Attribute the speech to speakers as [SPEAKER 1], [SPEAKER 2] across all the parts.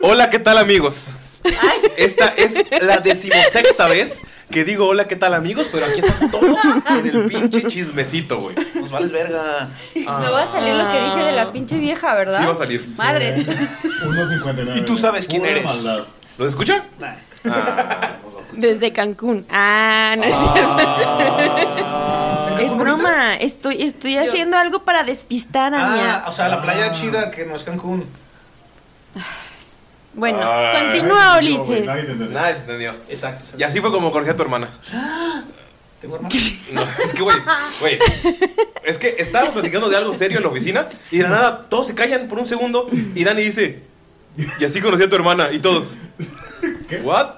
[SPEAKER 1] Hola, ¿qué tal amigos? Esta es la decimosexta vez que digo hola, ¿qué tal amigos? Pero aquí están todos en el pinche chismecito, güey. Nos vales verga.
[SPEAKER 2] No va a salir lo que dije de la Ah. pinche vieja, ¿verdad?
[SPEAKER 1] Ah, Sí va a salir.
[SPEAKER 2] Madres.
[SPEAKER 3] 1.59.
[SPEAKER 1] Y tú sabes quién
[SPEAKER 3] Pura
[SPEAKER 1] eres.
[SPEAKER 3] maldad.
[SPEAKER 1] ¿Lo escucha?
[SPEAKER 2] Desde Cancún. Ah, no es
[SPEAKER 1] Ah.
[SPEAKER 2] cierto. Es broma. Estoy, estoy haciendo algo para despistar a mi.
[SPEAKER 4] Ah, o sea, la playa chida que no es Cancún.
[SPEAKER 2] Bueno,
[SPEAKER 1] Ay,
[SPEAKER 2] continúa,
[SPEAKER 3] No, güey,
[SPEAKER 2] Ulises.
[SPEAKER 3] nadie te entendió.
[SPEAKER 1] Nada, Ah. entendió.
[SPEAKER 4] Exacto. exacto.
[SPEAKER 1] Y así fue como conocí a tu hermana.
[SPEAKER 4] Tengo hermano.
[SPEAKER 1] No, es que, güey, güey. Es que estábamos platicando de algo serio en la oficina y de la nada todos se callan por un segundo y Dani dice, y así conocí a tu hermana y todos. ¿Qué? ¿What?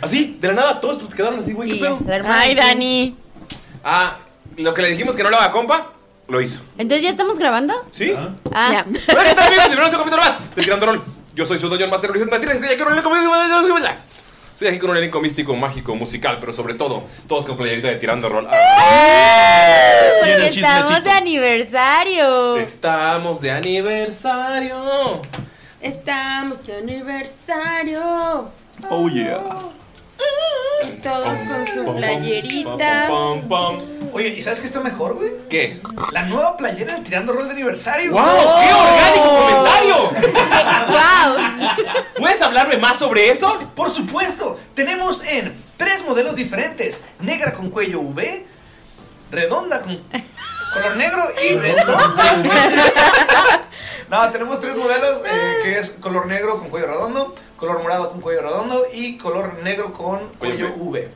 [SPEAKER 1] Así, de la nada todos se quedaron así, güey, ¿qué
[SPEAKER 2] Y
[SPEAKER 1] pedo?
[SPEAKER 2] la hermana
[SPEAKER 5] Ay,
[SPEAKER 2] de quién.
[SPEAKER 5] Dani.
[SPEAKER 1] Ah, lo que le dijimos que no era compa, lo hizo.
[SPEAKER 2] Entonces ya estamos grabando.
[SPEAKER 1] ¿Sí?
[SPEAKER 2] Ah,
[SPEAKER 1] Hola, ¿qué tal, amigos? Bienvenidos a un capítulo más de Tirando Rol. Yo soy su Dungeon Master Luis Martínez y estoy aquí con un elenco místico. Estoy aquí con un elenco místico, mágico, musical, pero sobre todo, todos con playerita de Tirando Rol. Ah. Tiene
[SPEAKER 2] ¡Eh! porque
[SPEAKER 1] chismecito.
[SPEAKER 2] estamos de aniversario.
[SPEAKER 1] Estamos de aniversario.
[SPEAKER 2] Estamos de aniversario.
[SPEAKER 1] Oh, yeah.
[SPEAKER 2] Todos con su playerita.
[SPEAKER 1] Pam, pam, pam.
[SPEAKER 4] Oye, ¿y sabes qué está mejor, güey?
[SPEAKER 1] ¿Qué?
[SPEAKER 4] La nueva playera de tirando rol de aniversario. ¡Oh!
[SPEAKER 1] ¡Wow! ¡Qué orgánico comentario!
[SPEAKER 2] ¡Wow!
[SPEAKER 1] ¿Puedes hablarme más sobre eso?
[SPEAKER 4] Por supuesto, tenemos en tres modelos diferentes: negra con cuello V, redonda con color negro y redonda. no, tenemos tres modelos: eh, que es color negro con cuello redondo, color morado con cuello redondo y color negro con
[SPEAKER 1] Cuello
[SPEAKER 4] cuello V.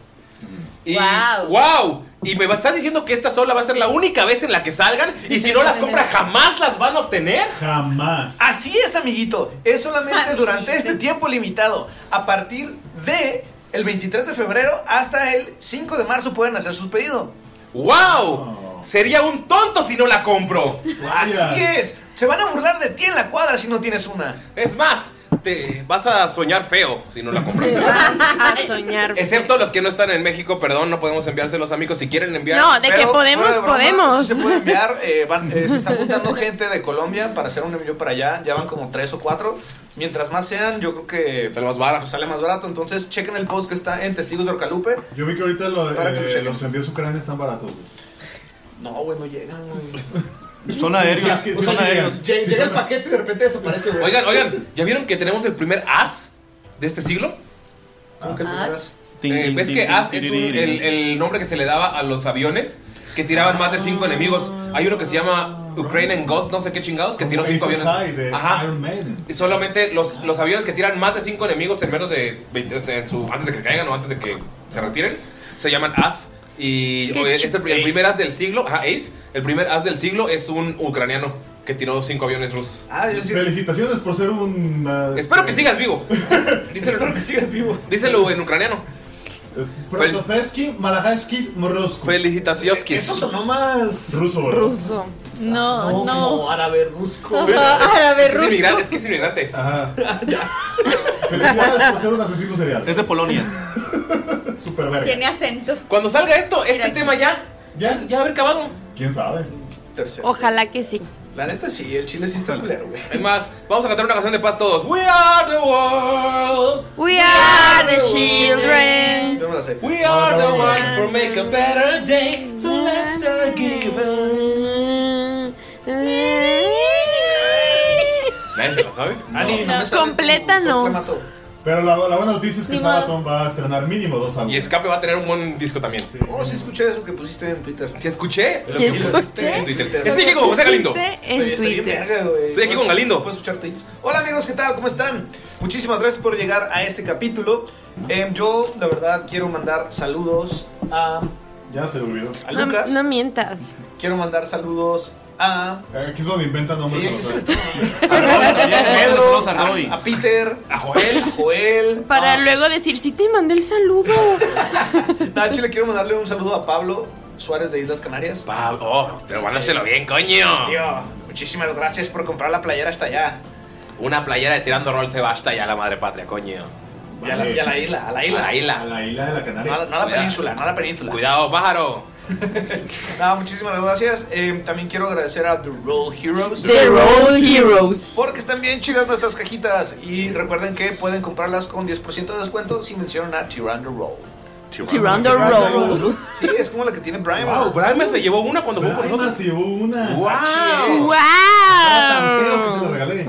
[SPEAKER 1] Y,
[SPEAKER 2] Guau.
[SPEAKER 1] guau. Y me estás diciendo que esta sola va a ser la única vez en la que salgan. Y si no las compran, jamás las van a obtener.
[SPEAKER 3] Jamás.
[SPEAKER 4] Así es, amiguito. Es solamente
[SPEAKER 2] Amiguito.
[SPEAKER 4] durante este tiempo limitado. A partir de el 23 de febrero hasta el 5 de marzo pueden hacer su pedido. Oh.
[SPEAKER 1] ¡Wow! Sería un tonto si no la compro.
[SPEAKER 4] Así es. Se van a burlar de ti en la cuadra si no tienes una.
[SPEAKER 1] Es más, te vas a soñar feo si no la compras.
[SPEAKER 5] A soñar.
[SPEAKER 1] Excepto los que no están en México, perdón, no podemos enviárselos, amigos. Si quieren enviar.
[SPEAKER 5] No, de que
[SPEAKER 4] Pero,
[SPEAKER 5] podemos,
[SPEAKER 4] fuera de broma,
[SPEAKER 5] podemos.
[SPEAKER 4] sí se puede enviar. eh, van- eh, se está juntando gente de Colombia para hacer un envío para allá. Ya van como tres o cuatro. Mientras más sean, yo creo que
[SPEAKER 1] Sale más vara.
[SPEAKER 4] pues, sale más barato. Entonces chequen el post que está en Testigos de Orcalupe.
[SPEAKER 3] Yo vi que ahorita lo-
[SPEAKER 4] Para que
[SPEAKER 3] eh,
[SPEAKER 4] lo chequen.
[SPEAKER 3] los envíos a Ucrania están baratos. güey.
[SPEAKER 4] No, güey, no llegan, güey.
[SPEAKER 6] Son
[SPEAKER 3] Sí,
[SPEAKER 6] aéreos,
[SPEAKER 3] es que sí
[SPEAKER 6] son
[SPEAKER 3] llegan.
[SPEAKER 6] aéreos.
[SPEAKER 3] Sí,
[SPEAKER 4] Llega, llega
[SPEAKER 3] son
[SPEAKER 4] el paquete y de repente desaparece, güey.
[SPEAKER 1] Oigan, oigan, ¿ya vieron que tenemos el primer as de este siglo?
[SPEAKER 4] ¿Cómo que es
[SPEAKER 6] Tin,
[SPEAKER 1] Eh,
[SPEAKER 6] tin,
[SPEAKER 1] ¿Ves
[SPEAKER 6] tin,
[SPEAKER 1] que
[SPEAKER 6] tin,
[SPEAKER 1] as
[SPEAKER 6] tin,
[SPEAKER 1] es
[SPEAKER 6] tin,
[SPEAKER 1] un-
[SPEAKER 6] tin,
[SPEAKER 1] el,
[SPEAKER 6] tin.
[SPEAKER 1] el nombre que se le daba a los aviones que tiraban más de cinco enemigos? Hay uno que se llama Ukrainian Ghost, no sé qué chingados, que tiró
[SPEAKER 3] Como
[SPEAKER 1] cinco
[SPEAKER 3] Ace
[SPEAKER 1] aviones.
[SPEAKER 3] High de
[SPEAKER 1] Ajá.
[SPEAKER 3] Iron Maiden.
[SPEAKER 1] Y solamente los, los aviones que tiran más de cinco enemigos en menos de 20, o sea, en su- antes de que caigan o antes de que se retiren, se llaman as. Y Y
[SPEAKER 2] Qué
[SPEAKER 1] oye,
[SPEAKER 2] chido.
[SPEAKER 1] es el, el primer as del siglo, ajá, Ace, el primer as del siglo es un ucraniano que tiró cinco aviones rusos.
[SPEAKER 4] Ah, yo sí.
[SPEAKER 3] Felicitaciones por ser un. ah,
[SPEAKER 1] Espero que sigas vivo. Díselo,
[SPEAKER 4] Espero que sigas vivo.
[SPEAKER 1] díselo en ucraniano.
[SPEAKER 3] Protopesky, Malajaskis, Morros.
[SPEAKER 4] Eso
[SPEAKER 1] Felicitaciones.
[SPEAKER 4] sonó más
[SPEAKER 3] Ruso, ¿verdad?
[SPEAKER 2] Ruso. No, no.
[SPEAKER 4] como árabe rusco.
[SPEAKER 2] Árabe
[SPEAKER 1] Es
[SPEAKER 2] ruso.
[SPEAKER 1] inmigrante, es que es inmigrante.
[SPEAKER 3] Ajá. Felicidades por ser un asesino serial.
[SPEAKER 5] Es de Polonia.
[SPEAKER 3] Super verga.
[SPEAKER 2] Tiene acento.
[SPEAKER 1] Cuando salga esto, este
[SPEAKER 2] Mira.
[SPEAKER 1] tema ya,
[SPEAKER 3] ¿Ya?
[SPEAKER 1] ya va a haber acabado.
[SPEAKER 3] ¿Quién sabe?
[SPEAKER 4] Tercero.
[SPEAKER 2] Ojalá que sí.
[SPEAKER 4] La neta sí, el chile sí está culero, güey.
[SPEAKER 1] Es más, vamos a cantar una canción de paz todos. We are the world.
[SPEAKER 2] We are the children.
[SPEAKER 4] Yo no la sé.
[SPEAKER 1] We are the one for make a better day. So let's start giving. Nadie se la sabe. Ah,
[SPEAKER 4] Ani, no,
[SPEAKER 2] No,
[SPEAKER 4] me sale
[SPEAKER 2] completa
[SPEAKER 4] tu- tu
[SPEAKER 2] no.
[SPEAKER 4] clamato.
[SPEAKER 3] Pero la, la buena noticia es que
[SPEAKER 2] Ni modo.
[SPEAKER 3] Sabaton va a estrenar mínimo dos álbumes.
[SPEAKER 1] Y Escape va a tener un buen disco también.
[SPEAKER 4] Oh, sí escuché eso que pusiste en Twitter.
[SPEAKER 1] ¿Sí escuché?
[SPEAKER 2] ¿Sí escuché?
[SPEAKER 1] En Twitter. Estoy aquí con José Galindo.
[SPEAKER 2] En
[SPEAKER 4] Estoy bien
[SPEAKER 2] Twitter.
[SPEAKER 4] verga, güey.
[SPEAKER 1] Estoy aquí con Galindo.
[SPEAKER 4] Puedes escuchar tweets. Hola amigos, ¿qué tal? ¿Cómo están? Muchísimas gracias por llegar a este capítulo. Em, yo, la verdad, quiero mandar saludos a,
[SPEAKER 3] Ya se le olvidó.
[SPEAKER 4] a
[SPEAKER 2] No,
[SPEAKER 4] Lucas.
[SPEAKER 2] no mientas.
[SPEAKER 4] Quiero mandar saludos a,
[SPEAKER 3] Eh, Aquí es donde inventan nombres.
[SPEAKER 4] Sí,
[SPEAKER 3] para
[SPEAKER 4] sí,
[SPEAKER 3] saber.
[SPEAKER 4] a Pedro,
[SPEAKER 5] Saludos a Roy.
[SPEAKER 4] a, a Peter, a Joel, a Joel.
[SPEAKER 2] Para
[SPEAKER 4] a-
[SPEAKER 2] luego decir, sí te mandé el saludo.
[SPEAKER 4] Nada, Chile, quiero mandarle un saludo a Pablo Suárez de Islas Canarias.
[SPEAKER 1] Pablo, oh, pero van a hacerlo bien, coño.
[SPEAKER 4] Tío, muchísimas gracias por comprar la playera hasta allá.
[SPEAKER 1] Una playera de tirando rol se basta ya a la madre patria, coño.
[SPEAKER 4] Y a la, y a la isla, a la
[SPEAKER 1] A
[SPEAKER 4] isla.
[SPEAKER 1] la
[SPEAKER 3] A
[SPEAKER 1] isla.
[SPEAKER 3] la isla
[SPEAKER 4] No,
[SPEAKER 3] de la
[SPEAKER 4] a la- no
[SPEAKER 3] Canaria.
[SPEAKER 4] a la península, no a la península.
[SPEAKER 1] Cuidado, pájaro.
[SPEAKER 4] Nada, muchísimas gracias. Eh, también quiero agradecer a The Roll Heroes.
[SPEAKER 2] The Roll Heroes.
[SPEAKER 4] Porque están bien chidas nuestras cajitas. Y recuerden que pueden comprarlas con 10% de descuento si mencionan a Tirando Roll.
[SPEAKER 2] Tirando Roll.
[SPEAKER 4] Sí, es como la que tiene Brian.
[SPEAKER 1] Wow, Brian se llevó una cuando jugó con
[SPEAKER 3] Ay,
[SPEAKER 1] nosotros.
[SPEAKER 3] más llevó una.
[SPEAKER 4] Ah,
[SPEAKER 1] Wow.
[SPEAKER 3] Tan pedo que se
[SPEAKER 2] ¡Wow!
[SPEAKER 3] la regalé.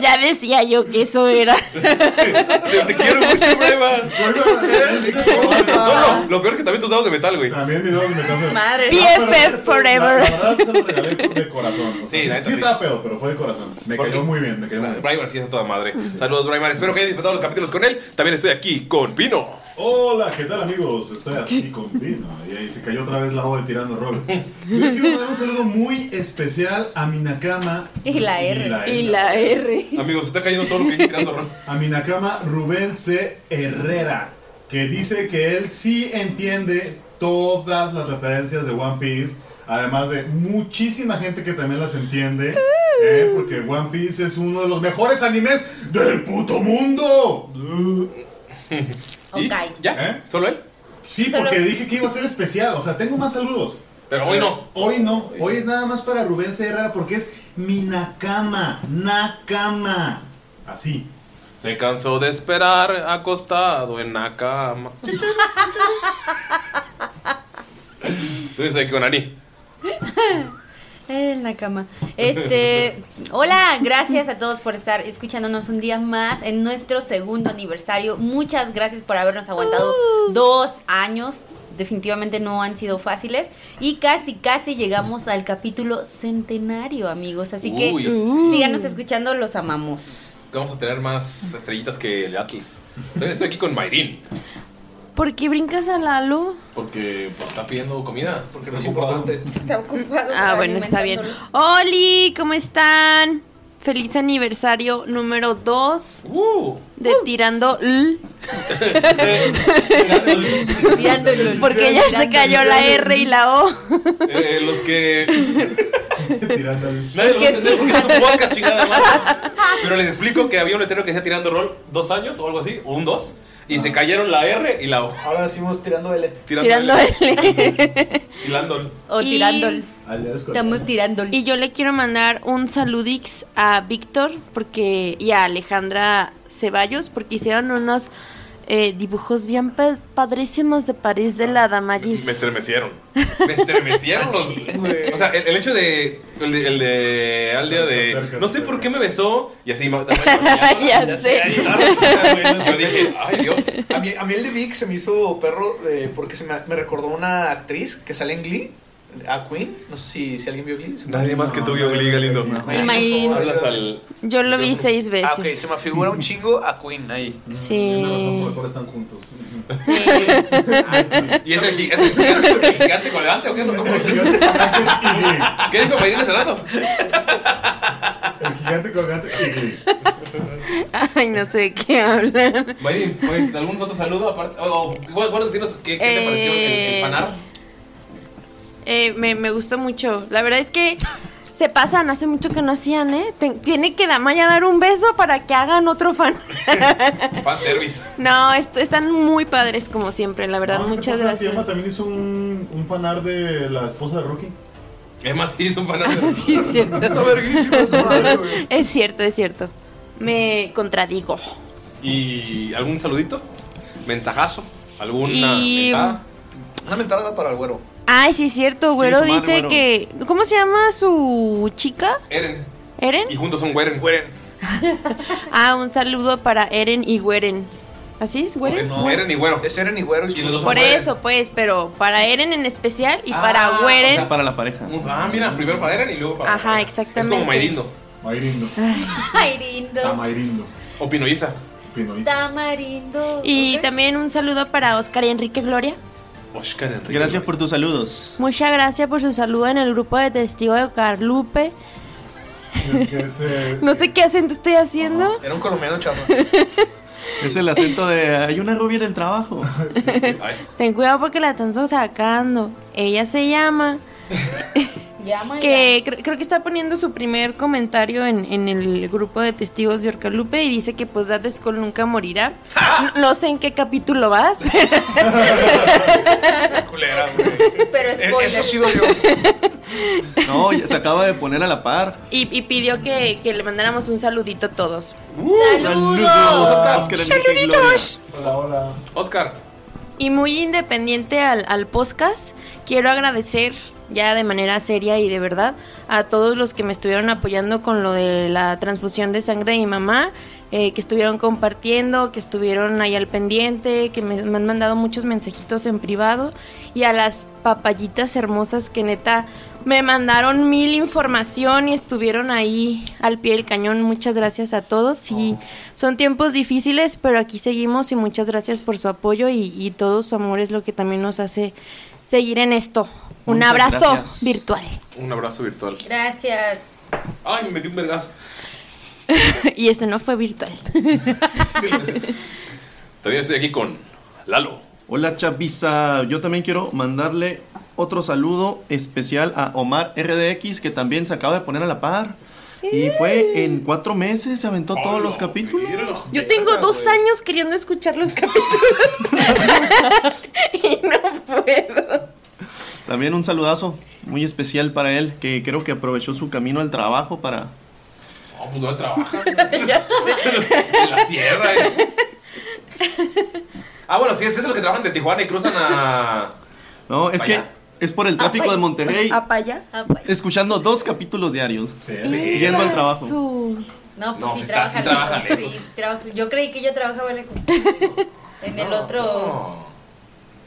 [SPEAKER 2] Ya decía yo que eso era.
[SPEAKER 1] Te, te quiero mucho, Brian. No, no, lo peor es que también tus dados de metal, güey.
[SPEAKER 3] También mi dedo me cansó.
[SPEAKER 2] Madre.
[SPEAKER 3] Ah, pero-
[SPEAKER 2] BFF
[SPEAKER 3] La, la
[SPEAKER 2] forever.
[SPEAKER 3] verdad se lo regalé de corazón. O sea,
[SPEAKER 1] Sí, la neta
[SPEAKER 3] sí
[SPEAKER 1] sí.
[SPEAKER 3] estaba pedo, pero fue de corazón. Me
[SPEAKER 1] Porque-
[SPEAKER 3] cayó muy bien, me cayó muy bien.
[SPEAKER 1] Brian sí es a toda madre. Saludos, Brian. Espero que hayan disfrutado los capítulos con él. También estoy aquí con Pino.
[SPEAKER 3] Hola, ¿qué tal amigos? Estoy aquí con Pino y ahí se cayó otra vez la hoja de tirando rol. Yo quiero mandar un saludo muy especial a mi nakama
[SPEAKER 2] Y la R. Y la R.
[SPEAKER 1] Amigos, se está cayendo todo lo que dije tirando rol.
[SPEAKER 3] A mi nakama Rubén C. Herrera, que dice que él sí entiende todas las referencias de One Piece, además de muchísima gente que también las entiende, ¿eh? porque One Piece es uno de los mejores animes del puto mundo.
[SPEAKER 1] ¿Y? ¿Ya?
[SPEAKER 3] ¿Eh?
[SPEAKER 1] ¿Solo él?
[SPEAKER 3] Sí, porque dije que iba a ser especial, o sea, tengo más saludos.
[SPEAKER 1] Pero hoy no.
[SPEAKER 3] Hoy no, hoy es nada más para Rubén C. Herrera porque es mi nakama, nakama. Así.
[SPEAKER 1] Se cansó de esperar acostado en la cama. Tú dices aquí con Ani.
[SPEAKER 6] En la cama. Este, hola, gracias a todos por estar escuchándonos un día más en nuestro segundo aniversario. Muchas gracias por habernos aguantado dos años. Definitivamente no han sido fáciles. Y casi, casi llegamos al capítulo centenario, amigos. Así que
[SPEAKER 1] Uy.
[SPEAKER 6] síganos escuchando, los amamos.
[SPEAKER 1] Vamos a tener más estrellitas que el Atlas. Entonces estoy aquí con Mayrin.
[SPEAKER 2] ¿Por qué brincas a Lalo?
[SPEAKER 1] Porque pues, está pidiendo comida. Porque no
[SPEAKER 4] Es importante.
[SPEAKER 6] Está ocupado.
[SPEAKER 2] Ah, bueno, está bien. Oli, ¿cómo están? Feliz aniversario número 2
[SPEAKER 1] Uh,
[SPEAKER 2] de Tirando L.
[SPEAKER 6] Tirándolo.
[SPEAKER 2] Porque ya se cayó la R y la O.
[SPEAKER 1] eh, los que.
[SPEAKER 3] Tirando al-
[SPEAKER 1] Nadie lo va a entender porque es un podcast chingada madre. Pero les explico que había un letrero que decía tirando rol dos años o algo así, o un dos. Y se cayeron la R y la O.
[SPEAKER 4] Ahora decimos tirando L.
[SPEAKER 2] Tirando
[SPEAKER 1] L.
[SPEAKER 2] L.
[SPEAKER 1] Tirando.
[SPEAKER 6] O
[SPEAKER 2] Y-
[SPEAKER 6] tirándolo.
[SPEAKER 3] al de los
[SPEAKER 6] Estamos tirándolo.
[SPEAKER 2] Y yo le quiero mandar un saludix a Víctor porque y a Alejandra Ceballos porque hicieron unos eh, dibujos bien pa- padrísimos de París de la Damayis.
[SPEAKER 1] Me estremecieron. Me estremecieron los. O sea, el, el hecho de. El de, el de Aldea de. No sé por qué me besó. Y así. ma-
[SPEAKER 2] ya sé.
[SPEAKER 1] Yo dije, "Ah, ay Dios.
[SPEAKER 4] A mí, a mí el de Vic se me hizo perro eh, porque se me, me recordó una actriz que sale en Glee. a Queen. No sé si, si alguien vio Glee.
[SPEAKER 1] Nadie más que tú vio Glee, Galindo.
[SPEAKER 6] Imagín.
[SPEAKER 1] Hablas al.
[SPEAKER 2] Yo lo vi seis veces.
[SPEAKER 4] Ah, ok, se me figura un chingo a Queen ahí.
[SPEAKER 2] Sí.
[SPEAKER 3] están juntos.
[SPEAKER 1] ¿Y es el, gi- es el gigante, el gigante colgante o qué? ¿Cómo? ¿Qué dijo Mayrina hace rato?
[SPEAKER 3] El gigante colgante y Glee.
[SPEAKER 2] Ay, no sé de qué hablan.
[SPEAKER 1] Mayrin, pues, ¿algún otro saludo aparte? O, o, igual, bueno, decirnos qué, qué te pareció el, el
[SPEAKER 2] Eh,
[SPEAKER 1] panar.
[SPEAKER 2] Eh, me, me gustó mucho. La verdad es que se pasan, hace mucho que no hacían, ¿eh? Ten- tiene que Damaya dar un beso para que hagan otro fan.
[SPEAKER 1] Fan service.
[SPEAKER 2] no, est- están muy padres como siempre, la verdad.
[SPEAKER 3] Ah, ¿qué
[SPEAKER 2] Muchas
[SPEAKER 3] pasa?
[SPEAKER 2] gracias.
[SPEAKER 3] Siyama también hizo un, un fanar de la esposa de Rocky.
[SPEAKER 1] Es más, sí, es un panar.
[SPEAKER 2] Sí, es cierto.
[SPEAKER 3] Yo
[SPEAKER 2] es cierto, es cierto. Me contradigo.
[SPEAKER 1] ¿Y algún saludito? ¿Mensajazo? ¿Alguna
[SPEAKER 2] Y-
[SPEAKER 1] mentada?
[SPEAKER 4] Una mentada para el güero.
[SPEAKER 2] Ay, sí, es cierto. Güero
[SPEAKER 4] su madre,
[SPEAKER 2] dice
[SPEAKER 4] güero.
[SPEAKER 2] que. ¿Cómo se llama su chica?
[SPEAKER 1] Eren.
[SPEAKER 2] ¿Eren?
[SPEAKER 1] Y juntos son Weren.
[SPEAKER 4] Güeren.
[SPEAKER 2] Ah, un saludo para Eren y Güeren. ¿Así es, Güeren?
[SPEAKER 1] Es Weren y Güero.
[SPEAKER 4] Es Eren y güero y,
[SPEAKER 1] Y los dos
[SPEAKER 2] Por
[SPEAKER 1] Güeren.
[SPEAKER 2] eso, pues, pero para Eren en especial y
[SPEAKER 4] Ah,
[SPEAKER 2] para Güeren. Ah,
[SPEAKER 1] o sea,
[SPEAKER 5] Para la pareja.
[SPEAKER 1] Ah, mira, primero para Eren y luego para.
[SPEAKER 2] Ajá, exactamente.
[SPEAKER 1] Es como Mayrindo
[SPEAKER 3] Mairindo.
[SPEAKER 6] Tamarindo.
[SPEAKER 3] Tamarindo.
[SPEAKER 1] o Pinoiza.
[SPEAKER 3] Pinolita.
[SPEAKER 6] Tamarindo.
[SPEAKER 2] Y
[SPEAKER 6] Ok.
[SPEAKER 2] también un saludo para Oscar y Enrique Gloria.
[SPEAKER 1] Oscar Enrique.
[SPEAKER 5] Gracias por tus saludos.
[SPEAKER 2] Muchas gracias por su saludo en el grupo de Testigo de Carlupe.
[SPEAKER 3] que es, eh,
[SPEAKER 2] No sé qué acento estoy haciendo.
[SPEAKER 4] Era un colombiano chavo.
[SPEAKER 5] Es el acento de hay una rubia en el trabajo.
[SPEAKER 1] Ay,
[SPEAKER 2] Ten cuidado porque la están sacando. Ella se llama.
[SPEAKER 6] Llama
[SPEAKER 2] Que cre- creo que está poniendo su primer comentario en, en el grupo de testigos de Orcalupe y dice que pues Dad Skull nunca morirá. No, no sé en qué capítulo vas, pero
[SPEAKER 4] culera, güey.
[SPEAKER 6] ya. Pero
[SPEAKER 4] E-
[SPEAKER 6] spoiler.
[SPEAKER 4] Eso sí dolió.
[SPEAKER 5] No, ya se acaba de poner a la par.
[SPEAKER 2] y, y pidió que, que le mandáramos un saludito todos.
[SPEAKER 5] Uh, Saludos. Oscar Enrique y Gloria.
[SPEAKER 3] Hola, hola.
[SPEAKER 1] Oscar.
[SPEAKER 2] Y muy independiente al, al podcast, quiero agradecer ya de manera seria y de verdad a todos los que me estuvieron apoyando con lo de la transfusión de sangre de mi mamá, eh, que estuvieron compartiendo, que estuvieron ahí al pendiente, que me, me han mandado muchos mensajitos en privado y a las papayitas hermosas que neta me mandaron mil información y estuvieron ahí al pie del cañón. Muchas gracias a todos. Y
[SPEAKER 5] Oh.
[SPEAKER 2] son tiempos difíciles, pero aquí seguimos y muchas gracias por su apoyo y, y todo su amor es lo que también nos hace seguir en esto. Un
[SPEAKER 5] Muchas
[SPEAKER 2] abrazo
[SPEAKER 5] gracias.
[SPEAKER 2] virtual.
[SPEAKER 1] Un abrazo virtual.
[SPEAKER 6] Gracias.
[SPEAKER 1] Ay, me metí un vergazo.
[SPEAKER 2] y eso no fue virtual.
[SPEAKER 1] También estoy aquí con Lalo.
[SPEAKER 5] Hola Chapiza, yo también quiero mandarle otro saludo especial a Omar RDX que también se acaba de poner a la par. Y fue en cuatro meses, se aventó todos los capítulos.
[SPEAKER 1] Míralo.
[SPEAKER 2] Yo tengo dos años queriendo escuchar los capítulos. y no puedo.
[SPEAKER 5] También un saludazo muy especial para él, que creo que aprovechó su camino al trabajo para...
[SPEAKER 1] No, pues no trabaja. en la sierra. eh. Ah, bueno, sí, es es los que trabajan de Tijuana y cruzan a.
[SPEAKER 5] No, es que
[SPEAKER 1] Ah. Vaya.
[SPEAKER 5] es por el
[SPEAKER 2] Ah, pues,
[SPEAKER 5] tráfico de Monterrey,
[SPEAKER 2] ¿A paya?
[SPEAKER 5] escuchando dos capítulos diarios, yendo al trabajo.
[SPEAKER 2] Su-
[SPEAKER 6] No, pues
[SPEAKER 1] No,
[SPEAKER 6] sí,
[SPEAKER 1] está-
[SPEAKER 6] trabaja
[SPEAKER 1] sí trabaja
[SPEAKER 6] lejos.
[SPEAKER 1] lejos.
[SPEAKER 6] Sí, trabaja- Yo creí que yo trabajaba lejos. En el otro,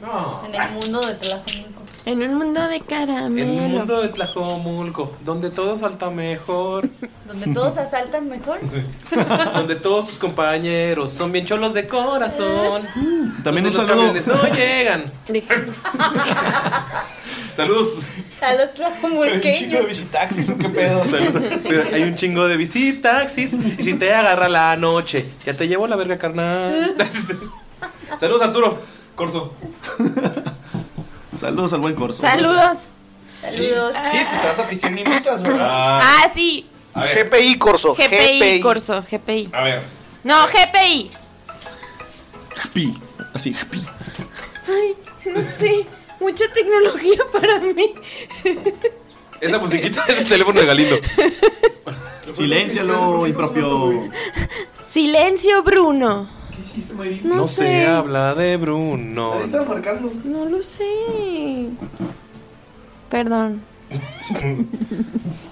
[SPEAKER 1] No. No.
[SPEAKER 6] en el mundo de Tlajomulco.
[SPEAKER 2] En un mundo de
[SPEAKER 1] En un
[SPEAKER 2] caramelo.
[SPEAKER 1] mundo de Tlajomulco, donde todo salta mejor,
[SPEAKER 6] Donde todos asaltan mejor.
[SPEAKER 1] donde todos sus compañeros son bien cholos de corazón.
[SPEAKER 5] También
[SPEAKER 1] donde
[SPEAKER 5] un
[SPEAKER 1] los
[SPEAKER 5] saludo.
[SPEAKER 1] camiones no llegan. Saludos.
[SPEAKER 6] A los
[SPEAKER 4] Un chingo de
[SPEAKER 6] tlajomulqueños.
[SPEAKER 4] visitaxis, ¿o qué pedo?
[SPEAKER 1] Saludos. Pero Hay un chingo de visitaxis y si te agarra la noche, ya te llevo la verga carnal. Saludos Arturo Corso.
[SPEAKER 5] Saludos al buen Corso.
[SPEAKER 2] Saludos.
[SPEAKER 6] Saludos.
[SPEAKER 4] Sí, pues te vas a pistear ni mitas, ¿verdad?
[SPEAKER 2] Ah, sí.
[SPEAKER 1] A ver,
[SPEAKER 4] GPI Corso.
[SPEAKER 2] GPI, Corso, GPI.
[SPEAKER 1] a ver.
[SPEAKER 2] No, GPI.
[SPEAKER 5] Pi, así, pi.
[SPEAKER 2] Ay, no sé. Mucha tecnología para mí.
[SPEAKER 1] Esa musiquita es el teléfono de Galindo.
[SPEAKER 5] Siléncialo, impropio.
[SPEAKER 2] Silencio, Bruno.
[SPEAKER 3] ¿Qué hiciste, Mayrin?
[SPEAKER 2] No,
[SPEAKER 1] se
[SPEAKER 2] sé.
[SPEAKER 1] habla de Bruno.
[SPEAKER 3] Ahí estaba marcando.
[SPEAKER 2] No lo sé. Perdón.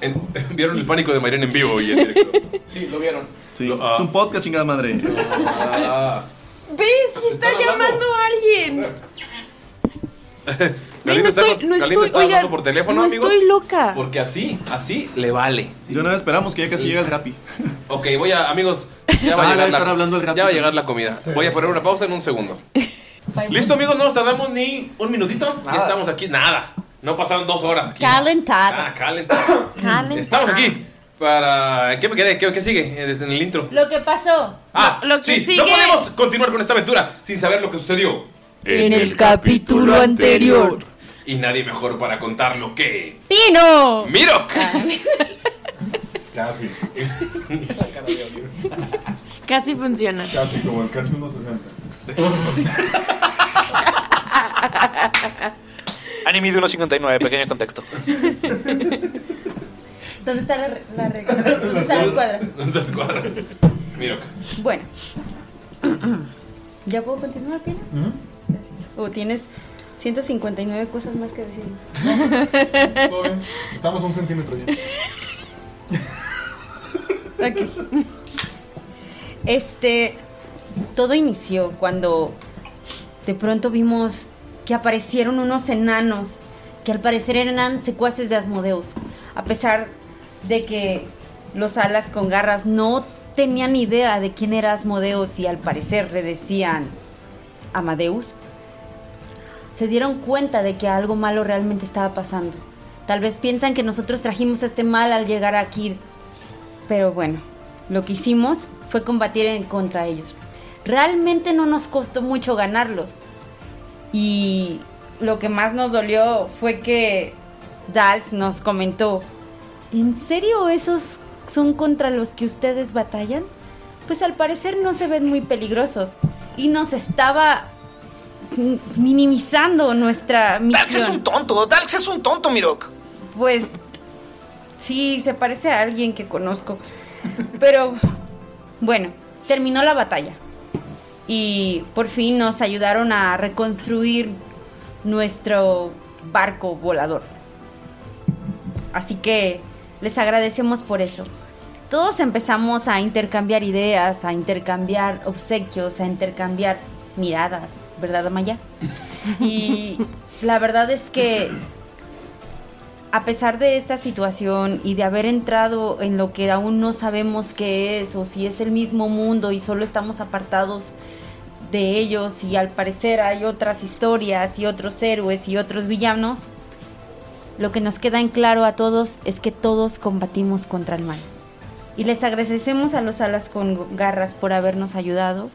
[SPEAKER 1] En- Vieron el pánico de Mariana en vivo y en directo.
[SPEAKER 4] Sí, lo vieron.
[SPEAKER 5] Sí,
[SPEAKER 1] Lo- ah.
[SPEAKER 5] Es un podcast, chingada madre.
[SPEAKER 2] ¿Ves? Si está
[SPEAKER 1] Están hablando.
[SPEAKER 2] llamando a alguien.
[SPEAKER 1] Galindo está,
[SPEAKER 2] estoy- no
[SPEAKER 1] Galindo
[SPEAKER 2] estoy-
[SPEAKER 1] está
[SPEAKER 2] oigan,
[SPEAKER 1] hablando por teléfono,
[SPEAKER 2] no
[SPEAKER 1] amigos.
[SPEAKER 2] estoy loca.
[SPEAKER 1] Porque así, así le vale.
[SPEAKER 5] De una vez esperamos que ya casi llega el Rappi.
[SPEAKER 1] Ok, voy a, amigos, ya va a
[SPEAKER 5] Ah, va a
[SPEAKER 1] llegar,
[SPEAKER 5] estar
[SPEAKER 1] la,
[SPEAKER 5] hablando el
[SPEAKER 1] ya va a llegar la comida. Voy a poner una pausa en un segundo. Listo, amigos, no nos tardamos ni un minutito. Ya estamos aquí, nada. No pasaron dos horas aquí.
[SPEAKER 6] Calentado.
[SPEAKER 1] Ah, calentado. Estamos aquí para. ¿Qué me quedé? ¿Qué, qué sigue Eh, en el intro?
[SPEAKER 6] Lo que pasó.
[SPEAKER 1] Ah,
[SPEAKER 2] lo que
[SPEAKER 1] sí,
[SPEAKER 2] sigue-
[SPEAKER 1] no podemos continuar con esta aventura sin saber lo que sucedió
[SPEAKER 2] En el capítulo anterior.
[SPEAKER 1] Y nadie mejor para contarlo que.
[SPEAKER 2] ¡Pino!
[SPEAKER 1] ¡Mirok!
[SPEAKER 3] Casi,
[SPEAKER 2] Casi funciona.
[SPEAKER 3] casi, como el casi 1.60.
[SPEAKER 4] Anime de 1.59, pequeño contexto.
[SPEAKER 6] ¿Dónde está la, re- la regla? ¿Dónde está la escuadra?
[SPEAKER 1] Nuestra escuadra. Mirok.
[SPEAKER 6] Bueno. ¿Ya puedo continuar, Pino? Gracias. O tienes 159 cosas más que decir.
[SPEAKER 3] Todo bien. Estamos a un centímetro ya.
[SPEAKER 6] Ok. Este, todo inició cuando de pronto vimos que aparecieron unos enanos que al parecer eran secuaces de Asmodeus. A pesar de que los alas con garras no tenían idea de quién era Asmodeus y al parecer le decían Amadeus, se dieron cuenta de que algo malo realmente estaba pasando. Tal vez piensan que nosotros trajimos este mal al llegar aquí pero bueno, lo que hicimos fue combatir en contra ellos. Realmente no nos costó mucho ganarlos. Y lo que más nos dolió fue que Dals nos comentó, ¿en serio esos son contra los que ustedes batallan? Pues al parecer no se ven muy peligrosos. Y nos estaba mm, minimizando nuestra misión.
[SPEAKER 4] Dalx es un tonto, Dalx es un tonto, Mirok.
[SPEAKER 6] Pues sí, se parece a alguien que conozco. Pero bueno, terminó la batalla. Y por fin nos ayudaron a reconstruir nuestro barco volador. Así que les agradecemos por eso. Todos empezamos a intercambiar ideas, a intercambiar obsequios, a intercambiar miradas, ¿verdad, Amaya? Y la verdad es que a pesar de esta situación y de haber entrado en lo que aún no sabemos qué es o si es el mismo mundo y solo estamos apartados de ellos y al parecer hay otras historias y otros héroes y otros villanos, lo que nos queda en claro a todos es que todos combatimos contra el mal. Y les agradecemos a los alas con garras por habernos ayudado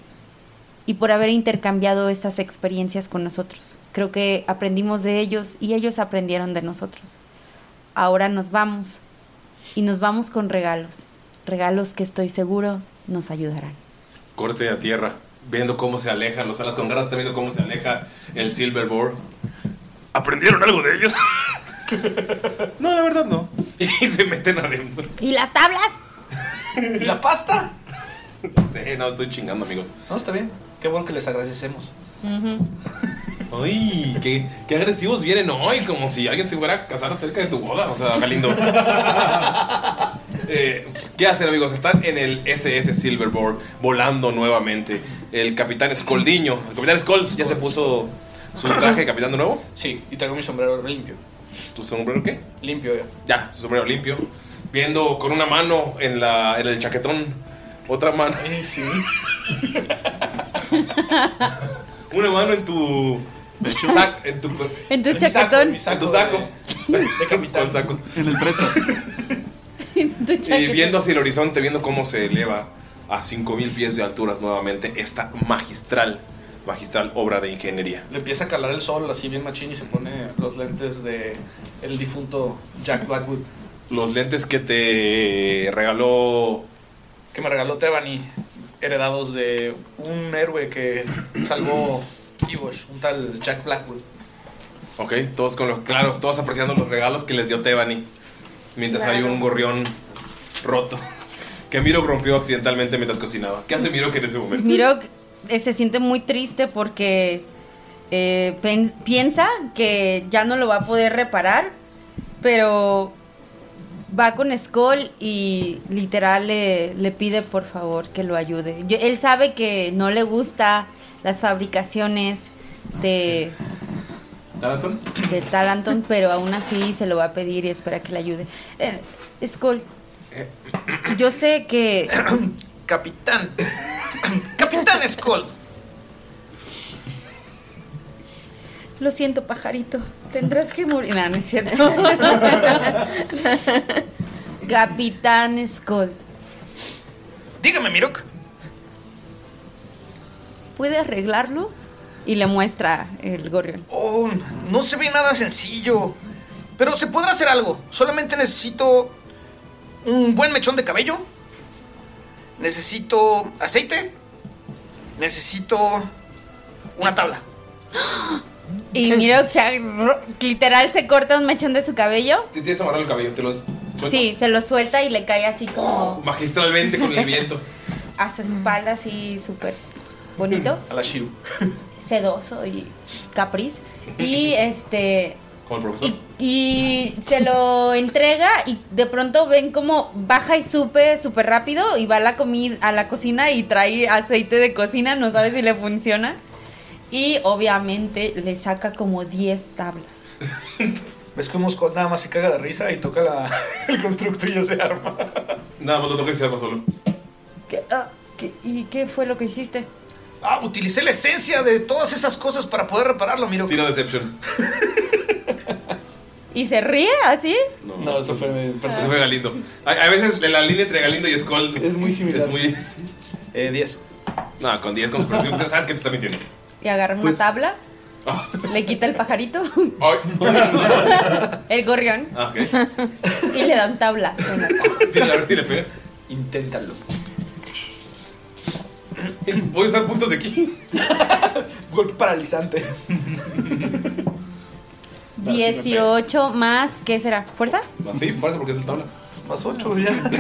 [SPEAKER 6] y por haber intercambiado esas experiencias con nosotros. Creo que aprendimos de ellos y ellos aprendieron de nosotros. Ahora nos vamos y nos vamos con regalos, regalos que estoy seguro nos ayudarán.
[SPEAKER 1] Corte a tierra. Viendo cómo se alejan. Los alas con garras están viendo cómo se aleja el Silverboard. ¿Aprendieron algo de ellos? no, la verdad no. Y se meten adentro.
[SPEAKER 6] ¿Y las tablas?
[SPEAKER 4] ¿Y la pasta?
[SPEAKER 1] No sé, no, estoy chingando, amigos.
[SPEAKER 4] No, está bien. Qué bueno que les agradecemos.
[SPEAKER 1] Ay, qué, qué agresivos vienen hoy, como si alguien se fuera a casar cerca de tu boda. O sea, Galindo. Eh, ¿Qué hacen, amigos? Están en el SS Silverboard, volando nuevamente. El capitán Escoldiño. El capitán Scold ya se puso su traje de capitán de nuevo.
[SPEAKER 4] Sí, y traigo mi sombrero limpio.
[SPEAKER 1] ¿Tu sombrero qué?
[SPEAKER 4] Limpio ya.
[SPEAKER 1] Ya, su sombrero limpio. Viendo con una mano en, la, en el chaquetón, otra mano.
[SPEAKER 4] Eh, Sí.
[SPEAKER 1] Una mano en tu. sac- en tu,
[SPEAKER 6] En tu
[SPEAKER 4] En mi saco, en
[SPEAKER 6] chaquetón,
[SPEAKER 4] mi
[SPEAKER 1] en tu saco.
[SPEAKER 4] De, de capitán.
[SPEAKER 1] Con saco.
[SPEAKER 5] En el prestas.
[SPEAKER 6] en tu
[SPEAKER 1] Y
[SPEAKER 6] chaquetón.
[SPEAKER 1] viendo hacia el horizonte, viendo cómo se eleva a 5000 pies de alturas nuevamente esta magistral, magistral obra de ingeniería.
[SPEAKER 4] Le empieza a calar el sol así bien machín y se pone los lentes de el difunto Jack Blackwood
[SPEAKER 1] Los lentes que te regaló.
[SPEAKER 4] que me regaló Tebani, heredados de un héroe que salvó Kibosh, un tal Jack Blackwood.
[SPEAKER 1] Ok, todos con los. Claro, todos apreciando los regalos que les dio Tebani. Mientras hay un gorrión roto. Que Miro rompió accidentalmente mientras cocinaba. ¿Qué hace Miro que en ese momento?
[SPEAKER 6] Miro eh, se siente muy triste porque eh, pen- piensa que ya no lo va a poder reparar, pero va con Skull y literal le, le pide por favor que lo ayude. Yo- él sabe que no le gusta las fabricaciones de
[SPEAKER 1] ¿Taranton?
[SPEAKER 6] de Talanton, pero aún así se lo va a pedir y espera que le ayude. Eh, Skull, yo sé que
[SPEAKER 4] Capitán. Capitán Skull.
[SPEAKER 6] Lo siento, pajarito. Tendrás que morir. No, no es cierto. Capitán Skull,
[SPEAKER 4] Dígame, Mirok.
[SPEAKER 6] ¿puede arreglarlo? Y le muestra el gorrión.
[SPEAKER 4] Oh, no se ve nada sencillo. Pero se podrá hacer algo. Solamente necesito un buen mechón de cabello. Necesito aceite. Necesito una tabla.
[SPEAKER 6] Y mira, o sea, ro- literal se corta un mechón de su cabello.
[SPEAKER 1] Te tienes amarrado el cabello, te lo suelto
[SPEAKER 6] Sí, se lo suelta y le cae así como
[SPEAKER 1] magistralmente con el viento.
[SPEAKER 6] a su espalda, así súper bonito,
[SPEAKER 1] A la Shiru.
[SPEAKER 6] sedoso y capriz. Y este.
[SPEAKER 1] Como el profesor.
[SPEAKER 6] Y, y se lo entrega y de pronto ven como baja y sube súper rápido y va a la, comi- a la cocina y trae aceite de cocina, no sabe si le funciona. Y obviamente le saca como 10 tablas.
[SPEAKER 4] ¿Ves cómo Skull nada más se caga de risa y toca la- el constructo y ya se arma?
[SPEAKER 1] Nada más lo toca y se arma solo.
[SPEAKER 6] ¿Qué- ah, qué- ¿Y qué fue lo que hiciste?
[SPEAKER 4] Ah, utilicé la esencia de todas esas cosas para poder repararlo, Mirok.
[SPEAKER 1] Tira Deception.
[SPEAKER 6] ¿Y se ríe así?
[SPEAKER 1] No,
[SPEAKER 4] No, eso fue mi
[SPEAKER 1] Eso
[SPEAKER 4] personaje.
[SPEAKER 1] fue Galindo. A, a veces la línea entre Galindo y Skull
[SPEAKER 4] Es muy similar.
[SPEAKER 1] Es muy.
[SPEAKER 4] Eh, 10.
[SPEAKER 1] No, con 10 con Sabes que te está mintiendo.
[SPEAKER 6] Y agarra una
[SPEAKER 5] Pues-
[SPEAKER 6] tabla, le quita el pajarito,
[SPEAKER 1] Ay.
[SPEAKER 6] el gorrión,
[SPEAKER 1] Ah, ok.
[SPEAKER 6] y le da un tablazo. en la cara.
[SPEAKER 1] Tira, a ver si le pegas.
[SPEAKER 4] Inténtalo.
[SPEAKER 1] Eh, Voy a usar puntos de aquí.
[SPEAKER 4] Golpe paralizante.
[SPEAKER 6] 18 más, ¿qué será? ¿Fuerza?
[SPEAKER 1] Ah, Sí, fuerza porque es el tabla.
[SPEAKER 4] Más 8 ya.
[SPEAKER 6] Sí,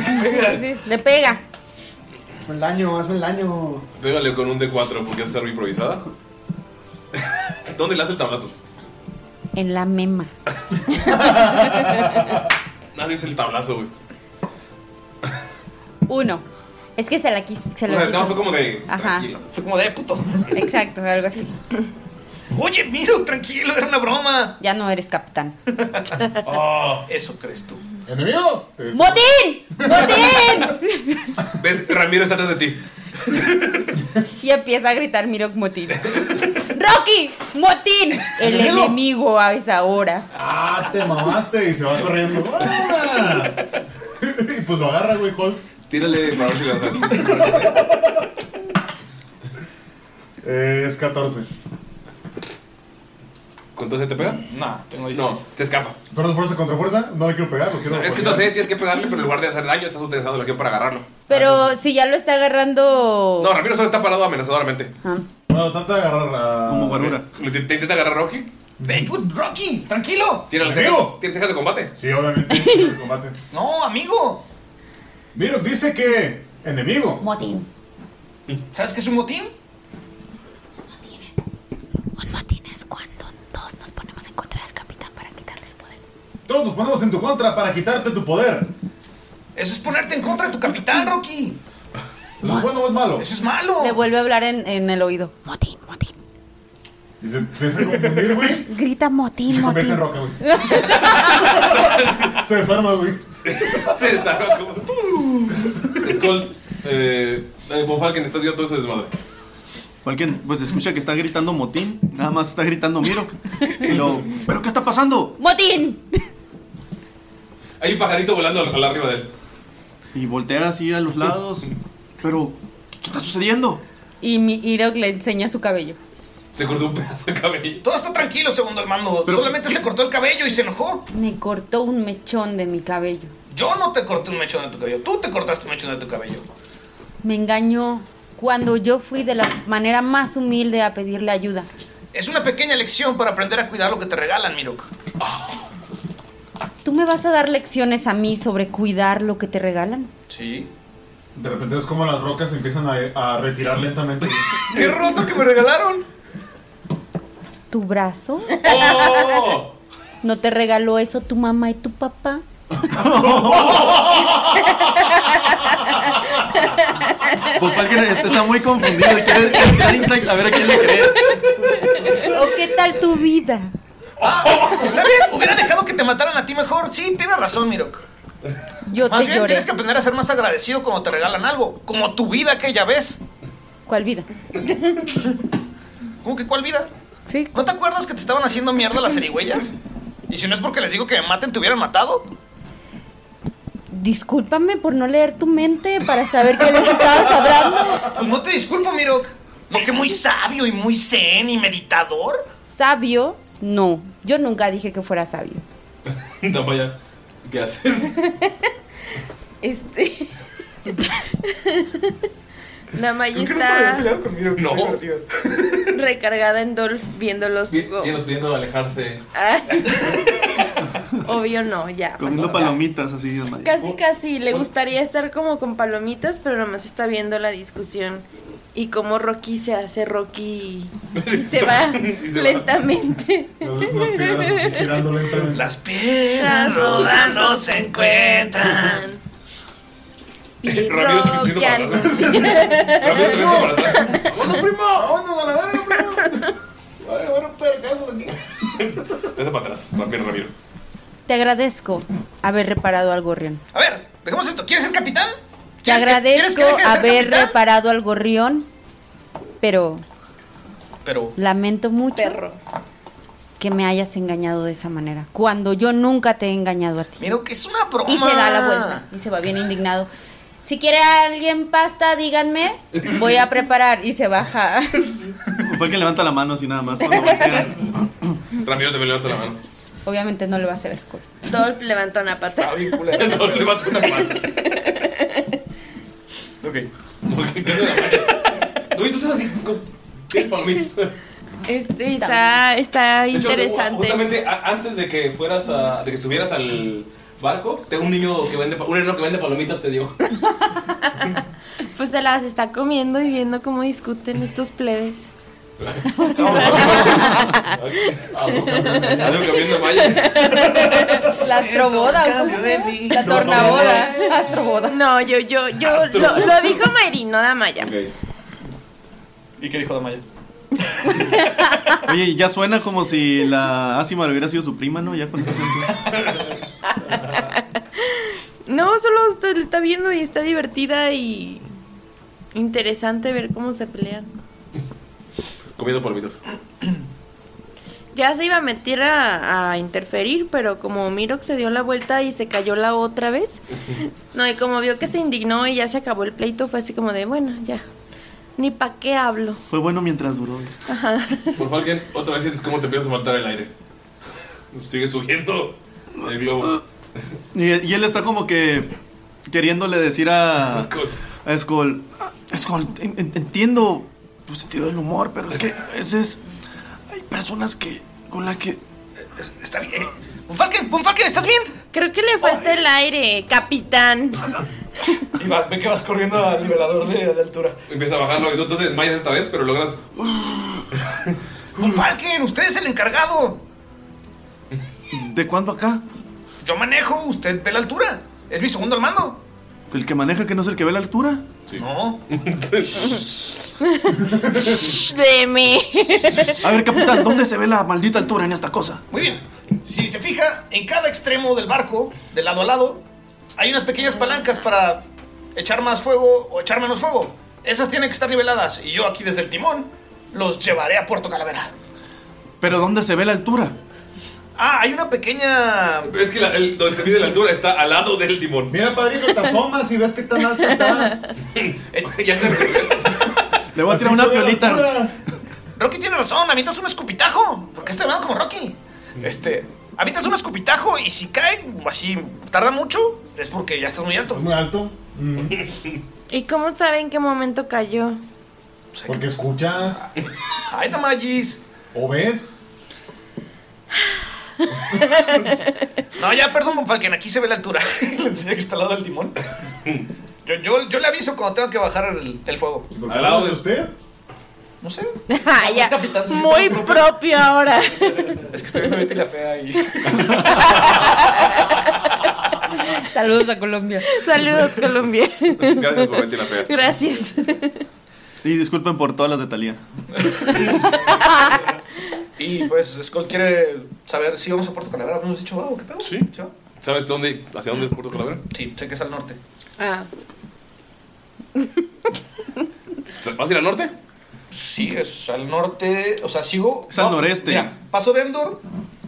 [SPEAKER 6] sí, le pega.
[SPEAKER 7] Hazme el daño, hazme el daño.
[SPEAKER 1] Pégale con un D4 porque es arma improvisada. ¿Dónde le hace el tablazo?
[SPEAKER 6] En la mema.
[SPEAKER 1] Nadie dice el tablazo, güey.
[SPEAKER 6] Uno. Es que se la quis- se
[SPEAKER 1] O
[SPEAKER 6] lo
[SPEAKER 1] sea,
[SPEAKER 6] quiso.
[SPEAKER 1] no, fue como de.
[SPEAKER 6] Ajá.
[SPEAKER 1] Tranquilo.
[SPEAKER 4] Fue como de puto.
[SPEAKER 6] Exacto, algo así.
[SPEAKER 4] Oye, Mirok, tranquilo, era una broma.
[SPEAKER 6] Ya no eres capitán.
[SPEAKER 4] Oh, eso crees tú.
[SPEAKER 7] ¡Enemigo!
[SPEAKER 6] ¡Motín! ¡Motín!
[SPEAKER 1] ¿Ves? Ramiro está atrás de ti.
[SPEAKER 6] Y empieza a gritar Mirok Motín. ¡Rocky! ¡Motín! El
[SPEAKER 7] ¿Enemigo?
[SPEAKER 6] enemigo a esa hora.
[SPEAKER 3] Ah, te mamaste y se va corriendo. ¡Vámonos! y pues lo agarra, güey, Hulk.
[SPEAKER 1] Tírale para ver si le vas a
[SPEAKER 3] Eh, es 14.
[SPEAKER 1] ¿Con todo se te pega?
[SPEAKER 4] Nah, tengo
[SPEAKER 1] No,
[SPEAKER 4] 16.
[SPEAKER 1] te escapa.
[SPEAKER 3] ¿Pero fuerza contra fuerza? No le quiero pegar, lo quiero
[SPEAKER 1] Es que
[SPEAKER 3] golpear.
[SPEAKER 1] entonces tienes que pegarle, pero en lugar de hacer daño, estás utilizando la acción para agarrarlo.
[SPEAKER 4] Ah,
[SPEAKER 6] Pero si ya lo está agarrando. ah,
[SPEAKER 1] No, Ramiro solo está parado amenazadoramente.
[SPEAKER 3] Bueno, trata de agarrar a.
[SPEAKER 5] Como guarura.
[SPEAKER 1] Lo Te, te intenta agarrar Rocky.
[SPEAKER 4] Ven, tú, Rocky, tranquilo.
[SPEAKER 1] Tira las
[SPEAKER 3] ¡Amigo!
[SPEAKER 1] cejas. Tienes cejas de combate.
[SPEAKER 3] Sí, obviamente. en el combate.
[SPEAKER 4] No, amigo.
[SPEAKER 3] Mirok dice que. Enemigo.
[SPEAKER 6] Motín.
[SPEAKER 4] ¿Sabes qué es un motín?
[SPEAKER 6] Un motín es cuando todos nos ponemos en contra del capitán para quitarles poder.
[SPEAKER 3] Todos nos ponemos en tu contra para quitarte tu poder.
[SPEAKER 4] Eso es ponerte en contra de tu capitán, Rocky.
[SPEAKER 3] ¿Eso es bueno o es malo?
[SPEAKER 4] Eso es malo.
[SPEAKER 6] Le vuelve a hablar en, en el oído. Motín, motín.
[SPEAKER 3] Y se empieza a confundir, güey.
[SPEAKER 6] Grita
[SPEAKER 3] Y
[SPEAKER 6] motín,
[SPEAKER 3] se convierte
[SPEAKER 6] motín.
[SPEAKER 3] en roca, güey. se desarma, güey.
[SPEAKER 1] Se desarma como. Skull, eh. Von Falken, estás viendo todo ese desmadre.
[SPEAKER 5] Falken, pues escucha que está gritando motín. Nada más está gritando Mirok. Y lo, ¿pero qué está pasando?
[SPEAKER 6] ¡Motín!
[SPEAKER 1] Hay un pajarito volando al, al arriba de él.
[SPEAKER 5] Y voltea así a los lados. Pero, ¿qué, qué está sucediendo?
[SPEAKER 6] Y mi Mirok le enseña su cabello.
[SPEAKER 1] Se cortó un pedazo de cabello.
[SPEAKER 4] Todo está tranquilo, segundo el mando.
[SPEAKER 5] Pero-
[SPEAKER 4] Solamente se cortó el cabello y se enojó.
[SPEAKER 6] Me cortó un mechón de mi cabello.
[SPEAKER 4] Yo no te corté un mechón de tu cabello. Tú te cortaste un mechón de tu cabello.
[SPEAKER 6] Me engañó cuando yo fui de la manera más humilde a pedirle ayuda.
[SPEAKER 4] Es una pequeña lección para aprender a cuidar lo que te regalan, Mirok.
[SPEAKER 6] ¿Tú me vas a dar lecciones a mí sobre cuidar lo que te regalan?
[SPEAKER 4] Sí.
[SPEAKER 3] De repente es como las rocas empiezan a, a retirar lentamente.
[SPEAKER 4] ¡Qué roto que me regalaron!
[SPEAKER 6] ¿Tu brazo?
[SPEAKER 1] ¡Oh!
[SPEAKER 6] ¿No te regaló eso tu mamá y tu papá?
[SPEAKER 5] Pues Von Falken está, está muy confundido. y Quiere quiere tirar insight a ver a quién le cree.
[SPEAKER 6] ¿O qué tal tu vida?
[SPEAKER 4] Ah, Está bien, hubiera dejado que te mataran a ti mejor. Sí, tienes razón, Mirok.
[SPEAKER 6] Yo
[SPEAKER 4] más
[SPEAKER 6] te
[SPEAKER 4] bien
[SPEAKER 6] lloré.
[SPEAKER 4] tienes que aprender a ser más agradecido cuando te regalan algo, como tu vida aquella vez.
[SPEAKER 6] ¿Cuál vida?
[SPEAKER 4] ¿Cómo que cuál vida? Sí. ¿No te acuerdas que te estaban haciendo mierda las serigüeyas? Y si no es porque les digo que me maten, te hubieran matado.
[SPEAKER 6] Discúlpame por no leer tu mente para saber qué les estabas hablando.
[SPEAKER 4] Pues no te disculpo, Mirok. No que muy sabio y muy zen y meditador.
[SPEAKER 6] Sabio, no. Yo nunca dije que fuera sabio.
[SPEAKER 1] Damaya, ¿qué haces?
[SPEAKER 2] Este. Damaya
[SPEAKER 1] Creo que me había
[SPEAKER 2] está
[SPEAKER 1] peleado con Miro, que está divertido.
[SPEAKER 2] recargada en Dolph viéndolos.
[SPEAKER 1] Vi- Viendo, viendo alejarse.
[SPEAKER 2] Ah. Obvio no, ya.
[SPEAKER 5] Comiendo
[SPEAKER 2] pasó.
[SPEAKER 5] palomitas así Damaya.
[SPEAKER 2] Casi,
[SPEAKER 1] Oh.
[SPEAKER 2] casi. Le gustaría estar como con palomitas, pero nomás está viendo la discusión. Y como Rocky se hace Rocky y se va
[SPEAKER 3] Y se va.
[SPEAKER 2] lentamente.
[SPEAKER 3] Unas piedras así girando lentamente.
[SPEAKER 4] Las
[SPEAKER 2] Ah,
[SPEAKER 4] piedras rodando se encuentran.
[SPEAKER 2] Y
[SPEAKER 3] Ramiro te
[SPEAKER 2] Rocky
[SPEAKER 3] para
[SPEAKER 2] algún
[SPEAKER 3] ¡Vámonos, primo! ¡Vámonos a la verga, primo! Va a llevar un percazo de aquí.
[SPEAKER 1] Te hace para atrás, rápido, Ramiro.
[SPEAKER 6] Te agradezco haber reparado al gorrión.
[SPEAKER 4] Dejemos esto. ¿Quieres ser capitán?
[SPEAKER 6] Te agradezco haber reparado al gorrión, pero
[SPEAKER 4] Pero.
[SPEAKER 6] lamento mucho que me hayas engañado de esa manera, cuando yo nunca te he engañado a ti.
[SPEAKER 4] Miro que es una broma.
[SPEAKER 6] Y se da la vuelta y se va bien indignado. Si quiere alguien pasta, díganme, voy a preparar y se baja.
[SPEAKER 5] Fue el que levanta la mano así nada más. cuando voltea.
[SPEAKER 1] Ramiro también levanta la mano.
[SPEAKER 6] Obviamente no le va a hacer escudo.
[SPEAKER 2] Dolph levanta una pata.
[SPEAKER 1] levanta una mano. Ok. Ok, ¿Qué hace Damaya? Uy, tú estás así con. Tienes palomitas.
[SPEAKER 2] Este está, está
[SPEAKER 1] De hecho,
[SPEAKER 2] interesante.
[SPEAKER 1] justamente ah. a- antes de que fueras a, de que estuvieras al barco, tengo un niño que vende, pa- un enano que vende palomitas te dio.
[SPEAKER 2] Pues se las está comiendo y viendo cómo discuten estos plebes.
[SPEAKER 1] Algo que viene Maya.
[SPEAKER 6] La astroboda, ¿o cómo se llama? La tornaboda. Astroboda.
[SPEAKER 2] No, yo, yo, yo,
[SPEAKER 5] Astro.
[SPEAKER 2] lo, lo dijo Mayrin, no Damaya.
[SPEAKER 5] ¿Y qué dijo Damaya? Oye, ya suena como si la Asimar hubiera sido su prima, ¿no? Ya con eso
[SPEAKER 2] No, solo usted lo está viendo y está divertida y interesante ver cómo se pelean.
[SPEAKER 1] Comiendo palomitas.
[SPEAKER 2] Ya se iba a meter a, a interferir, pero como Mirok se dio la vuelta y se cayó la otra vez, no, y como vio que se indignó y ya se acabó el pleito, fue así como de, bueno, ya, ni pa' qué hablo.
[SPEAKER 5] Fue bueno mientras duró.
[SPEAKER 2] Ajá.
[SPEAKER 1] Por favor, alguien, otra vez sientes cómo te empieza a faltar el aire. Sigue subiendo el globo.
[SPEAKER 5] Y, y él está como que queriéndole decir a. A Skull. "Ah, Skull, en- en- entiendo tu sentido del humor, pero es que a veces hay personas que. con las que.
[SPEAKER 4] Está bien. Funfalken, Funfalken, ¿estás bien?
[SPEAKER 2] Creo que le falta el aire, capitán.
[SPEAKER 4] Y va- ve que vas corriendo al nivelador de, de altura.
[SPEAKER 1] Empieza a bajarlo y tú tú te desmayas esta vez, pero logras.
[SPEAKER 4] Funfalken, usted es el encargado.
[SPEAKER 5] ¿De cuándo acá?
[SPEAKER 4] Yo manejo, usted ve la altura. Es mi segundo al mando.
[SPEAKER 5] ¿El que maneja que no es el que ve la altura?
[SPEAKER 4] No.
[SPEAKER 2] Deme.
[SPEAKER 5] A ver, capitán, ¿dónde se ve la maldita altura en esta cosa?
[SPEAKER 4] Muy bien. Si se fija, en cada extremo del barco, de lado a lado, hay unas pequeñas palancas para echar más fuego o echar menos fuego. Esas tienen que estar niveladas. Y yo aquí desde el timón los llevaré a Puerto Calavera.
[SPEAKER 5] ¿Pero dónde se ve la altura?
[SPEAKER 4] Ah, hay una pequeña.
[SPEAKER 1] Es que la- el- donde se mide la altura está al lado del timón.
[SPEAKER 3] Mira, padrito, te asomas y ves qué tan alto estás.
[SPEAKER 1] Eh, ya
[SPEAKER 5] Le voy a tirar una piolita.
[SPEAKER 4] Rocky tiene razón, habitas un escupitajo. Porque estoy hablando como Rocky. Este. Habitas un escupitajo y si cae así, tarda mucho, es porque ya estás muy alto.
[SPEAKER 3] Muy alto. Mm.
[SPEAKER 2] ¿Y cómo sabe en qué momento cayó?
[SPEAKER 3] Porque escuchas.
[SPEAKER 4] Pues, Ay, tamayis.
[SPEAKER 3] ¿O ves?
[SPEAKER 4] No, ya, perdón, Monfalken, aquí se ve la altura. le enseñé que está al lado del timón. Yo, yo, yo le aviso cuando tengo que bajar el, el fuego.
[SPEAKER 3] ¿Al lado de usted?
[SPEAKER 4] No sé.
[SPEAKER 2] Ah, ya, Muy propio ahora.
[SPEAKER 4] Es que estoy viendo ahorita y la fea y.
[SPEAKER 6] Saludos a Colombia.
[SPEAKER 2] Saludos, Colombia.
[SPEAKER 5] Gracias por venir, la fea.
[SPEAKER 2] Gracias.
[SPEAKER 5] Y disculpen por todas las de Talía.
[SPEAKER 4] Y pues Skull quiere saber si vamos a Puerto Calavera. Hemos dicho, wow, qué pedo. Sí.
[SPEAKER 1] ¿Sabes dónde, hacia dónde es Puerto Calavera?
[SPEAKER 4] Sí, sé que es al norte.
[SPEAKER 2] Ah.
[SPEAKER 1] ¿Vas a ir al norte?
[SPEAKER 4] Sí, es al norte. O sea, sigo.
[SPEAKER 1] Es al noreste.
[SPEAKER 4] Mira, paso de Endor,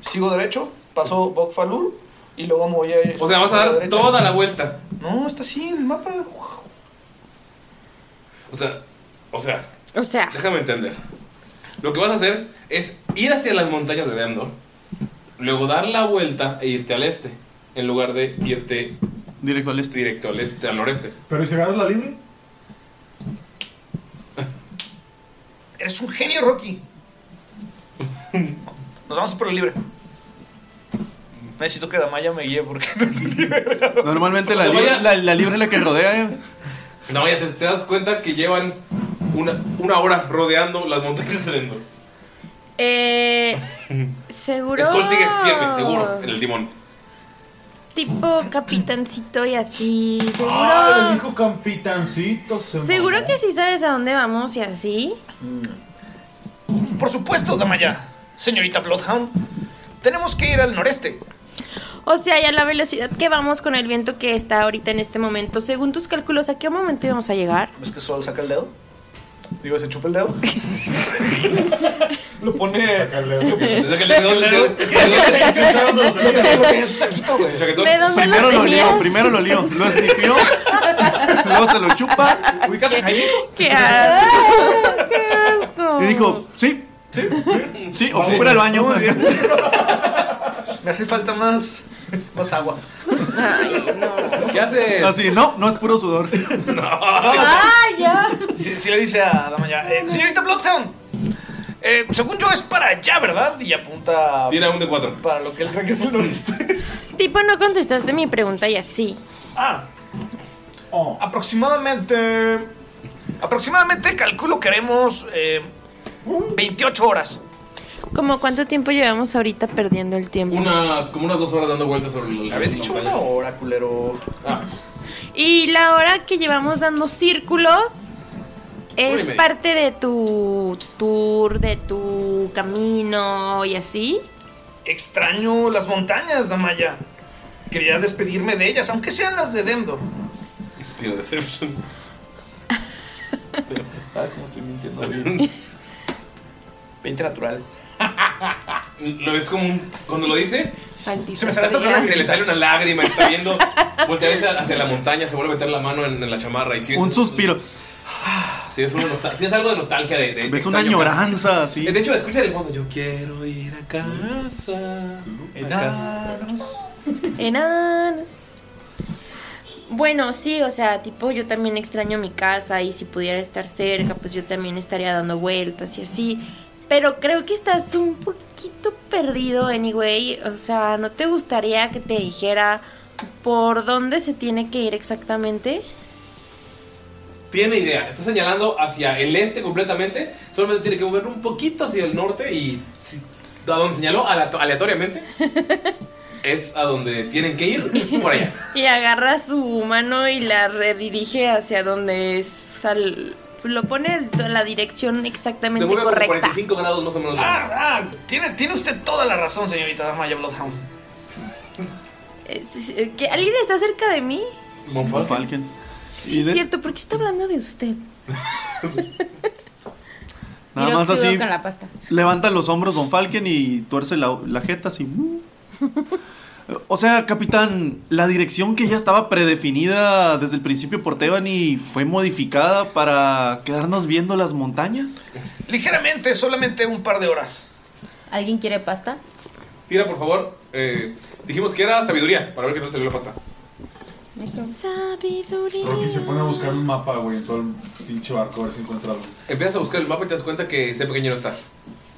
[SPEAKER 4] sigo derecho, paso Bokfalur y luego me voy a
[SPEAKER 1] O sea, vas a
[SPEAKER 4] la
[SPEAKER 1] dar
[SPEAKER 4] derecha.
[SPEAKER 1] toda la vuelta.
[SPEAKER 4] No, está así en el mapa.
[SPEAKER 1] O sea, o sea,
[SPEAKER 2] O sea,
[SPEAKER 1] déjame entender. Lo que vas a hacer es ir hacia las montañas de Demdor, luego dar la vuelta e irte al este, en lugar de irte
[SPEAKER 5] directo al este,
[SPEAKER 1] directo al este, al noreste.
[SPEAKER 3] Pero ¿y si agarras la libre?
[SPEAKER 4] Eres un genio, Rocky. Nos vamos por el libre. Necesito que Damaya me guíe porque no es libre.
[SPEAKER 5] Normalmente la, li- la, la libre es la que rodea. eh.
[SPEAKER 1] No, ya te, te das cuenta que llevan una, una hora rodeando las montañas de Demdor.
[SPEAKER 2] eh, seguro.
[SPEAKER 1] Skull sigue firme, seguro, en el timón.
[SPEAKER 2] Tipo capitancito y así. Seguro.
[SPEAKER 3] Ah, le dijo campitancito. se
[SPEAKER 2] Seguro
[SPEAKER 3] mamó.
[SPEAKER 2] que sí sabes a dónde vamos y así.
[SPEAKER 4] Por supuesto, Damaya. Señorita Bloodhound, tenemos que ir al noreste.
[SPEAKER 2] O sea, ya la velocidad que vamos con el viento que está ahorita en este momento, según tus cálculos, ¿a qué momento íbamos a llegar?
[SPEAKER 4] ¿Ves que Suado saca el dedo? Digo, se chupa el dedo. lo pone. Saca el dedo.
[SPEAKER 1] Desde que le quedó el dedo.
[SPEAKER 4] Es que es que sabe dónde lo tenía. Lo tenía en su saquito, güey.
[SPEAKER 1] chaquetón.
[SPEAKER 2] ¿De dónde
[SPEAKER 5] Primero
[SPEAKER 2] lo
[SPEAKER 5] lo lió,
[SPEAKER 2] tenías?
[SPEAKER 5] primero lo lió. Lo esnifió, luego se lo chupa
[SPEAKER 4] ¿Ubicas a Jaime?
[SPEAKER 2] ¡Qué asco! ¡Qué asco!
[SPEAKER 5] y dijo: Sí, sí, sí, o fuera al baño.
[SPEAKER 4] Me hace falta más. Más agua.
[SPEAKER 1] ¿Qué haces?
[SPEAKER 5] Así, no, no es puro sudor.
[SPEAKER 2] ¡Ah, ya!
[SPEAKER 4] Sí, sí le dice a Dama ya. eh, señorita Bloodhound, eh, según yo es para allá, ¿verdad? Y apunta
[SPEAKER 1] Tira un de cuatro.
[SPEAKER 4] para lo que él cree que es el noreste.
[SPEAKER 2] Tipo, no contestaste mi pregunta y así.
[SPEAKER 4] ah. Aproximadamente. Aproximadamente calculo que haremos eh, 28 horas.
[SPEAKER 2] ¿Como cuánto tiempo llevamos ahorita perdiendo el tiempo?
[SPEAKER 1] Una, como unas dos horas dando vueltas sobre la
[SPEAKER 4] Había dicho
[SPEAKER 1] montaña.
[SPEAKER 4] una hora, culero.
[SPEAKER 1] Ah,
[SPEAKER 2] Y la hora que llevamos dando círculos
[SPEAKER 1] Una y
[SPEAKER 2] es
[SPEAKER 1] media.
[SPEAKER 2] parte de tu tour, de tu camino y así.
[SPEAKER 4] Extraño las montañas, Damaya. Quería despedirme de ellas, aunque sean las de Demdor.
[SPEAKER 1] tira Deception.
[SPEAKER 4] ¿Sabes cómo estoy mintiendo? 20 natural.
[SPEAKER 1] Lo ves como un. Cuando lo dice,
[SPEAKER 2] Maldita
[SPEAKER 4] Se me sale esta
[SPEAKER 2] sea.
[SPEAKER 4] palabra
[SPEAKER 1] se le sale una lágrima. Está viendo. Voltea hacia, hacia la montaña, se vuelve a meter la mano en, en la chamarra. Y si
[SPEAKER 5] Un suspiro.
[SPEAKER 1] Si es, una nostal- sí es algo de nostalgia. De, de-
[SPEAKER 5] Ves
[SPEAKER 1] de
[SPEAKER 5] una
[SPEAKER 1] extraño.
[SPEAKER 5] añoranza así.
[SPEAKER 1] Eh, De hecho, escucha el fondo. Yo quiero ir a casa. A casa.
[SPEAKER 4] Enanos.
[SPEAKER 2] Enanos. Bueno, sí, o sea, tipo, yo también extraño mi casa y si pudiera estar cerca, pues yo también estaría dando vueltas y así. Pero creo que estás un poquito perdido, anyway. O sea, ¿no te gustaría que te dijera por dónde se tiene que ir exactamente?
[SPEAKER 1] Tiene idea. Está señalando hacia el este completamente. Solamente tiene que mover un poquito hacia el norte. Y si- a donde señaló aleato- aleatoriamente. es a donde tienen que ir. y Por allá.
[SPEAKER 2] Y agarra su mano y la redirige hacia donde es. al- lo pone en la dirección
[SPEAKER 1] Te
[SPEAKER 2] exactamente
[SPEAKER 1] mueve como
[SPEAKER 2] correcta.
[SPEAKER 1] 45 grados más o menos.
[SPEAKER 4] Ah, ah, tiene, tiene usted toda la razón, señorita Damaya Bloodhound.
[SPEAKER 2] Eh, eh, ¿que ¿Alguien está cerca de mí?
[SPEAKER 1] Monfalken.
[SPEAKER 5] Falken.
[SPEAKER 2] Sí,
[SPEAKER 5] Y
[SPEAKER 2] es
[SPEAKER 5] de-
[SPEAKER 2] cierto, ¿por qué está hablando de usted?
[SPEAKER 5] Nada
[SPEAKER 6] Y lo
[SPEAKER 5] más
[SPEAKER 6] oxido
[SPEAKER 5] así.
[SPEAKER 6] con la pasta.
[SPEAKER 5] Levanta los hombros Don Falken y tuerce la, la jeta así. O sea, capitán, la dirección que ya estaba predefinida desde el principio por Tebani fue modificada para quedarnos viendo las montañas.
[SPEAKER 4] Ligeramente, solamente un par de horas.
[SPEAKER 6] ¿Alguien quiere pasta?
[SPEAKER 1] Tira, por favor. Eh, dijimos que era sabiduría, para ver qué tal salió la pasta.
[SPEAKER 3] Rocky se
[SPEAKER 2] Sabiduría.
[SPEAKER 3] pone a buscar un mapa, güey, en todo el pinche barco a ver si encuentra algo.
[SPEAKER 1] Empiezas a buscar el mapa y te das cuenta que ese pequeño no está.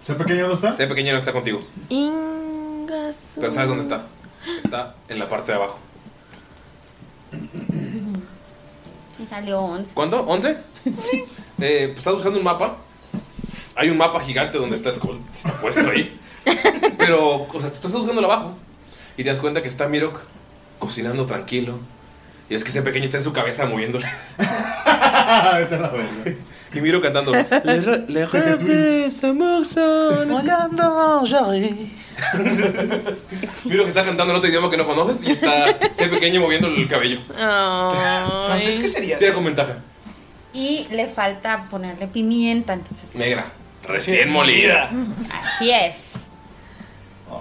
[SPEAKER 3] ¿Se pequeño no está?
[SPEAKER 1] Ese pequeño no está contigo,
[SPEAKER 2] Ingasu.
[SPEAKER 1] pero sabes dónde está. Está en la parte de abajo.
[SPEAKER 6] Me salió 11.
[SPEAKER 1] ¿Cuánto? ¿11? Eh, pues estás buscando un mapa. Hay un mapa gigante donde está Skull. Está puesto ahí. Pero, o sea, tú estás buscando abajo y te das cuenta que está Mirok cocinando tranquilo. Y es que ese pequeño está en su cabeza moviéndole.
[SPEAKER 3] Vete a la verga.
[SPEAKER 1] Y Mirok cantando. Le, re- le
[SPEAKER 3] Saca
[SPEAKER 1] rêve de ce morceau. Miro que está cantando en otro idioma que no conoces y está ese pequeño moviendo el cabello.
[SPEAKER 6] Ay.
[SPEAKER 1] Tira con ventaja.
[SPEAKER 6] Y le falta ponerle pimienta, entonces.
[SPEAKER 1] Negra. Recién molida.
[SPEAKER 6] Así es.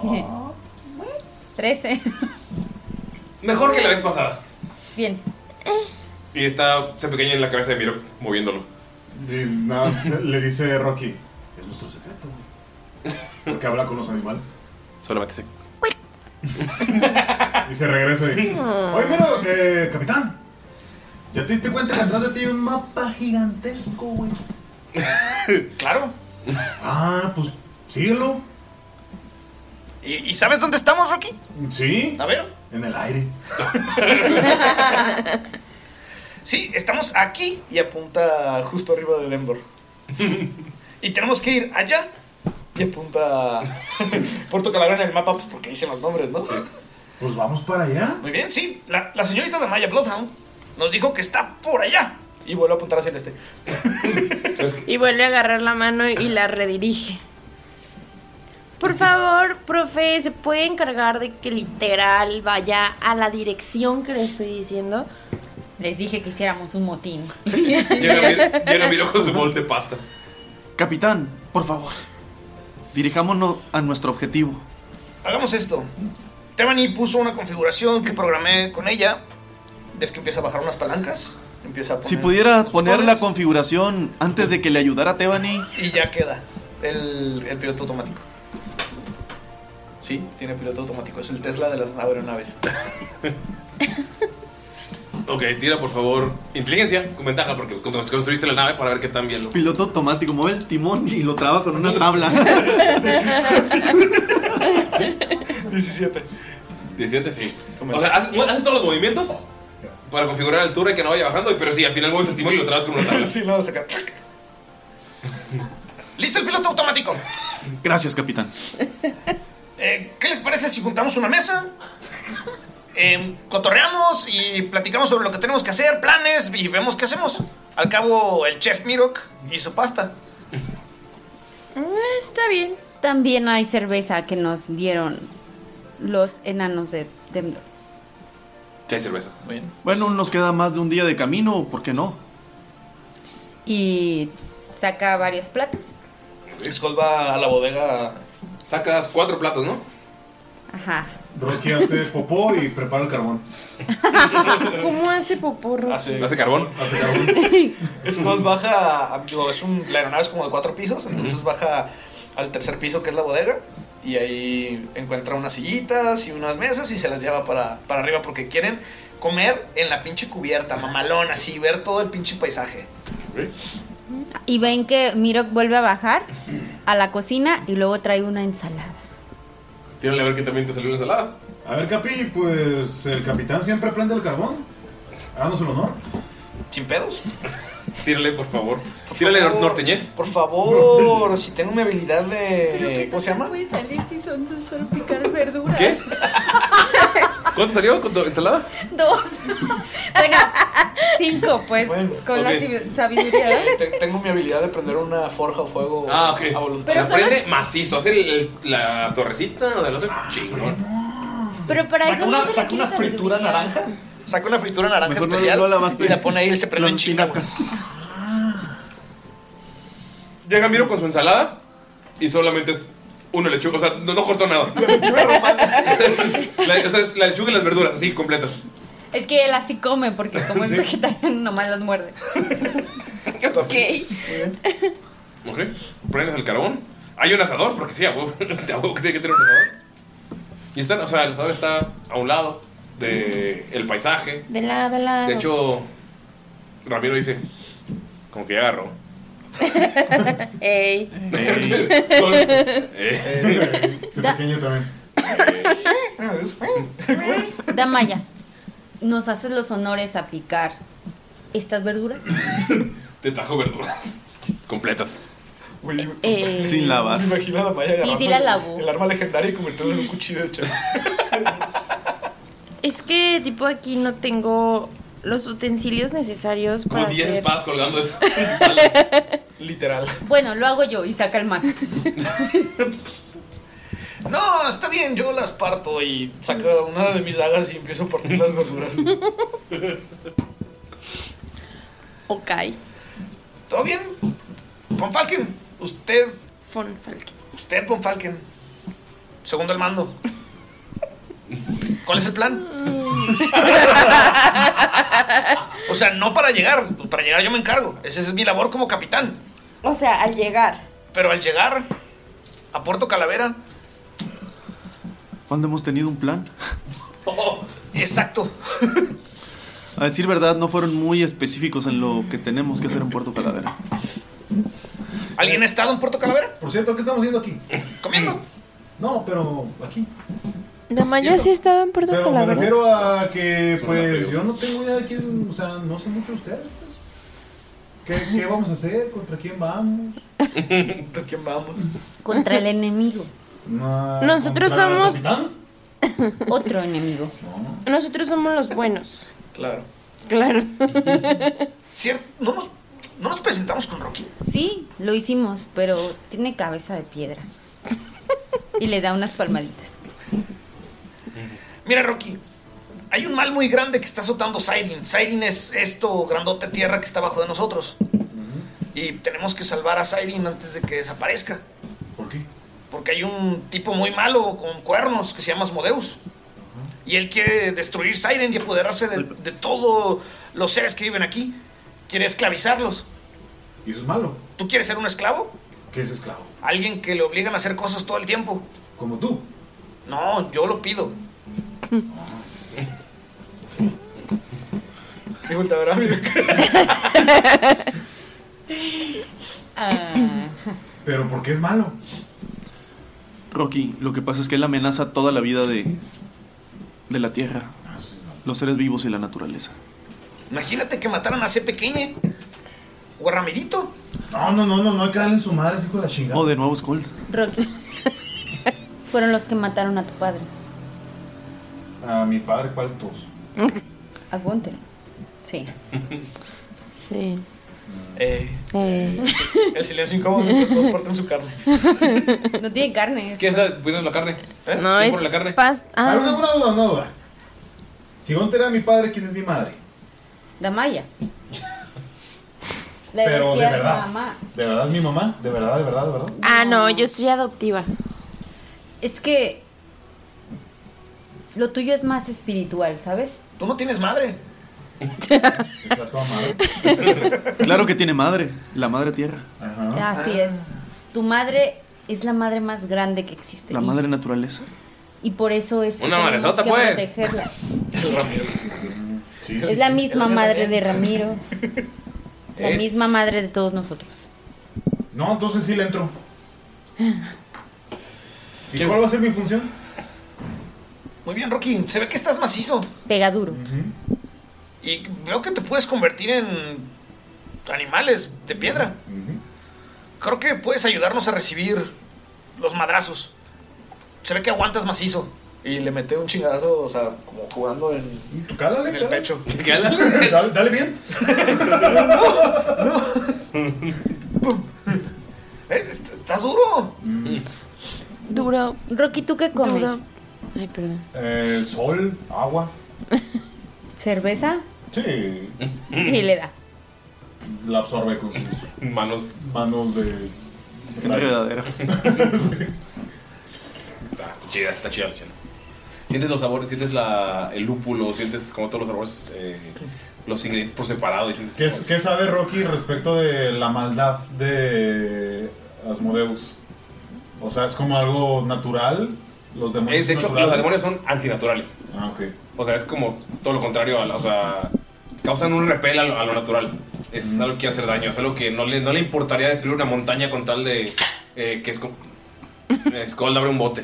[SPEAKER 6] Trece.
[SPEAKER 1] Mejor que la vez pasada.
[SPEAKER 6] Bien.
[SPEAKER 1] Y está ese pequeño en la cabeza de Miro moviéndolo.
[SPEAKER 3] Sí, no, le dice Rocky, es nuestro secreto. Porque habla con los animales.
[SPEAKER 1] Solamente se.
[SPEAKER 3] Y se regresa y... Oye, pero, eh, capitán. ¿Ya te diste cuenta que atrás de ti hay un mapa gigantesco, güey?
[SPEAKER 4] Claro.
[SPEAKER 3] Ah, pues síguelo.
[SPEAKER 4] ¿Y, y sabes dónde estamos, Rocky?
[SPEAKER 3] Sí.
[SPEAKER 4] A ver.
[SPEAKER 3] En el aire.
[SPEAKER 4] Sí, estamos aquí y apunta justo arriba del Endor. y tenemos que ir allá y apunta Puerto Calabrera en el mapa, pues porque dicen los nombres, ¿no?
[SPEAKER 3] Pues vamos para allá.
[SPEAKER 4] Muy bien, sí. La, la señorita de Maya Bloodhound nos dijo que está por allá. Y vuelve a apuntar hacia el este.
[SPEAKER 2] Y vuelve a agarrar la mano y la redirige. Por favor, profe, ¿se puede encargar de que literal vaya a la dirección que le estoy diciendo?
[SPEAKER 6] Les dije que hiciéramos un motín.
[SPEAKER 1] Llega Miro con su bol de pasta.
[SPEAKER 5] Capitán, por favor, dirijámonos a nuestro objetivo.
[SPEAKER 4] Hagamos esto. Temani puso una configuración que programé con ella. Ves que empieza a bajar unas palancas. Empieza a poner
[SPEAKER 5] Si pudiera
[SPEAKER 4] los
[SPEAKER 5] poner
[SPEAKER 4] botones
[SPEAKER 5] la configuración antes de que le ayudara a Tebani.
[SPEAKER 4] Y ya queda el, el piloto automático. Sí, tiene piloto automático. Es el Tesla de las aeronaves.
[SPEAKER 1] Ok, tira por favor. Inteligencia, con ventaja, porque construiste la nave para ver qué tan bien lo.
[SPEAKER 5] Piloto automático, mueve el timón y lo traba con una tabla.
[SPEAKER 4] 17.
[SPEAKER 1] 17, sí. O sea, haces, haces todos los movimientos para configurar la altura y que no vaya bajando, pero sí, al final mueves el timón y lo trabas con una tabla.
[SPEAKER 4] sí, lo saca. ¡Listo el piloto automático!
[SPEAKER 5] Gracias, capitán.
[SPEAKER 4] Eh, ¿Qué les parece si juntamos una mesa? Eh, cotorreamos y platicamos sobre lo que tenemos que hacer, planes y vemos qué hacemos. Al cabo, el chef Mirok hizo pasta.
[SPEAKER 6] Eh, Está bien. También hay cerveza que nos dieron los enanos de Demdor.
[SPEAKER 1] Sí, hay cerveza.
[SPEAKER 5] Bueno, nos queda más de un día de camino, ¿por qué no?
[SPEAKER 6] Y saca varios platos.
[SPEAKER 4] Skull va a la bodega.
[SPEAKER 1] Sacas cuatro platos, ¿no?
[SPEAKER 6] Ajá.
[SPEAKER 3] Rocky hace popó y prepara el carbón.
[SPEAKER 2] ¿Cómo hace poporro?
[SPEAKER 4] Ah,
[SPEAKER 1] Hace carbón.
[SPEAKER 3] Hace carbón.
[SPEAKER 4] Skull baja, digo, es un, la aeronave es como de cuatro pisos, entonces baja al tercer piso que es la bodega y ahí encuentra unas sillitas y unas mesas y se las lleva para, para arriba porque quieren comer en la pinche cubierta, mamalón, así, ver todo el pinche paisaje.
[SPEAKER 6] Y ven que Mirok vuelve a bajar a la cocina y luego trae una ensalada.
[SPEAKER 1] Tírale a ver que también te salió una ensalada.
[SPEAKER 3] A ver, Capi, pues el capitán siempre prende el carbón. Háganos el honor.
[SPEAKER 4] ¿Sin pedos?
[SPEAKER 1] Tírale, por favor. Tírale
[SPEAKER 4] favor.
[SPEAKER 1] norteñez.
[SPEAKER 4] Por favor, si tengo mi habilidad de... ¿Cómo se llama?
[SPEAKER 8] Puede salir si son son solo picar verduras.
[SPEAKER 1] ¿Qué? ¿Cuánto salió con tu ensalada?
[SPEAKER 6] Dos. bueno, cinco, pues, con
[SPEAKER 1] ok.
[SPEAKER 6] la sabi- sabiduría. ¿eh?
[SPEAKER 4] Eh, Te- Tengo mi habilidad de prender una forja o fuego
[SPEAKER 1] Ah, ok.
[SPEAKER 4] a voluntad.
[SPEAKER 1] La prende macizo. Hace el- el- la torrecita, o sea, lo hace
[SPEAKER 4] Ah,
[SPEAKER 1] chingón.
[SPEAKER 6] Pero para
[SPEAKER 4] Saca
[SPEAKER 8] eso
[SPEAKER 4] una,
[SPEAKER 8] no se
[SPEAKER 4] saca una
[SPEAKER 8] requiere
[SPEAKER 4] fritura
[SPEAKER 8] sabiduría.
[SPEAKER 4] naranja. Saca una fritura naranja
[SPEAKER 5] Mejor no-
[SPEAKER 4] especial
[SPEAKER 5] no la vas a-
[SPEAKER 4] y la pone ahí y se prende en
[SPEAKER 5] Las
[SPEAKER 4] chinga. pues.
[SPEAKER 5] espinacas.
[SPEAKER 3] Ah,
[SPEAKER 1] Llega Miro con su ensalada y solamente es una lechuga. O sea, no, no cortó nada. La lechuga romana. o sea, es la lechuga y las verduras, así completas.
[SPEAKER 6] Es que él así come, porque como es vegetariano, nomás las muerde.
[SPEAKER 2] Ok.
[SPEAKER 1] Ok. Prendes el carbón. Hay un asador, porque sí, a huevo, a huevo que tiene que tener un asador. Y están, o sea, el asador está a un lado del paisaje.
[SPEAKER 2] De lado, de lado.
[SPEAKER 1] De hecho, Ramiro dice, como que ya agarró.
[SPEAKER 2] Ey.
[SPEAKER 3] Ese pequeño también. Ah,
[SPEAKER 6] Damaya, ¿nos haces los honores a picar estas verduras?
[SPEAKER 1] Te trajo verduras completas.
[SPEAKER 6] Eh. Sin lavar.
[SPEAKER 4] Me imagino a la Maya
[SPEAKER 6] Sí, sí
[SPEAKER 4] agarrando
[SPEAKER 6] la lavó.
[SPEAKER 4] El arma legendaria y convirtiéndola en un cuchillo de chef.
[SPEAKER 2] Es que, tipo, aquí no tengo los utensilios necesarios
[SPEAKER 1] Como
[SPEAKER 2] para
[SPEAKER 1] 10
[SPEAKER 2] hacer...
[SPEAKER 1] espadas colgando de eso.
[SPEAKER 4] Literal.
[SPEAKER 6] Bueno, lo hago yo y saca el mazo.
[SPEAKER 4] No, está bien, yo las parto y saco una de mis dagas y empiezo a partir las verduras.
[SPEAKER 2] Ok.
[SPEAKER 4] ¿Todo bien? Von Falken, usted,
[SPEAKER 2] Von Falken.
[SPEAKER 4] usted Von Falken. Segundo al mando. ¿Cuál es el plan? O sea, no para llegar, para llegar yo me encargo. Esa es mi labor como capitán.
[SPEAKER 9] O sea, al llegar.
[SPEAKER 4] Pero al llegar a Puerto Calavera,
[SPEAKER 5] ¿Cuándo hemos tenido un plan?
[SPEAKER 3] Oh,
[SPEAKER 4] exacto.
[SPEAKER 5] A decir verdad, no fueron muy específicos en lo que tenemos que hacer en Puerto Caladera.
[SPEAKER 4] ¿Alguien ha estado en Puerto Calavera?
[SPEAKER 3] Por cierto, ¿qué estamos haciendo aquí?
[SPEAKER 4] ¿Comiendo?
[SPEAKER 3] No, pero aquí.
[SPEAKER 2] Damaya sí ha estado en Puerto
[SPEAKER 3] Pero me
[SPEAKER 2] Calavera.
[SPEAKER 3] refiero a que,
[SPEAKER 1] Son
[SPEAKER 3] pues,
[SPEAKER 1] rápidos.
[SPEAKER 3] yo no tengo idea de quién, o sea, no sé mucho de ustedes. pues. ¿Qué, ¿Qué vamos a hacer? ¿Contra quién vamos?
[SPEAKER 4] ¿Contra quién vamos?
[SPEAKER 6] Contra el enemigo.
[SPEAKER 3] No,
[SPEAKER 2] Nosotros
[SPEAKER 3] ¿contra el
[SPEAKER 2] somos-
[SPEAKER 3] capitán?
[SPEAKER 6] Otro enemigo.
[SPEAKER 2] Nosotros somos los buenos.
[SPEAKER 4] Claro.
[SPEAKER 2] Claro.
[SPEAKER 4] ¿Cierto? ¿No nos, no nos presentamos con Rocky?
[SPEAKER 6] Sí, lo hicimos, pero tiene cabeza de piedra. Y le da unas palmaditas.
[SPEAKER 4] Mira, Rocky, hay un mal muy grande que está azotando Siren. Siren es esto grandote tierra que está bajo de nosotros. Y tenemos que salvar a Siren antes de que desaparezca.
[SPEAKER 3] ¿Por qué?
[SPEAKER 4] Porque hay un tipo muy malo con cuernos que se llama Asmodeus. Y él quiere destruir Siren y apoderarse de, de todos los seres que viven aquí. Quiere esclavizarlos.
[SPEAKER 3] ¿Y eso es malo?
[SPEAKER 4] ¿Tú quieres ser un esclavo?
[SPEAKER 3] ¿Qué es esclavo?
[SPEAKER 4] Alguien que le obligan a hacer cosas todo el tiempo.
[SPEAKER 3] Como tú.
[SPEAKER 4] No, yo lo pido. Y voltea a ver a mí.
[SPEAKER 1] Ah.
[SPEAKER 3] Pero ¿por qué es malo?
[SPEAKER 5] Rocky, lo que pasa es que él amenaza toda la vida de, de la Tierra, los seres vivos y la naturaleza.
[SPEAKER 4] Imagínate que mataran a C pequeña. O a Ramirito.
[SPEAKER 3] No, no, no, no, no hay que darle en su madre, ese hijo de la chingada.
[SPEAKER 5] O Oh, de nuevo Skull.
[SPEAKER 6] Rocky. Fueron los que mataron a tu padre.
[SPEAKER 3] A mi padre, ¿cuál tos?
[SPEAKER 6] A Gunther. Sí.
[SPEAKER 2] Sí.
[SPEAKER 4] Eh,
[SPEAKER 2] Eh.
[SPEAKER 4] el silencio incómodo mientras todos parten su carne.
[SPEAKER 6] No tiene carne. ¿eh? es-
[SPEAKER 1] ¿Qué es la, poniendo la carne? ¿Eh?
[SPEAKER 2] No,
[SPEAKER 1] ¿Qué
[SPEAKER 2] es
[SPEAKER 1] pone la carne?
[SPEAKER 2] past- ah.
[SPEAKER 3] Ahora, una, una duda, una duda. Si Gonter era mi padre, ¿quién es mi madre?
[SPEAKER 6] Damaya. Le
[SPEAKER 3] Pero de
[SPEAKER 6] decías
[SPEAKER 3] verdad.
[SPEAKER 6] mamá.
[SPEAKER 3] ¿De verdad es mi mamá? ¿De verdad, de verdad, de verdad?
[SPEAKER 2] Ah, no, yo soy adoptiva.
[SPEAKER 6] Es que lo tuyo es más espiritual, ¿sabes?
[SPEAKER 4] Tú no tienes madre.
[SPEAKER 3] Está toda madre.
[SPEAKER 5] Claro que tiene madre, la madre Tierra,
[SPEAKER 3] Ajá.
[SPEAKER 6] Así es. Tu madre es la madre más grande que existe.
[SPEAKER 5] la
[SPEAKER 6] y,
[SPEAKER 5] madre naturaleza.
[SPEAKER 6] y por eso es que
[SPEAKER 1] Una
[SPEAKER 6] tenemos
[SPEAKER 1] madresota,
[SPEAKER 6] que
[SPEAKER 1] pues.
[SPEAKER 6] protegerla.
[SPEAKER 3] Sí, sí,
[SPEAKER 6] Es la
[SPEAKER 3] sí.
[SPEAKER 6] misma
[SPEAKER 4] Él
[SPEAKER 6] madre
[SPEAKER 4] también.
[SPEAKER 6] de Ramiro. La
[SPEAKER 1] Eh.
[SPEAKER 6] misma madre de todos nosotros.
[SPEAKER 3] No, entonces sí le entro. ¿Y
[SPEAKER 1] ¿Quién-
[SPEAKER 3] cuál va a ser mi función?
[SPEAKER 4] Muy bien, Rocky. Se ve que estás macizo.
[SPEAKER 6] Pega duro.
[SPEAKER 4] Y veo que te puedes convertir en animales de piedra. Creo que puedes ayudarnos a recibir los madrazos. Se ve que aguantas macizo. Y le mete un chingadazo, o sea, como jugando en,
[SPEAKER 3] Tú cálale,
[SPEAKER 4] en el
[SPEAKER 3] cálale.
[SPEAKER 4] pecho.
[SPEAKER 1] ¿Qué habla?
[SPEAKER 3] Dale, dale bien.
[SPEAKER 4] Eh, est- ¡Estás duro!
[SPEAKER 3] Mm.
[SPEAKER 2] Duro,
[SPEAKER 6] Rocky, ¿tú qué comes?
[SPEAKER 2] duro. Ay, perdón.
[SPEAKER 3] Eh, sol, agua.
[SPEAKER 6] ¿Cerveza?
[SPEAKER 3] Sí.
[SPEAKER 4] Mm.
[SPEAKER 6] Y le da.
[SPEAKER 3] La absorbe con sus
[SPEAKER 1] Manos.
[SPEAKER 3] manos de.
[SPEAKER 5] Verdadera.
[SPEAKER 1] Ah, está chida, está chida la chela. Sientes los sabores, sientes la, el lúpulo, sientes como todos los sabores, eh, los ingredientes por separado. Y sientes
[SPEAKER 3] ¿Qué, es- qué sabe Rocky respecto de la maldad de Asmodeus? O sea, es como algo natural. Los demonios.
[SPEAKER 1] Eh, de hecho,
[SPEAKER 3] naturales?
[SPEAKER 1] los demonios son antinaturales.
[SPEAKER 3] Ah, ok.
[SPEAKER 1] O sea, es como todo lo contrario. a la- o sea, causan un repel a lo, a lo natural. Es algo que quiere hacer daño. Es algo que no le, no le importaría destruir una montaña con tal de eh, que es Skull abre un bote.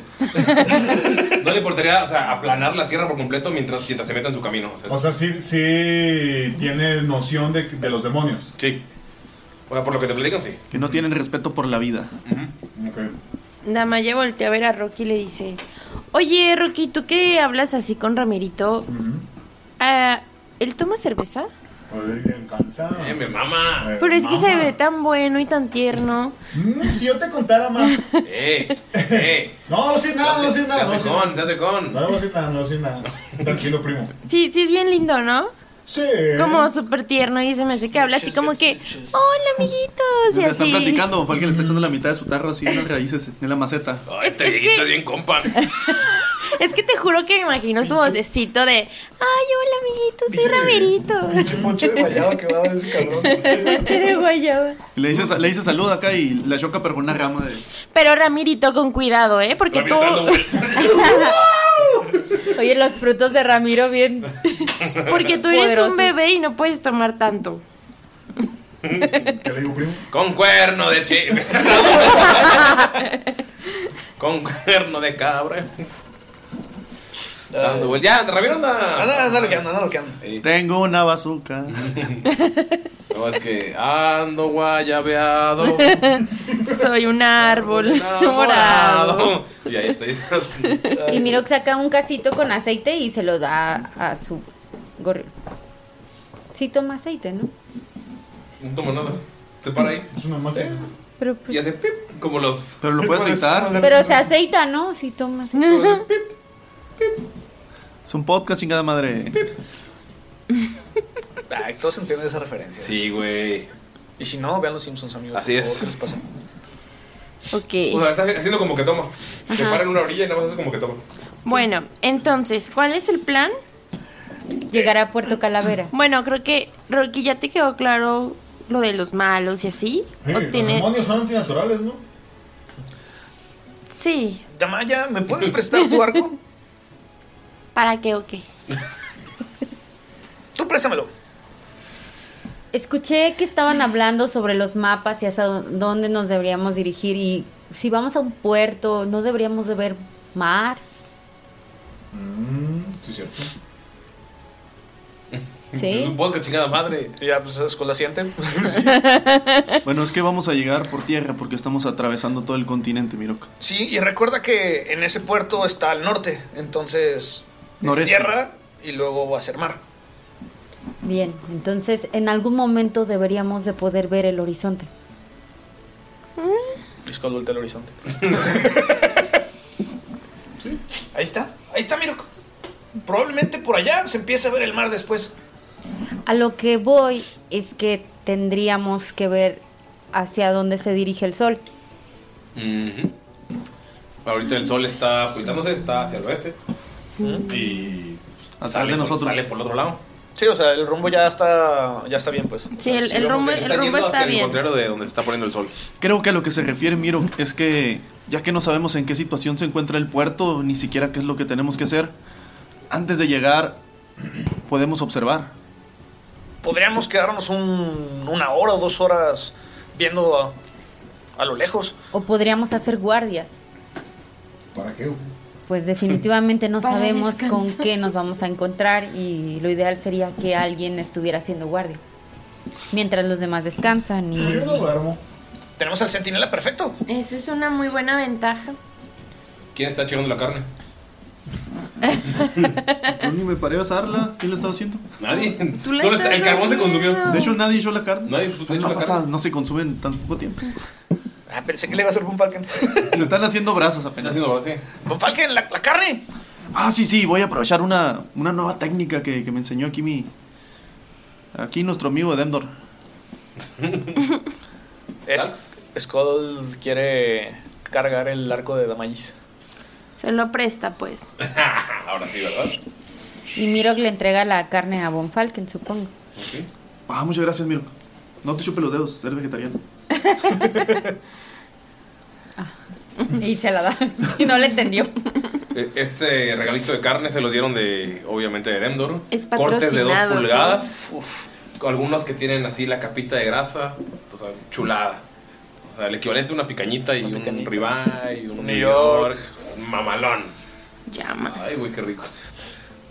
[SPEAKER 1] no le importaría, o sea, aplanar la tierra por completo mientras, mientras se meta en su camino. O sea, es-
[SPEAKER 3] O sea, sí, sí tiene noción de, de los demonios.
[SPEAKER 1] sí. O sea, por lo que te platican, sí.
[SPEAKER 5] Que no tienen respeto por la vida.
[SPEAKER 3] Ok.
[SPEAKER 2] Damaya voltea a ver a Rocky y le dice: Oye, Rocky, ¿tú qué hablas así con Ramirito? Ah, ¿Él toma cerveza?
[SPEAKER 3] A ver, me encanta.
[SPEAKER 1] Eh, me mama.
[SPEAKER 2] Pero es que se ve tan bueno y tan tierno.
[SPEAKER 3] Mm, si yo te contara más.
[SPEAKER 1] Eh, eh.
[SPEAKER 3] No, no sé nada,
[SPEAKER 1] Se hace-
[SPEAKER 3] no sé nada,
[SPEAKER 1] Se
[SPEAKER 3] no
[SPEAKER 1] hace
[SPEAKER 3] sé
[SPEAKER 1] con,
[SPEAKER 3] nada.
[SPEAKER 1] se hace con.
[SPEAKER 3] No le voy a decir nada, no le voy a decir nada. Tranquilo, primo.
[SPEAKER 2] Sí, sí es bien lindo, ¿no?
[SPEAKER 3] Sí.
[SPEAKER 2] Como súper tierno y se me hace que habla así como que, hola amiguitos, y
[SPEAKER 5] Mientras Están
[SPEAKER 2] así.
[SPEAKER 5] platicando, o alguien le está echando la mitad de su tarro así en las raíces, en la maceta.
[SPEAKER 1] Ay, este viejito es bien compa.
[SPEAKER 2] Es que te juro que me imagino su vocecito de, ay, hola amiguitos, soy Ramerito.
[SPEAKER 3] Ponche de guayaba que va a dar ese cabrón.
[SPEAKER 2] Noche de guayaba.
[SPEAKER 5] Y le dice, le dice salud acá y la choca pero con una rama de.
[SPEAKER 2] Pero Ramirito, con cuidado, ¿eh? Porque tú...
[SPEAKER 6] Oye, los frutos de Ramiro bien.
[SPEAKER 2] Porque tú eres
[SPEAKER 6] Poderosos.
[SPEAKER 2] un bebé y no puedes tomar tanto.
[SPEAKER 3] ¿Qué le digo, primo?
[SPEAKER 1] Con cuerno de chi. Con cuerno de cabra. Dando vueltas. Ya, Ramiro anda.
[SPEAKER 4] Anda, anda lo que anda, anda lo que anda.
[SPEAKER 5] Tengo una bazooka.
[SPEAKER 1] No, es que ando guayabeado.
[SPEAKER 2] Soy un árbol morado.
[SPEAKER 1] Morado. Y ahí estoy.
[SPEAKER 6] Y Miro que saca un casito con aceite y se lo da a su gorrión. Sí toma aceite, ¿no?
[SPEAKER 1] No tomo nada. Se para ahí.
[SPEAKER 3] Es una mate.
[SPEAKER 6] Pero, pues,
[SPEAKER 1] Y hace pip, como los.
[SPEAKER 5] Pero lo puedes aceitar.
[SPEAKER 6] pero se aceita, ¿no? Sí toma aceite.
[SPEAKER 5] Es un podcast, chingada madre.
[SPEAKER 4] Ay, Ah, todos entienden esa referencia.
[SPEAKER 1] Sí, güey.
[SPEAKER 4] Y si no, vean los Simpsons, amigos.
[SPEAKER 1] Así
[SPEAKER 4] por favor,
[SPEAKER 1] es.
[SPEAKER 4] ¿Qué les pasa?
[SPEAKER 1] O
[SPEAKER 2] Ok.
[SPEAKER 1] sea, está haciendo como que toma. Se
[SPEAKER 2] Ajá.
[SPEAKER 1] para en una orilla y nada más hace como que toma.
[SPEAKER 2] Bueno, entonces, ¿cuál es el plan?
[SPEAKER 6] Llegar a Puerto Calavera.
[SPEAKER 2] Bueno, creo que, Rocky, ya te quedó claro lo de los malos y así.
[SPEAKER 3] Sí,
[SPEAKER 2] ¿O
[SPEAKER 3] los
[SPEAKER 2] tiene-
[SPEAKER 3] demonios son antinaturales, ¿no?
[SPEAKER 2] Sí.
[SPEAKER 4] Damaya, ¿me puedes prestar tu arco?
[SPEAKER 2] ¿Para qué o qué?
[SPEAKER 4] Tú préstamelo.
[SPEAKER 6] Escuché que estaban hablando sobre los mapas y hacia dó- dónde nos deberíamos dirigir y si vamos a un puerto, ¿no deberíamos de ver mar?
[SPEAKER 3] Mm, sí, cierto.
[SPEAKER 6] ¿Sí?
[SPEAKER 1] Es un podcast, chingada madre.
[SPEAKER 4] Ya, pues es con la siguiente.
[SPEAKER 5] Bueno, es que vamos a llegar por tierra porque estamos atravesando todo el continente, Miroca.
[SPEAKER 4] Sí, y recuerda que en ese puerto está al norte, entonces es
[SPEAKER 5] Noreste.
[SPEAKER 4] tierra y luego va a ser mar.
[SPEAKER 6] Bien, entonces en algún momento deberíamos de poder ver el horizonte.
[SPEAKER 4] Disco adulta el horizonte. Sí, Ahí está, ahí está, Miro. Probablemente por allá se empiece a ver el mar después.
[SPEAKER 6] A lo que voy es que tendríamos que ver hacia dónde se dirige el sol.
[SPEAKER 1] Ujú. Ahorita el sol está ocultándose, está hacia el oeste. Y. pues,
[SPEAKER 5] Atrás
[SPEAKER 1] sale
[SPEAKER 5] de
[SPEAKER 1] por-
[SPEAKER 5] nosotros.
[SPEAKER 1] Sale por el otro lado.
[SPEAKER 4] Sí, o sea, el rumbo ya está, ya está bien, pues.
[SPEAKER 2] Sí, el,
[SPEAKER 1] Sí,
[SPEAKER 2] el
[SPEAKER 1] vamos
[SPEAKER 2] rumbo,
[SPEAKER 1] bien.
[SPEAKER 2] el
[SPEAKER 1] Están
[SPEAKER 2] rumbo
[SPEAKER 1] yendo
[SPEAKER 2] está
[SPEAKER 1] hacia El
[SPEAKER 2] bien.
[SPEAKER 1] contrario de donde se está poniendo el sol.
[SPEAKER 5] Creo que a lo que se refiere Miro es que ya que no sabemos en qué situación se encuentra el puerto, ni siquiera qué es lo que tenemos que hacer, antes de llegar podemos observar.
[SPEAKER 4] Podríamos quedarnos un- una hora o dos horas viendo a, a lo lejos.
[SPEAKER 6] O podríamos hacer guardias.
[SPEAKER 3] ¿Para qué?
[SPEAKER 6] Pues definitivamente no
[SPEAKER 2] Para
[SPEAKER 6] sabemos con
[SPEAKER 2] descansar.
[SPEAKER 6] qué nos vamos a encontrar y lo ideal sería que alguien estuviera haciendo guardia. Mientras los demás descansan y...
[SPEAKER 3] Yo no duermo.
[SPEAKER 4] Tenemos al centinela perfecto.
[SPEAKER 2] Eso es una muy buena ventaja.
[SPEAKER 1] ¿Quién está checando la carne?
[SPEAKER 5] Yo ni me paré a asarla, ¿quién lo estaba haciendo?
[SPEAKER 1] Nadie.
[SPEAKER 2] Tú la
[SPEAKER 1] Solo está- el
[SPEAKER 2] estás
[SPEAKER 1] carbón se
[SPEAKER 2] haciendo.
[SPEAKER 1] consumió.
[SPEAKER 5] De hecho, nadie echó la carne.
[SPEAKER 1] Nadie, pues, tú
[SPEAKER 5] no,
[SPEAKER 1] echó la
[SPEAKER 5] pasa-
[SPEAKER 1] carne.
[SPEAKER 5] no se consumen en tan poco tiempo.
[SPEAKER 4] Ah, pensé que le iba a hacer un Falken.
[SPEAKER 5] Se están haciendo brasas
[SPEAKER 1] Está
[SPEAKER 5] apenas.
[SPEAKER 1] haciendo base.
[SPEAKER 4] Falken, la, la carne.
[SPEAKER 5] Ah, sí, sí, voy a aprovechar una, una nueva técnica que, que me enseñó aquí mi. Aquí nuestro amigo de Demdor.
[SPEAKER 4] Es, Skull quiere cargar el arco de Damaris.
[SPEAKER 2] Se lo presta, pues.
[SPEAKER 1] Ahora sí, ¿verdad?
[SPEAKER 6] Y Mirok le entrega la carne a Von Falken, supongo.
[SPEAKER 5] Ah, muchas gracias, Miro. No te chupe los dedos, eres vegetariano.
[SPEAKER 6] Y se la da. Y no le entendió.
[SPEAKER 1] Eh, Este regalito de carne se los dieron de, obviamente, de Demdor.
[SPEAKER 2] Es
[SPEAKER 1] Cortes de dos
[SPEAKER 2] patrocinado, ¿no?
[SPEAKER 1] pulgadas. Uf. Algunos que tienen así la capita de grasa. O sea, chulada. O sea, el equivalente a una picañita y un ribeye, un New York. un mamalón.
[SPEAKER 2] Llama.
[SPEAKER 1] Ay, güey, qué rico.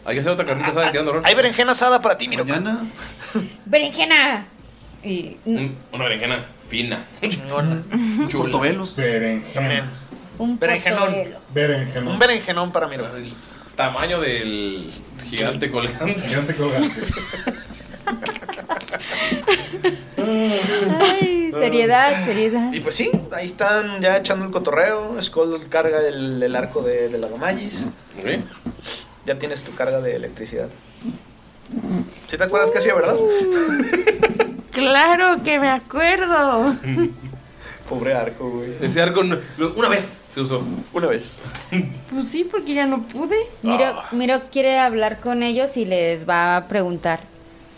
[SPEAKER 1] Hay que hacer otra carnita asada de tirando horror.
[SPEAKER 4] Hay berenjena asada para ti, Miro.
[SPEAKER 5] Mañana,
[SPEAKER 6] ¡Berenjena! Y
[SPEAKER 1] Mm, Una berenjena fina.
[SPEAKER 4] Chingona.
[SPEAKER 1] Chula.
[SPEAKER 5] portobelos.
[SPEAKER 3] Berenjena.
[SPEAKER 6] un
[SPEAKER 4] Berenjenón.
[SPEAKER 6] portobelo.
[SPEAKER 4] Un
[SPEAKER 3] Berenjena.
[SPEAKER 4] berenjenón para Miro.
[SPEAKER 1] El tamaño del gigante colgante.
[SPEAKER 3] Gigante colgante.
[SPEAKER 9] Seriedad, seriedad.
[SPEAKER 4] Y pues sí, ahí están ya echando el cotorreo. Skull carga el, el arco de, de la Gamayis. Ya tienes tu carga de electricidad. ¿Sí te acuerdas que hacía, verdad?
[SPEAKER 2] Claro que me acuerdo.
[SPEAKER 4] Pobre arco, güey.
[SPEAKER 1] Ese arco no- lo- una vez se usó.
[SPEAKER 4] Una vez.
[SPEAKER 2] Pues sí, porque ya no pude.
[SPEAKER 6] Miro,
[SPEAKER 1] Ah.
[SPEAKER 6] Miro quiere hablar con ellos y les va a preguntar.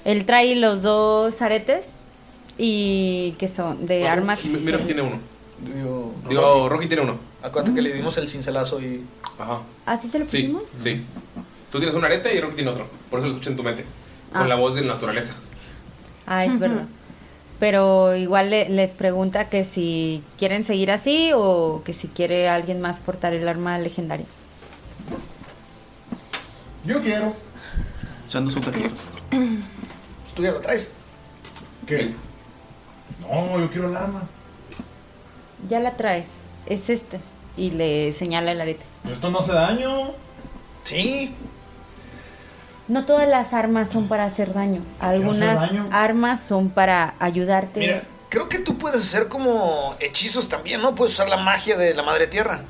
[SPEAKER 6] Él trae los dos aretes y que son de armas.
[SPEAKER 1] M- Mira, tiene uno.
[SPEAKER 4] Digo,
[SPEAKER 1] Digo, Rocky tiene uno.
[SPEAKER 4] Acuérdate que le dimos el cincelazo y.
[SPEAKER 1] Ajá.
[SPEAKER 6] ¿Así Ah, se lo
[SPEAKER 1] Sí,
[SPEAKER 6] pusimos?
[SPEAKER 1] sí. Tú tienes un arete y Rocky tiene otro. Por eso lo escuché en tu mente. Con
[SPEAKER 6] Ah.
[SPEAKER 1] la voz de la naturaleza.
[SPEAKER 6] Ah, es verdad. Pero igual le- les pregunta que si quieren seguir así o que si quiere alguien más portar el arma legendaria.
[SPEAKER 3] Yo quiero.
[SPEAKER 5] Echando su taquito.
[SPEAKER 4] Tú ya lo traes.
[SPEAKER 3] ¿Qué? No, yo quiero el arma.
[SPEAKER 6] Ya la traes. Es este. Y le señala el arete.
[SPEAKER 3] Esto no hace daño.
[SPEAKER 4] Sí.
[SPEAKER 6] No todas las armas son para hacer daño. Algunas
[SPEAKER 4] daño?
[SPEAKER 6] armas son para ayudarte.
[SPEAKER 4] Mira, creo que tú puedes hacer como hechizos también, ¿no? Puedes usar la magia de la madre tierra.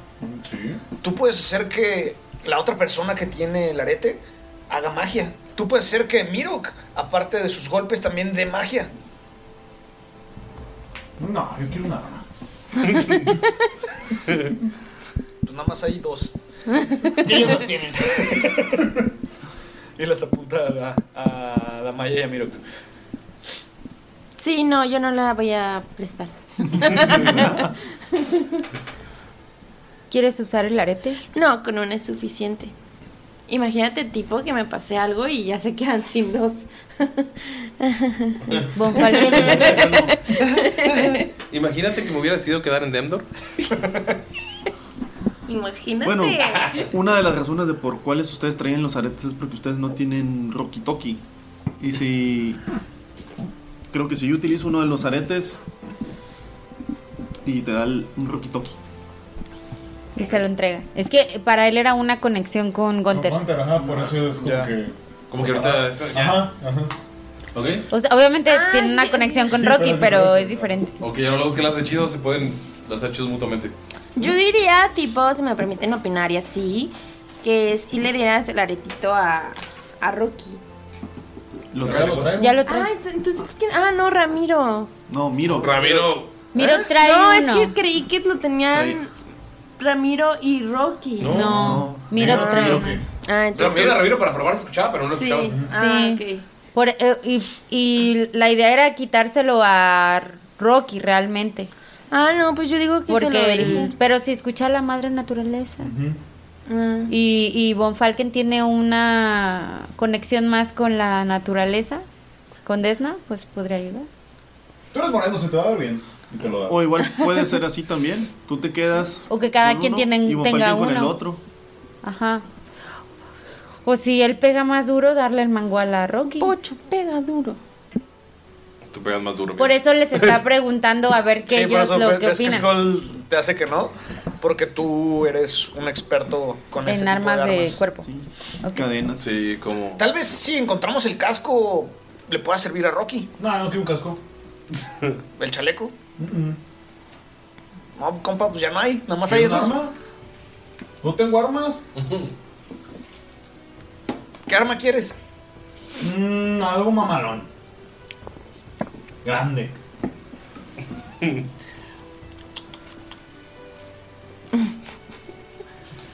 [SPEAKER 3] Sí.
[SPEAKER 4] Tú puedes hacer que la otra persona que tiene el arete haga magia. Tú puedes hacer que Mirok, aparte de sus golpes, también dé magia.
[SPEAKER 3] No, yo quiero un arma.
[SPEAKER 4] Pues nada más hay dos. Y ellos las tienen. y las apunta a, a la Maya y a Mirok.
[SPEAKER 2] Sí, no, yo no la voy a prestar.
[SPEAKER 6] ¿Quieres usar el arete?
[SPEAKER 2] No, con una es suficiente. Imagínate, tipo, que me pasé algo y ya se quedan sin dos.
[SPEAKER 1] Imagínate que me hubiera decidido quedar en Demdor.
[SPEAKER 2] Imagínate.
[SPEAKER 5] Bueno, una de las razones de por cuáles ustedes traen los aretes es porque ustedes no tienen Rocky Toki. Y si. Creo que si yo utilizo uno de los aretes. Y te da el- un Rocky Toki.
[SPEAKER 6] Y se lo entrega. Es que para él era una conexión con Gunter.
[SPEAKER 3] Ajá, por eso es como que.
[SPEAKER 1] Como que ahorita. eso ya.
[SPEAKER 3] Ah. Ajá, ajá.
[SPEAKER 1] Ok.
[SPEAKER 6] O sea, obviamente
[SPEAKER 2] Ah,
[SPEAKER 6] tiene una conexión con
[SPEAKER 1] Sí,
[SPEAKER 6] Rocky,
[SPEAKER 1] pero
[SPEAKER 6] pero,
[SPEAKER 1] es diferente.
[SPEAKER 6] es diferente.
[SPEAKER 1] Ok, ya no hablamos que las de hechizos se pueden. Las de hechizos mutuamente.
[SPEAKER 2] Yo diría, tipo, si me permiten opinar y así, que sí le dieras el aretito a, a Rocky.
[SPEAKER 5] Lo
[SPEAKER 6] Ya lo trae.
[SPEAKER 2] Ah, entonces, ¿quién? Ah, no, Ramiro.
[SPEAKER 5] No, Miro.
[SPEAKER 1] Ramiro.
[SPEAKER 6] Miro trae
[SPEAKER 2] no,
[SPEAKER 6] uno.
[SPEAKER 2] es que creí que lo tenían Ramiro y Rocky.
[SPEAKER 1] No. No,
[SPEAKER 6] Miro
[SPEAKER 1] Miro,
[SPEAKER 6] trae
[SPEAKER 1] Miro,
[SPEAKER 6] uno.
[SPEAKER 1] ¿qué?
[SPEAKER 2] Ah,
[SPEAKER 1] Ramiro,
[SPEAKER 2] entonces...
[SPEAKER 1] Ramiro, para probar se escuchaba, pero no lo
[SPEAKER 2] Sí.
[SPEAKER 1] escuchaba.
[SPEAKER 2] Ah,
[SPEAKER 6] Sí. Por- eh, y, y la idea era quitárselo a Rocky realmente.
[SPEAKER 2] Ah, no, pues yo digo que se lo deje.
[SPEAKER 6] Pero si escucha a la madre naturaleza.
[SPEAKER 2] Ah.
[SPEAKER 6] Y, y Von Falken tiene una conexión más con la naturaleza, con Desna, pues podría ayudar.
[SPEAKER 3] Tú eres moreno, se te va a ver bien. Y te lo da.
[SPEAKER 5] O igual puede ser así también. Tú te quedas.
[SPEAKER 6] O que cada
[SPEAKER 5] con
[SPEAKER 6] quien
[SPEAKER 5] uno
[SPEAKER 6] tienen-
[SPEAKER 5] y Von
[SPEAKER 6] tenga
[SPEAKER 5] Falken con
[SPEAKER 6] uno.
[SPEAKER 5] el otro.
[SPEAKER 6] Ajá. O si él pega más duro, darle el mangual a Rocky. Pocho pega duro.
[SPEAKER 1] Tú pegas más duro.
[SPEAKER 6] Por eso les está preguntando a ver qué
[SPEAKER 4] Sí, por
[SPEAKER 6] ellos
[SPEAKER 4] eso
[SPEAKER 6] lo que
[SPEAKER 4] ves que
[SPEAKER 6] opinan.
[SPEAKER 4] Skull te hace que no, porque tú eres un experto con
[SPEAKER 6] En
[SPEAKER 4] ese
[SPEAKER 6] armas
[SPEAKER 4] tipo
[SPEAKER 6] de
[SPEAKER 4] de,
[SPEAKER 6] cuerpo.
[SPEAKER 5] Cadena.
[SPEAKER 1] Sí, como.
[SPEAKER 4] Tal vez si encontramos el casco le pueda servir a Rocky.
[SPEAKER 3] No, no quiero un casco.
[SPEAKER 4] El chaleco. No, compa, pues ya no hay. Nada más hay
[SPEAKER 3] ¿Tienes
[SPEAKER 4] esos.
[SPEAKER 3] arma? No tengo armas.
[SPEAKER 4] ¿Qué arma quieres?
[SPEAKER 3] Mm, algo mamalón. Grande.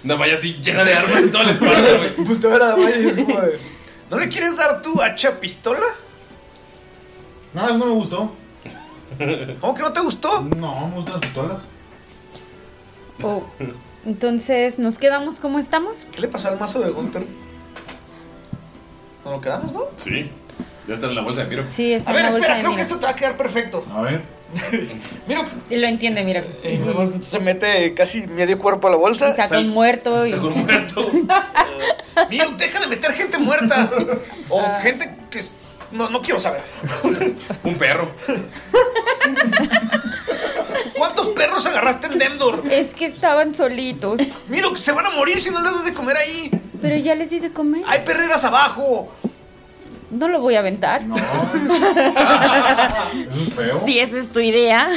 [SPEAKER 1] Una valla así llena de armas en todo el espacio, güey.
[SPEAKER 4] Pues te verá, güey, es como de, ¿No le quieres dar tu hacha pistola?
[SPEAKER 3] No, eso no me gustó.
[SPEAKER 4] ¿Cómo que no te gustó?
[SPEAKER 3] No, me gustan las pistolas.
[SPEAKER 6] O- Oh, entonces, ¿nos quedamos como estamos?
[SPEAKER 4] ¿Qué le pasó al mazo de Gunter? ¿No lo quedamos, no?
[SPEAKER 1] Sí. Ya está en la bolsa de Miro.
[SPEAKER 6] Sí, está
[SPEAKER 4] A
[SPEAKER 6] en
[SPEAKER 4] ver,
[SPEAKER 6] la bolsa
[SPEAKER 4] espera,
[SPEAKER 6] de
[SPEAKER 4] creo que
[SPEAKER 6] Miro.
[SPEAKER 4] esto te va a quedar perfecto.
[SPEAKER 3] A ver.
[SPEAKER 4] Miro.
[SPEAKER 6] Y lo entiende, mira.
[SPEAKER 4] Se mete casi medio cuerpo eh, a la bolsa.
[SPEAKER 6] Y saca un muerto. Y...
[SPEAKER 4] Miro, deja de meter gente muerta. O gente que. es- No, no quiero saber.
[SPEAKER 1] Un perro.
[SPEAKER 4] ¿Cuántos perros agarraste en Demdor?
[SPEAKER 6] Es que estaban solitos.
[SPEAKER 4] Miro, se van a morir si no les das de comer ahí.
[SPEAKER 6] Pero ya les di de comer.
[SPEAKER 4] Hay perreras abajo.
[SPEAKER 6] No lo voy a aventar.
[SPEAKER 2] Si esa es tu idea.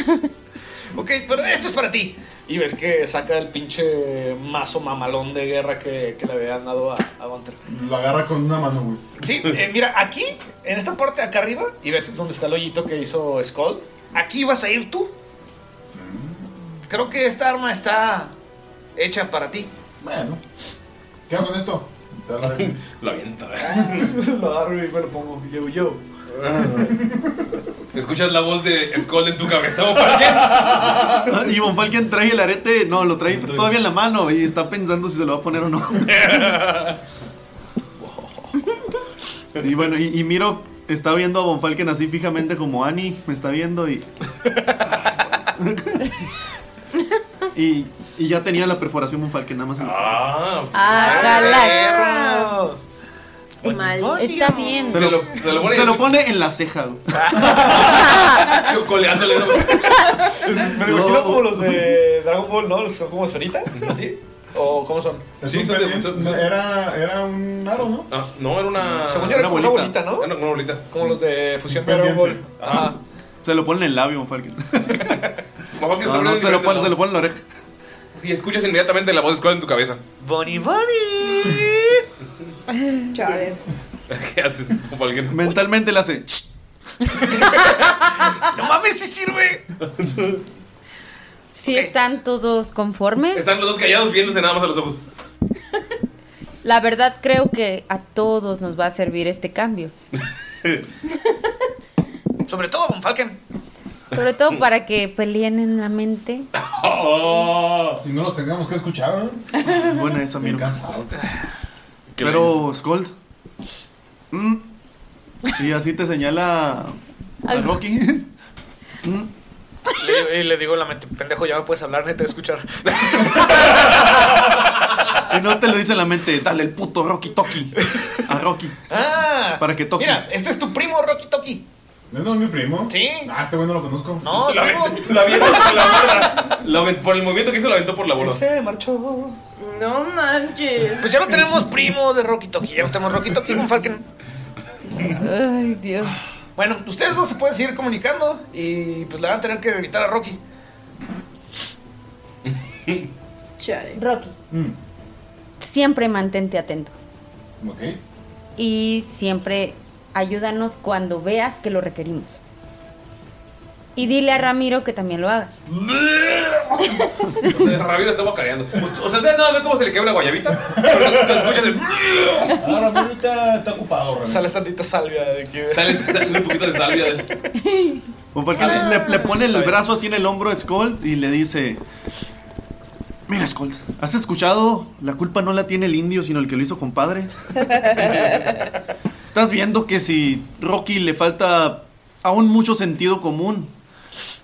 [SPEAKER 4] Ok, pero esto es para ti. Y ves que saca el pinche mazo mamalón de guerra que, que le habían dado a, a Gunter.
[SPEAKER 3] Lo agarra con una mano, güey.
[SPEAKER 4] Sí, eh, mira, aquí, en esta parte acá arriba, y ves donde está el hoyito que hizo Skull. Aquí vas a ir tú. Creo que esta arma está hecha para ti.
[SPEAKER 3] Bueno. ¿Qué hago con esto?
[SPEAKER 1] Lo avienta.
[SPEAKER 3] eh.
[SPEAKER 4] Lo agarro y me lo pongo. Yo, yo.
[SPEAKER 1] ¿Escuchas la voz de Skull en tu cabeza, Falken?
[SPEAKER 5] Y Von Falken trae el arete, no, lo trae todavía en la mano y está pensando si se lo va a poner o no. Y bueno, y, y miro, está viendo a Von Falken así fijamente como Annie me está viendo y. Y, y ya tenía la perforación Von Falken nada más. Ah,
[SPEAKER 6] ¡Hágala! Mal, está bien.
[SPEAKER 5] Se lo, se lo pone en la ceja.
[SPEAKER 1] Chocoleándole.
[SPEAKER 4] Me lo imagino como los de Dragon Ball, ¿no? Son como esferitas, así. ¿O cómo son?
[SPEAKER 1] Sí, son de- son- son-
[SPEAKER 3] Era, era un aro, ¿no?
[SPEAKER 1] Ah, no, era una.
[SPEAKER 4] Según yo era como una bolita, ¿no?
[SPEAKER 1] Era Ah, una bolita.
[SPEAKER 4] Como los de Ah. fusión Dragon Ball. Ajá.
[SPEAKER 5] Se lo pone en el labio Von Falken.
[SPEAKER 1] Mamá, que
[SPEAKER 5] No, no, se lo pone, se lo pone en la oreja.
[SPEAKER 1] Y escuchas inmediatamente la voz de Skull en tu cabeza.
[SPEAKER 4] Bonnie, Bonnie.
[SPEAKER 10] Chale.
[SPEAKER 1] ¿Qué haces, Von Falken?
[SPEAKER 5] Mentalmente le hace.
[SPEAKER 4] ¡No mames, sí sirve!
[SPEAKER 6] Si están todos conformes.
[SPEAKER 1] Están los dos callados viéndose nada más a los ojos.
[SPEAKER 6] La verdad creo que a todos nos va a servir este cambio.
[SPEAKER 4] Sobre todo Von Falken.
[SPEAKER 6] Sobre todo para que peleen en la mente.
[SPEAKER 3] Y no los tengamos que escuchar, ¿no?
[SPEAKER 5] Buena esa, miro.
[SPEAKER 3] le
[SPEAKER 5] Pero, Scold. Mm. Y así te señala a
[SPEAKER 4] Al-
[SPEAKER 5] Rocky.
[SPEAKER 4] Le- Y le digo en la mente, pendejo, ya me puedes hablar, neta, escuchar.
[SPEAKER 5] Y no te lo dice en la mente. Dale el puto Rocky Toki. A Rocky.
[SPEAKER 4] Ah,
[SPEAKER 5] Para que toque.
[SPEAKER 4] mira, este es tu primo, Rocky Toki.
[SPEAKER 3] ¿No es mi primo?
[SPEAKER 4] Sí.
[SPEAKER 3] Ah, este güey no lo conozco.
[SPEAKER 4] No,
[SPEAKER 1] La
[SPEAKER 4] primo.
[SPEAKER 1] aventó- la aventó por la borda. La aven- Por el movimiento que hizo, la aventó por la borda.
[SPEAKER 4] Se marchó.
[SPEAKER 2] No manches.
[SPEAKER 4] Pues ya no tenemos primo de Rocky Toki, ya no tenemos Rocky Toki con Falken.
[SPEAKER 6] Ay, Dios.
[SPEAKER 4] Bueno, ustedes dos se pueden seguir comunicando y pues le van a tener que gritar a Rocky.
[SPEAKER 6] Rocky,
[SPEAKER 3] Mm,
[SPEAKER 6] siempre mantente atento.
[SPEAKER 3] ok.
[SPEAKER 6] Y siempre ayúdanos cuando veas que lo requerimos. Y dile a Ramiro que también lo haga.
[SPEAKER 1] O sea, Ramiro está guacareando. O sea, ustedes nada más ven cómo se le quebra guayabita. Pero te escuchas el.
[SPEAKER 3] Ahora, ahorita está ocupado, Ramiro.
[SPEAKER 4] Sale tantita salvia de aquí.
[SPEAKER 1] Sale, sale un poquito de salvia. de-
[SPEAKER 4] eh.
[SPEAKER 5] Von Falken
[SPEAKER 4] Ah.
[SPEAKER 5] le, le pone el brazo así en el hombro a Scold y le dice: Mira, Scold, ¿has escuchado? La culpa no la tiene el indio, sino el que lo hizo compadre. Estás viendo que si Rocky le falta aún mucho sentido común,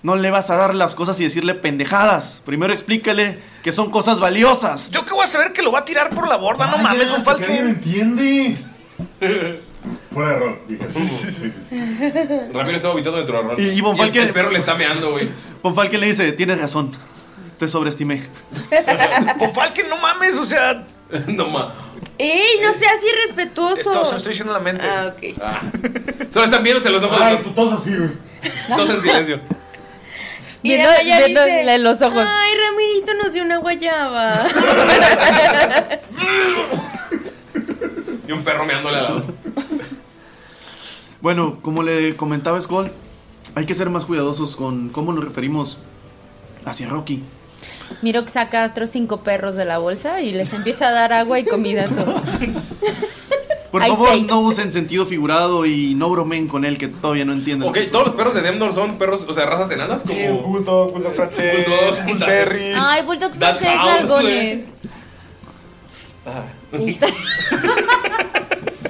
[SPEAKER 5] no le vas a dar las cosas y decirle pendejadas. Primero explícale que son cosas valiosas.
[SPEAKER 4] Yo que voy a saber que lo va a tirar por la borda, no mames, Von
[SPEAKER 3] Porque nadie
[SPEAKER 4] Falken.
[SPEAKER 3] me entiende. Fuera de rol, dije. Sí, sí, sí.
[SPEAKER 1] Ramiro está vomitando dentro de la
[SPEAKER 5] Y- y Von
[SPEAKER 1] el-
[SPEAKER 5] Falken-
[SPEAKER 1] El perro le está meando, güey.
[SPEAKER 5] Von Falken le dice: Tienes razón, te sobreestimé.
[SPEAKER 4] Von Falken, no mames, o sea.
[SPEAKER 1] No mames.
[SPEAKER 2] ¡Ey! No seas irrespetuoso.
[SPEAKER 4] Esto se lo estoy diciendo en la mente.
[SPEAKER 2] Ah, ok.
[SPEAKER 1] Solo están viéndose los ojos.
[SPEAKER 3] Ay, todos así, güey.
[SPEAKER 1] Todos en silencio.
[SPEAKER 6] Viendo-
[SPEAKER 2] Mira, ya
[SPEAKER 6] viéndole
[SPEAKER 2] dice,
[SPEAKER 6] los ojos.
[SPEAKER 2] Ay, Ramirito nos dio una guayaba.
[SPEAKER 1] Y un perro meándole al lado.
[SPEAKER 5] Bueno, como le comentaba Skull, hay que ser más cuidadosos con cómo nos referimos hacia Rocky.
[SPEAKER 6] Miro que saca otros cinco perros de la bolsa y les empieza a dar agua y comida a todos.
[SPEAKER 5] Por
[SPEAKER 6] Hay
[SPEAKER 5] favor,
[SPEAKER 6] seis.
[SPEAKER 5] no usen sentido figurado y no bromeen con él que todavía no entienden.
[SPEAKER 1] Ok, todos los perros de Demnor son perros, o sea, razas enanas como.
[SPEAKER 4] Bulldog, Bulldog francés,
[SPEAKER 1] Bulldog, Bulldog.
[SPEAKER 4] Terry.
[SPEAKER 6] Ay, Bulldog
[SPEAKER 1] Das
[SPEAKER 6] francés,
[SPEAKER 1] Hound,
[SPEAKER 6] largones.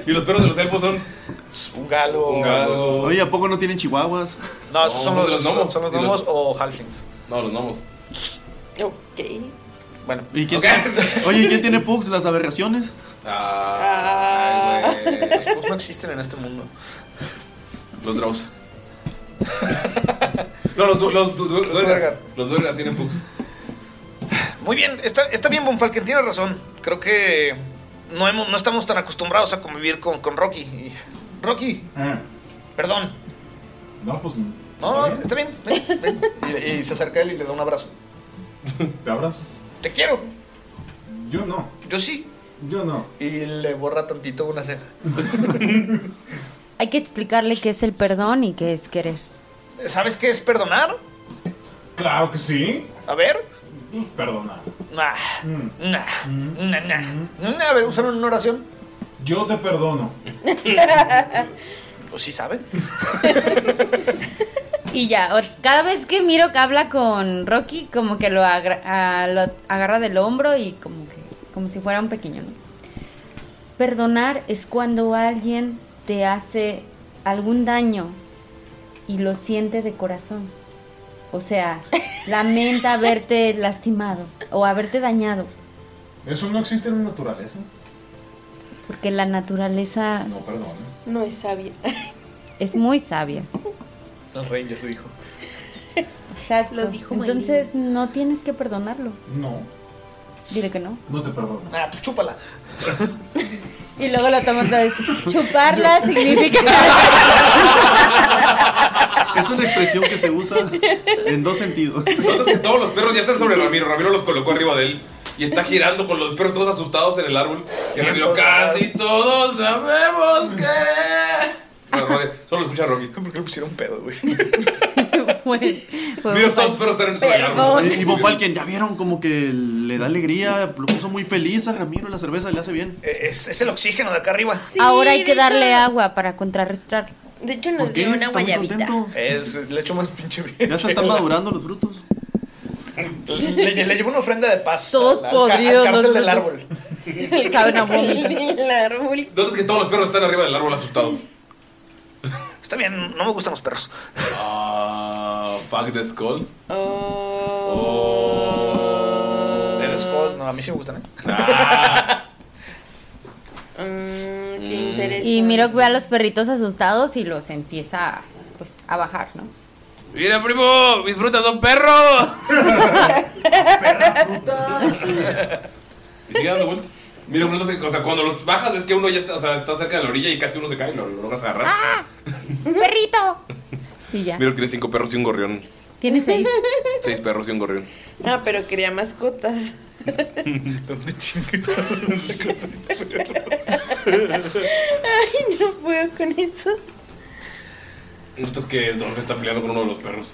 [SPEAKER 1] Y los perros de los elfos son.
[SPEAKER 4] Un galo.
[SPEAKER 1] Un galo.
[SPEAKER 5] Oye, ¿a poco no tienen chihuahuas?
[SPEAKER 4] No, esos son
[SPEAKER 1] No, son
[SPEAKER 4] los,
[SPEAKER 1] de los gnomos.
[SPEAKER 4] Son los
[SPEAKER 1] De los-
[SPEAKER 4] gnomos o halflings.
[SPEAKER 1] No, los gnomos.
[SPEAKER 10] Ok.
[SPEAKER 4] Bueno,
[SPEAKER 5] ¿Y quién
[SPEAKER 1] Ok.
[SPEAKER 5] Oye, ¿y quién tiene pugs? ¿Las aberraciones?
[SPEAKER 1] Ah. Ay, güey.
[SPEAKER 4] los pugs no existen en este mundo.
[SPEAKER 1] Los drows. No, los du- los du- du-
[SPEAKER 4] Duergar.
[SPEAKER 1] duergar. Los duergar tienen pugs.
[SPEAKER 4] Muy bien, está, está bien, Bonfalken, tienes razón. Creo que no, hemos- no estamos tan acostumbrados a convivir con, con Rocky. Y
[SPEAKER 11] Rocky.
[SPEAKER 3] Mm.
[SPEAKER 11] Perdón.
[SPEAKER 3] No, pues.
[SPEAKER 11] No, no, está bien. ven, ven. Y, y se acerca a él y le da un abrazo.
[SPEAKER 3] Te abrazo.
[SPEAKER 11] Te quiero.
[SPEAKER 3] Yo no.
[SPEAKER 11] Yo sí.
[SPEAKER 3] Yo no.
[SPEAKER 11] Y le borra tantito una ceja.
[SPEAKER 6] Hay que explicarle qué es el perdón y qué es querer.
[SPEAKER 11] ¿Sabes qué es perdonar?
[SPEAKER 3] Claro que sí. Pues,
[SPEAKER 11] A ver.
[SPEAKER 3] Perdona.
[SPEAKER 11] Nah,
[SPEAKER 3] Mm.
[SPEAKER 11] nah, nah, nah. Nah, A ver, usar una oración.
[SPEAKER 3] Yo te perdono.
[SPEAKER 11] Pues sí sabe.
[SPEAKER 6] Y ya, o- cada vez que Miro habla con Rocky, como que lo, agra- a- lo agarra del hombro y como que como si fuera un pequeño, ¿no? Perdonar es cuando alguien te hace algún daño y lo siente de corazón. O sea, lamenta haberte lastimado o haberte dañado,
[SPEAKER 3] Eso no existe en la naturaleza.
[SPEAKER 6] porque la naturaleza
[SPEAKER 3] No, perdona.
[SPEAKER 6] no es sabia. Es muy sabia.
[SPEAKER 11] Los Rangers lo dijo.
[SPEAKER 6] Exacto.
[SPEAKER 11] Lo dijo Maylin.
[SPEAKER 6] Entonces no tienes que perdonarlo.
[SPEAKER 3] No.
[SPEAKER 6] Dile que no.
[SPEAKER 3] No te perdono.
[SPEAKER 11] Ah, pues chúpala.
[SPEAKER 6] Y luego lo tomas otra vez. Chuparla significa.
[SPEAKER 5] Es una expresión que se usa en dos sentidos.
[SPEAKER 1] Notas que todos los perros ya están sobre Ramiro. Ramiro los colocó arriba de él. Y está girando con los perros todos asustados en el árbol. Y Ramiro, casi todos sabemos que. No, no, Solo escucha a Rocky. ¿Por qué le pusieron pedo, güey? Mira, todos los perros están sobre el árbol.
[SPEAKER 5] Y, y Von Falken, ya vieron como que le da alegría, lo puso muy feliz a Ramiro, la cerveza le hace bien.
[SPEAKER 4] E-,
[SPEAKER 11] Es, el oxígeno de acá arriba.
[SPEAKER 6] Ahora hay
[SPEAKER 11] de
[SPEAKER 6] que
[SPEAKER 11] hecho-
[SPEAKER 6] darle agua para contrarrestarlo.
[SPEAKER 2] De hecho,
[SPEAKER 5] ¿Por qué? Está muy contento.
[SPEAKER 11] Es, le echo más pinche bien. Pues
[SPEAKER 5] Ya se están madurando los frutos.
[SPEAKER 11] Le, le llevo una ofrenda de paz.
[SPEAKER 6] Todos
[SPEAKER 11] al- al-
[SPEAKER 6] podridos,
[SPEAKER 11] Al cártel
[SPEAKER 6] los
[SPEAKER 11] del árbol.
[SPEAKER 6] frutos. El cabrón a vómito.
[SPEAKER 1] Notas que todos los perros están arriba del árbol asustados.
[SPEAKER 11] Está bien, no me gustan los perros.
[SPEAKER 1] Ah, fuck the skull.
[SPEAKER 11] El Skull, no, a mí sí me gustan, ¿eh?
[SPEAKER 6] Y Miro ve a los perritos asustados y los empieza pues, a bajar, ¿no?
[SPEAKER 1] Mira, primo, mis frutas son perros. Y sigue dando vueltas. Mira, bueno, entonces, o sea, cuando los bajas es que uno ya está, o sea, está cerca de la orilla y casi uno se cae y lo, lo logras agarrar.
[SPEAKER 11] Ah.
[SPEAKER 6] ¡Perrito! Y ya.
[SPEAKER 1] Mira, tiene cinco perros y un gorrión.
[SPEAKER 6] Tiene seis.
[SPEAKER 1] Seis perros y un gorrión.
[SPEAKER 2] Ah, pero quería mascotas.
[SPEAKER 1] ¿Dónde chingados sacas seis perros?
[SPEAKER 2] Ay, no puedo con eso.
[SPEAKER 1] Notas que Dolph está peleando con uno de los perros.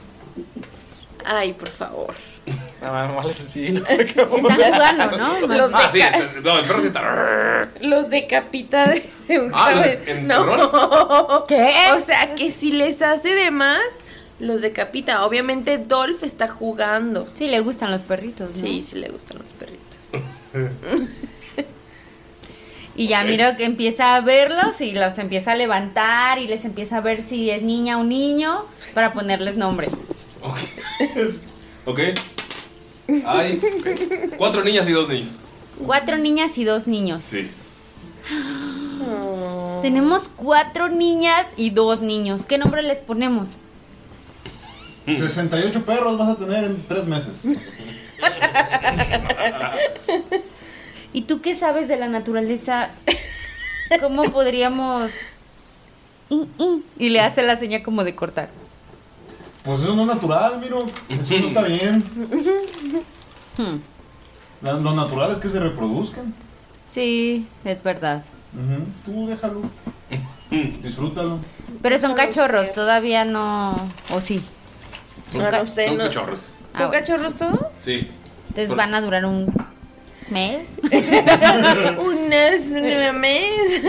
[SPEAKER 2] Ay, por favor.
[SPEAKER 11] Nada más les así.
[SPEAKER 2] Están jugando, ¿no? Los
[SPEAKER 1] ah, sí,
[SPEAKER 2] deca-
[SPEAKER 1] está- no, el perro sí está.
[SPEAKER 2] Los decapita de de un
[SPEAKER 1] Ah, ¿los
[SPEAKER 2] cabe-
[SPEAKER 1] en-
[SPEAKER 2] No. ¿Qué? O sea, que si les hace de más, los decapita. Obviamente Dolph está jugando.
[SPEAKER 6] Sí, le gustan los perritos, ¿no?
[SPEAKER 2] Sí, sí le gustan los perritos.
[SPEAKER 6] Y ya
[SPEAKER 2] Ok.
[SPEAKER 6] miro que empieza a verlos y los empieza a levantar y les empieza a ver si es niña o niño para ponerles nombre.
[SPEAKER 1] Ok. Hay cuatro niñas y dos niños.
[SPEAKER 6] Cuatro niñas y dos niños.
[SPEAKER 1] Sí.
[SPEAKER 6] Tenemos cuatro niñas y dos niños. ¿Qué nombre les ponemos?
[SPEAKER 3] 68 perros vas a tener en 3 meses.
[SPEAKER 6] ¿Y tú qué sabes de la naturaleza? ¿Cómo podríamos...? In, in. Y le hace la seña como de cortar.
[SPEAKER 3] Pues eso no es natural, miro. Eso no está bien.
[SPEAKER 6] Hmm.
[SPEAKER 3] La- Lo natural es que se reproduzcan.
[SPEAKER 6] Sí, es verdad.
[SPEAKER 3] Ujú. Tú déjalo. Disfrútalo.
[SPEAKER 6] Pero son cachorros, todavía no... ¿O sí?
[SPEAKER 1] Son,
[SPEAKER 6] Ahora
[SPEAKER 1] ca-
[SPEAKER 6] usted
[SPEAKER 1] son
[SPEAKER 6] no-
[SPEAKER 1] cachorros.
[SPEAKER 6] ¿Son cachorros todos?
[SPEAKER 1] Sí.
[SPEAKER 6] Entonces
[SPEAKER 1] Por-
[SPEAKER 6] van a durar un mes.
[SPEAKER 2] Unas un mes.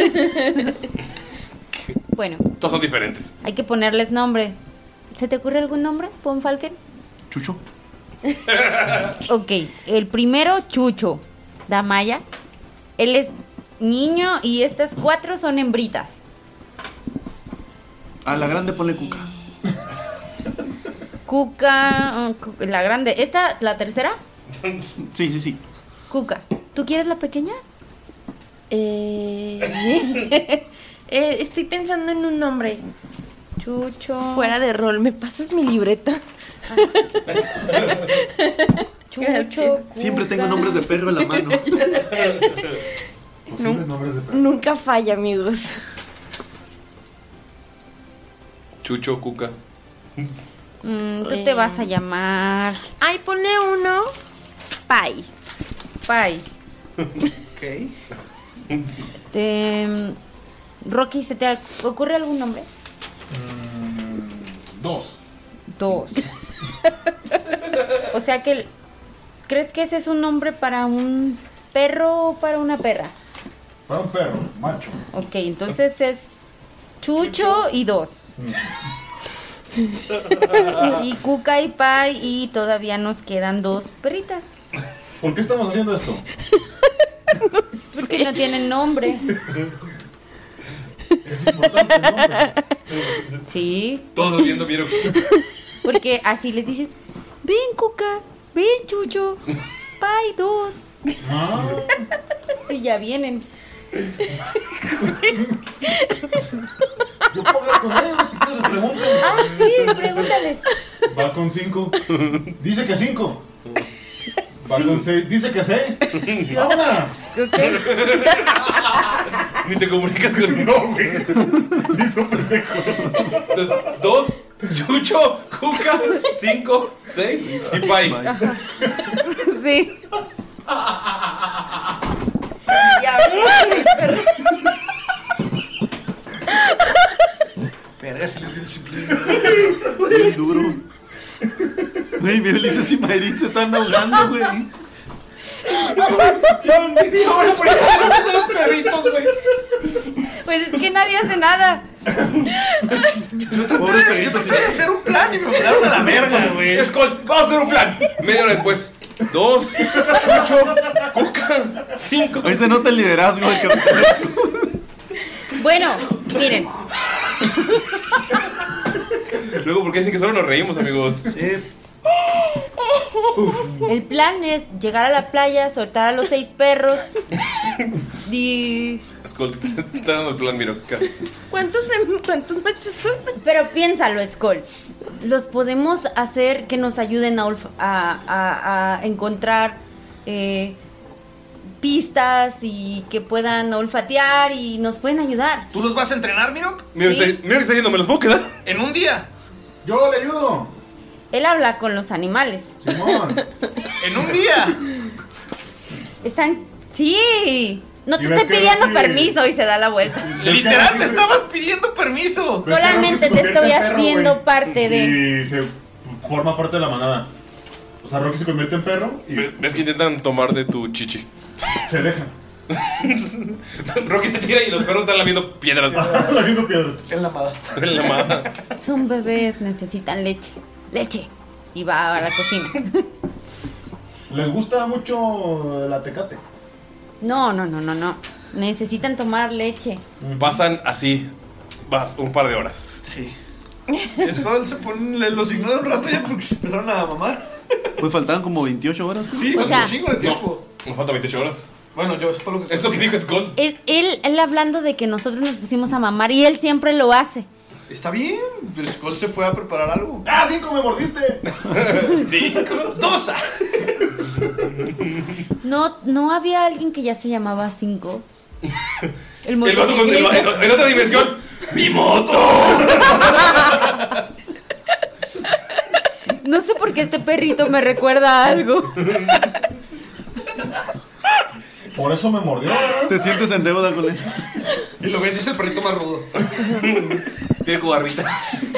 [SPEAKER 6] bueno,
[SPEAKER 1] Todos son diferentes.
[SPEAKER 6] hay que ponerles nombre. ¿Se te ocurre algún nombre, Pon Falken?
[SPEAKER 5] Chucho.
[SPEAKER 6] Ok, el primero, Chucho, Damaya. Él es niño y estas cuatro son hembritas.
[SPEAKER 5] A la grande ponle cuca.
[SPEAKER 6] Cuca, mm, cu- la grande. ¿Esta, la tercera?
[SPEAKER 5] Sí, sí, sí.
[SPEAKER 6] Cuca. ¿Tú quieres la pequeña? Eh,
[SPEAKER 2] eh, estoy pensando en un nombre.
[SPEAKER 6] Chucho.
[SPEAKER 2] Fuera de rol, ¿me pasas mi libreta? Chucho.
[SPEAKER 5] Siempre tengo nombres de perro en la mano.
[SPEAKER 2] Nun- Nunca falla, amigos.
[SPEAKER 1] Chucho, Cuca.
[SPEAKER 6] Mm, Tú te vas a llamar.
[SPEAKER 2] Eh. Ay, pone uno. Pai.
[SPEAKER 6] Pai.
[SPEAKER 11] Ok.
[SPEAKER 6] Em, Rocky, ¿se te al- ocurre algún nombre?
[SPEAKER 3] Dos.
[SPEAKER 6] Dos. o sea que. el- ¿Crees que ese es un nombre para un perro o para una perra?
[SPEAKER 3] Para un perro, macho.
[SPEAKER 6] Ok, entonces es Chucho y dos. Y Cuca y Pai y todavía nos quedan dos perritas.
[SPEAKER 3] ¿Por qué estamos haciendo esto?
[SPEAKER 6] Porque no tienen nombre. Sí,
[SPEAKER 1] Todos viendo vieron.
[SPEAKER 6] porque así les dices, ven Cuca, ven Chucho, Pai dos. Y ya vienen.
[SPEAKER 3] Yo puedo hablar con ellos si quieres, pregúntale.
[SPEAKER 6] Ah, sí, pregúntales.
[SPEAKER 3] Va con cinco. Dice que cinco. Va con seis. Dice que seis. ¡Vámonos!
[SPEAKER 1] Ni te comunicas con
[SPEAKER 3] No, güey.
[SPEAKER 1] Entonces, dos, Chucho, Cuca, cinco, seis y Pai.
[SPEAKER 6] Sí.
[SPEAKER 11] Verga, si les dio el
[SPEAKER 5] Bien duro. Güey, mi Ulises y Mayrit se están ahogando, güey.
[SPEAKER 11] Ahora por eso hablamos de los perritos, güey.
[SPEAKER 6] Pues es que nadie hace nada.
[SPEAKER 11] Yo traté, de- yo traté de hacer un plan y me mandaron a la verga, güey.
[SPEAKER 1] Skull, vamos a hacer un plan. Media hora después. Dos, Chucho, Cuca, cinco.
[SPEAKER 5] Ahí se nota el liderazgo del capitán.
[SPEAKER 6] Bueno, miren,
[SPEAKER 1] Luego, ¿por qué dicen que solo nos reímos, amigos? Sí.
[SPEAKER 6] el plan es llegar a la playa, soltar a los seis perros y...
[SPEAKER 1] Skull, te, te está dando el plan, miro. casi.
[SPEAKER 6] ¿Cuántos, em-, ¿Cuántos machos son? Pero piénsalo, Skull. Los podemos hacer que nos ayuden a, olf- a- a- a encontrar eh, pistas y que puedan olfatear y nos pueden ayudar.
[SPEAKER 11] ¿Tú los vas a entrenar, Mirok?
[SPEAKER 1] Miro, está, miro que está diciendo, ¿me los puedo quedar?
[SPEAKER 11] En un día.
[SPEAKER 3] Yo le ayudo.
[SPEAKER 6] Él habla con los animales.
[SPEAKER 11] En un día.
[SPEAKER 6] Están... Sí. No te
[SPEAKER 11] Y ves
[SPEAKER 6] estoy
[SPEAKER 11] que
[SPEAKER 6] pidiendo
[SPEAKER 11] Rocky-
[SPEAKER 6] permiso y se da la vuelta.
[SPEAKER 11] Literal me estabas pidiendo permiso.
[SPEAKER 6] Solamente te estoy haciendo parte de...
[SPEAKER 3] Y se forma parte de la manada. O sea, Rocky se convierte en perro y
[SPEAKER 1] ¿Ves que intentan tomar de tu chichi?
[SPEAKER 3] se deja.
[SPEAKER 1] Rocky se tira y los perros están lamiendo piedras.
[SPEAKER 3] lamiendo piedras.
[SPEAKER 11] En la mada.
[SPEAKER 1] En la mada.
[SPEAKER 6] Son bebés, necesitan leche. Leche. Y va a la cocina.
[SPEAKER 3] Les gusta mucho la tecate.
[SPEAKER 6] No, no, no, no, no. Necesitan tomar leche.
[SPEAKER 1] Pasan así. Vas un par de horas. Sí.
[SPEAKER 11] Skull se pone, los ignora un rato ya porque se empezaron a mamar.
[SPEAKER 5] Pues faltaban como 28 horas. creo.
[SPEAKER 11] Sí,
[SPEAKER 6] O
[SPEAKER 11] falta
[SPEAKER 6] sea-
[SPEAKER 11] un chingo de tiempo.
[SPEAKER 1] Nos faltan 28 horas.
[SPEAKER 11] Bueno, yo eso fue lo que.
[SPEAKER 1] Es lo que dijo Skull.
[SPEAKER 6] Es- él, él hablando de que nosotros nos pusimos a mamar y él siempre lo hace.
[SPEAKER 11] Está bien, pero Skull se fue a preparar algo.
[SPEAKER 3] ¡Ah, cinco me mordiste!
[SPEAKER 11] ¡Cinco! ¡Dos!
[SPEAKER 6] No, no había alguien que ya se llamaba Cinco. El
[SPEAKER 1] El vaso con-
[SPEAKER 6] motocicleta.
[SPEAKER 1] en, en otra dimensión. ¡Mi moto!
[SPEAKER 6] No sé por qué este perrito me recuerda a algo.
[SPEAKER 3] Por eso me mordió.
[SPEAKER 5] Te sientes en deuda con él.
[SPEAKER 11] Y lo ves, es el perrito más rudo.
[SPEAKER 1] Tiene como barbita.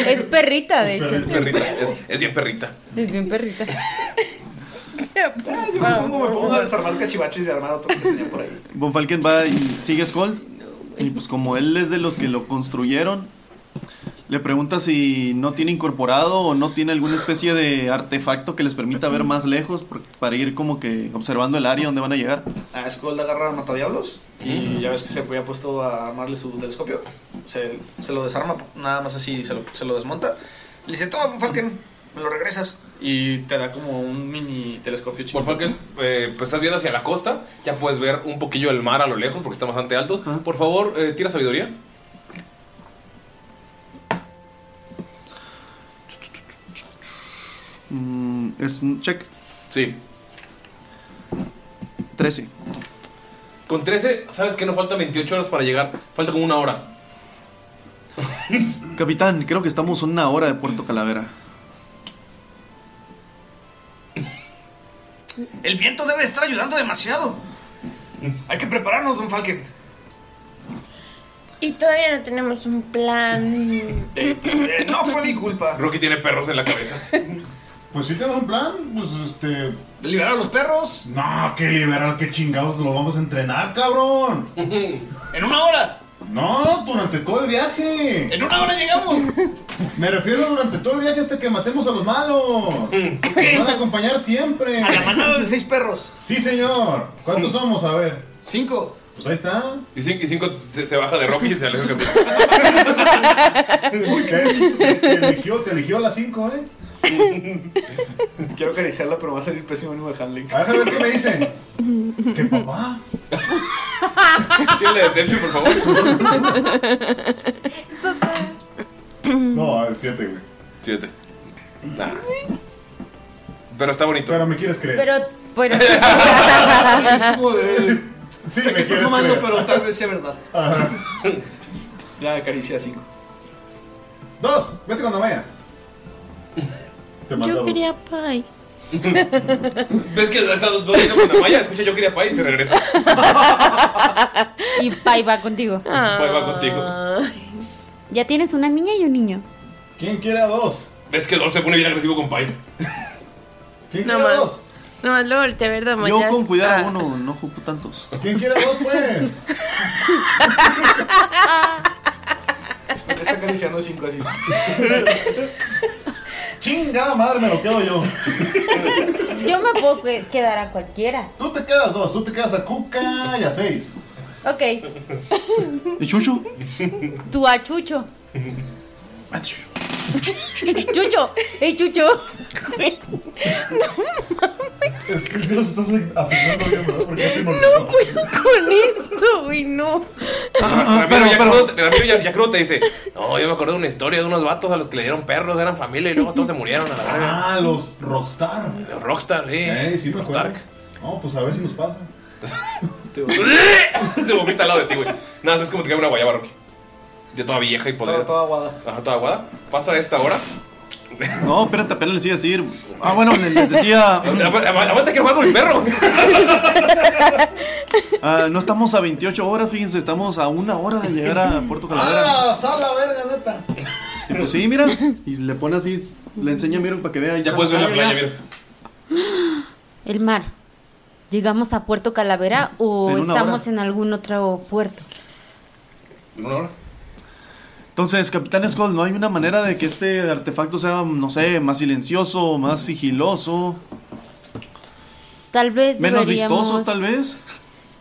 [SPEAKER 6] Es perrita, de
[SPEAKER 1] Es
[SPEAKER 6] hecho.
[SPEAKER 1] perrita. Es, es bien perrita.
[SPEAKER 6] Es bien perrita.
[SPEAKER 11] Yo me pongo, me pongo a desarmar cachivaches y armar otro que tenía por ahí.
[SPEAKER 5] Von Falken va y sigue Skull. Y pues como él es de los que lo construyeron, le pregunta si no tiene incorporado o no tiene alguna especie de artefacto que les permita ver más lejos por- para ir como que observando el área donde van a llegar.
[SPEAKER 11] A Skull le Ah, agarra a Matadiablos y ya ves que se había puesto a armarle su telescopio. Se, se lo desarma, nada más así, se lo, se lo desmonta. Le dice, toma, Falken, me lo regresas. Y te da como un mini telescopio chiquito.
[SPEAKER 1] Por favor, que, eh, pues estás viendo hacia la costa. Ya puedes ver un poquillo el mar a lo lejos porque está bastante alto. Por favor, eh, tira sabiduría.
[SPEAKER 5] Mm, es un check.
[SPEAKER 1] Sí.
[SPEAKER 5] 13.
[SPEAKER 1] Con 13, sabes que no faltan 28 horas para llegar. Falta como una hora.
[SPEAKER 5] Capitán, creo que estamos a una hora de Puerto Calavera.
[SPEAKER 11] El viento debe estar ayudando demasiado. Hay que prepararnos, don Falken.
[SPEAKER 2] Y todavía no tenemos un plan.
[SPEAKER 11] Eh, eh, no fue mi culpa.
[SPEAKER 1] Rocky tiene perros en la cabeza.
[SPEAKER 3] Pues sí tenemos un plan, pues este...
[SPEAKER 11] ¿Liberar a los perros?
[SPEAKER 3] No, que liberar, qué chingados lo vamos a entrenar, cabrón.
[SPEAKER 11] ¡En una hora!
[SPEAKER 3] No, durante todo el viaje.
[SPEAKER 11] ¡En una hora llegamos!
[SPEAKER 3] Me refiero durante todo el viaje hasta que matemos a los malos. Nos van a acompañar siempre. A la
[SPEAKER 11] manada de seis perros. Mm.
[SPEAKER 3] Sí, señor. ¿Cuántos somos? A ver.
[SPEAKER 11] Cinco.
[SPEAKER 3] Pues ahí está.
[SPEAKER 1] Y cin- y cinco se, se baja de Rocky y se aleja el capitán.
[SPEAKER 3] Uy, te, te- te eligió, te eligió a las cinco, ¿eh?
[SPEAKER 11] Quiero acariciarla, pero va a salir pésimo ánimo de handling.
[SPEAKER 3] A ver qué me dicen.
[SPEAKER 11] ¿Qué
[SPEAKER 3] papá?
[SPEAKER 1] Tiene la decepción, por favor.
[SPEAKER 3] No, a ver, siete, güey.
[SPEAKER 1] Siete. Nah. Pero está bonito.
[SPEAKER 3] Pero me quieres creer.
[SPEAKER 6] Pero, bueno.
[SPEAKER 3] Sí,
[SPEAKER 11] sé
[SPEAKER 3] me
[SPEAKER 11] que estás
[SPEAKER 3] quieres
[SPEAKER 11] mamando,
[SPEAKER 3] creer.
[SPEAKER 11] pero tal vez sea verdad. Ya acaricia cinco.
[SPEAKER 3] Dos, vete cuando vaya. Te mando
[SPEAKER 2] Yo
[SPEAKER 3] dos.
[SPEAKER 2] quería pie.
[SPEAKER 1] ¿Ves que está doliendo con Amaya? Escucha, yo quería país y se regresa.
[SPEAKER 6] y Pai va contigo.
[SPEAKER 1] Pai va contigo.
[SPEAKER 6] Ya tienes una niña y un niño.
[SPEAKER 3] ¿Quién quiere a dos?
[SPEAKER 1] ¿Ves que Dol se pone bien agresivo con Pai?
[SPEAKER 3] ¿Quién
[SPEAKER 2] quiere a dos? Nomás lo volteé a ver, Dama.
[SPEAKER 5] Yo
[SPEAKER 2] ya
[SPEAKER 5] con
[SPEAKER 2] está.
[SPEAKER 5] cuidar a uno, no ocupo tantos.
[SPEAKER 3] ¿Quién quiere a dos, pues?
[SPEAKER 11] Está acariciando cinco así.
[SPEAKER 3] Chingada madre, me lo quedo yo.
[SPEAKER 6] Yo me puedo que- quedar a cualquiera.
[SPEAKER 3] Tú te quedas dos, tú te quedas a Cuca y a seis.
[SPEAKER 6] Ok,
[SPEAKER 5] ¿Y Chucho?
[SPEAKER 6] tú a Chucho. Chucho, ¡Ey, Chucho.
[SPEAKER 3] Sí, sí, los estás asignando bien, ¿verdad? Porque así no.
[SPEAKER 2] No puedo con esto, güey, no.
[SPEAKER 1] Ramiro, ah, ya crudo, Ramiro ya, ya crudo te dice: No, yo me acuerdo de una historia de unos vatos a los que le dieron perros, eran familia y luego todos se murieron a la verga.
[SPEAKER 3] Ah, los Rockstar.
[SPEAKER 1] Los Rockstar, sí.
[SPEAKER 3] Eh, sí, me
[SPEAKER 1] Rockstar.
[SPEAKER 3] acuerdo. No, pues a ver si nos pasa.
[SPEAKER 1] se vomita al lado de ti, güey. Nada, ves como te cae una guayaba, Rocky. Ya toda vieja y
[SPEAKER 11] Toda,
[SPEAKER 1] podrida.
[SPEAKER 11] toda aguada.
[SPEAKER 1] Ajá, toda aguada. Pasa esta hora.
[SPEAKER 5] No, Oh, espérate, apenas les iba a decir. Ah, bueno, les, les decía.
[SPEAKER 1] Aguanta, quiero jugar con mi perro.
[SPEAKER 5] Ah, no estamos a 28 horas, fíjense, estamos a una hora de llegar a Puerto Calavera.
[SPEAKER 3] ¡Ah, sal la verga, neta!
[SPEAKER 5] Y pues sí, mira. Y le pone así, le enseña a Miro para que vea. Ya
[SPEAKER 1] puedes ver la playa, Miro.
[SPEAKER 6] El mar. ¿Llegamos a Puerto Calavera o
[SPEAKER 5] En una
[SPEAKER 6] estamos en algún otro puerto?
[SPEAKER 5] Entonces, Capitán Skull, ¿no hay una manera de que este artefacto sea, no sé, más silencioso, más sigiloso,
[SPEAKER 6] Tal vez
[SPEAKER 5] menos
[SPEAKER 6] deberíamos...
[SPEAKER 5] vistoso, tal vez?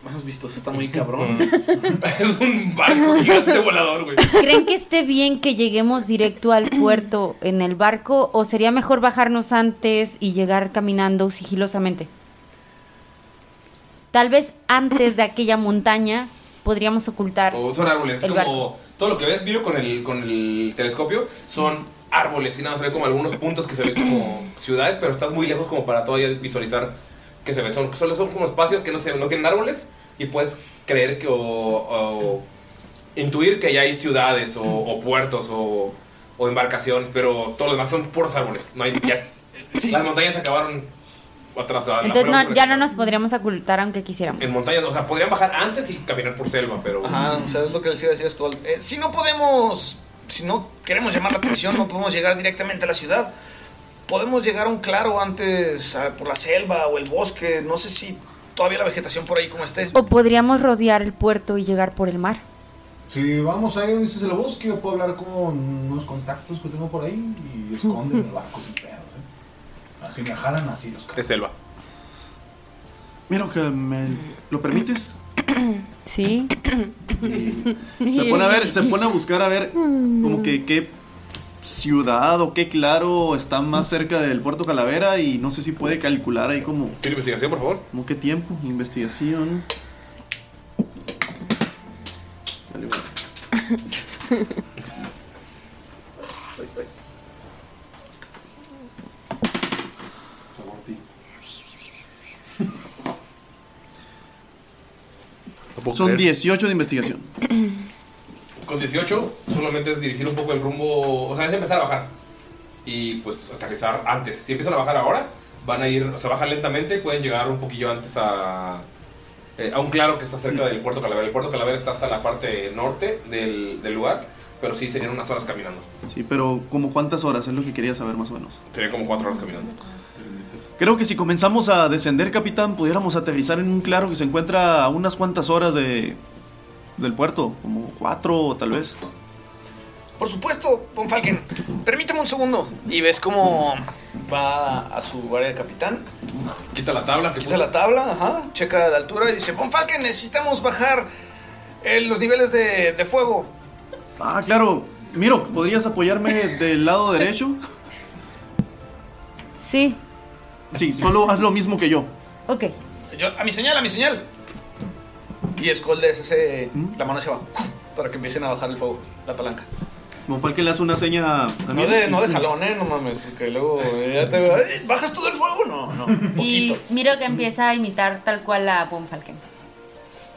[SPEAKER 11] Menos vistoso, está muy cabrón.
[SPEAKER 1] es un barco Mm. gigante volador, güey.
[SPEAKER 6] ¿Creen que esté bien que lleguemos directo al puerto en el barco o sería mejor bajarnos antes y llegar caminando sigilosamente? Tal vez antes de aquella montaña podríamos ocultar.
[SPEAKER 1] O son árboles. Es
[SPEAKER 6] El
[SPEAKER 1] como todo lo que ves, Viro, con el, con el telescopio, son árboles. Y nada, más se ve como algunos puntos que se ven como ciudades, pero estás muy lejos como para todavía visualizar que se ve. Son, solo son como espacios que no, se, no tienen árboles y puedes creer que o, o intuir que ya hay ciudades o, o puertos o, o embarcaciones, pero todos los demás son puros árboles. No hay, ya- Las montañas se acabaron atrás. a la
[SPEAKER 6] Entonces
[SPEAKER 1] fuera,
[SPEAKER 6] no, ya no nos podríamos ocultar aunque quisiéramos.
[SPEAKER 1] En montañas, o sea, podrían bajar antes y caminar por selva, pero...
[SPEAKER 11] Ajá, o sea, es lo que les iba a decir Skull. Eh, si no podemos, si no queremos llamar la atención, no podemos llegar directamente a la ciudad. Podemos llegar a un claro antes, a- por la selva o el bosque. No sé si todavía la vegetación por ahí como esté.
[SPEAKER 6] O podríamos rodear el puerto y llegar por el mar.
[SPEAKER 3] Si vamos ahí, dices el bosque, yo puedo hablar con unos contactos que tengo por ahí y esconden el barco sin pedos, ¿eh? Así me jalan así los
[SPEAKER 1] Es selva.
[SPEAKER 5] Miro que me lo permites.
[SPEAKER 6] Sí.
[SPEAKER 5] Se pone a ver, se pone a buscar a ver como que qué ciudad o qué claro está más cerca del Puerto Calavera y no sé si puede calcular ahí como
[SPEAKER 1] ¿Tiene investigación, por favor?
[SPEAKER 5] como qué tiempo, investigación. Dale, güey. Son
[SPEAKER 1] creer.
[SPEAKER 5] 18 de investigación.
[SPEAKER 1] Con 18 18 solamente es dirigir un poco el rumbo, o sea, es empezar a bajar. Y pues aterrizar antes. Si empiezan a bajar ahora, van a ir, o sea, bajan lentamente, pueden llegar un poquillo antes a, eh, a un claro que está cerca del puerto Calavera. El puerto Calavera está hasta la parte norte del, del lugar, pero sí serían unas horas caminando.
[SPEAKER 5] Sí, pero como cuántas horas es lo que quería saber más o menos.
[SPEAKER 1] Serían como cuatro horas caminando.
[SPEAKER 5] Creo que si comenzamos a descender, capitán, pudiéramos aterrizar en un claro que se encuentra a unas cuantas horas de del puerto, como cuatro tal vez.
[SPEAKER 4] Por supuesto, Von Falken. Permítame un segundo. Y ves cómo va a su área de capitán.
[SPEAKER 1] Quita la tabla. Que
[SPEAKER 4] Quita la tabla, ajá. Checa la altura y dice, Von Falken, necesitamos bajar eh, los niveles de, de fuego.
[SPEAKER 5] Ah, claro. Miro, ¿podrías apoyarme del lado derecho?
[SPEAKER 6] Sí,
[SPEAKER 5] Sí, solo haz lo mismo que yo.
[SPEAKER 6] ok.
[SPEAKER 4] Yo, a mi señal, a mi señal. Y Skull les hace la mano hacia abajo para que empiecen a bajar el fuego, la palanca.
[SPEAKER 5] Monfal que le hace una seña a
[SPEAKER 4] No de, no de jalón, eh, no mames, porque luego eh, ya te eh, ¿Bajas todo el fuego? No, no.
[SPEAKER 6] Y miro que empieza a imitar tal cual a Von Falken.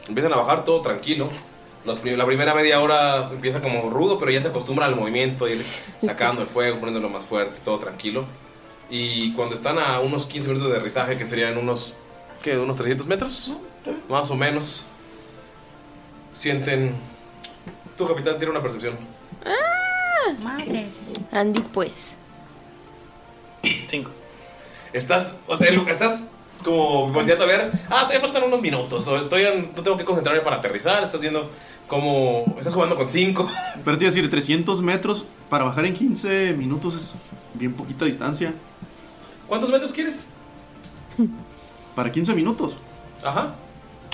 [SPEAKER 1] Empiezan a bajar todo tranquilo. Los prim- la primera media hora empieza como rudo, pero ya se acostumbra al movimiento, ir sacando el fuego, poniéndolo más fuerte, todo tranquilo. Y cuando están a unos 15 minutos de rizaje, que serían unos, ¿qué? unos 300 metros, más o menos, sienten... Tu capitán tiene una percepción.
[SPEAKER 2] Ah, Andy, pues.
[SPEAKER 4] Cinco.
[SPEAKER 1] Estás, o sea, Lu- estás como volteando a ver. Ah, todavía faltan unos minutos. o Todavía no tengo que concentrarme para aterrizar. Estás viendo cómo. Estás jugando con 5.
[SPEAKER 5] Pero te iba a decir, 300 metros para bajar en 15 minutos es bien poquita distancia.
[SPEAKER 1] ¿Cuántos metros quieres?
[SPEAKER 5] Para 15 minutos.
[SPEAKER 1] Ajá.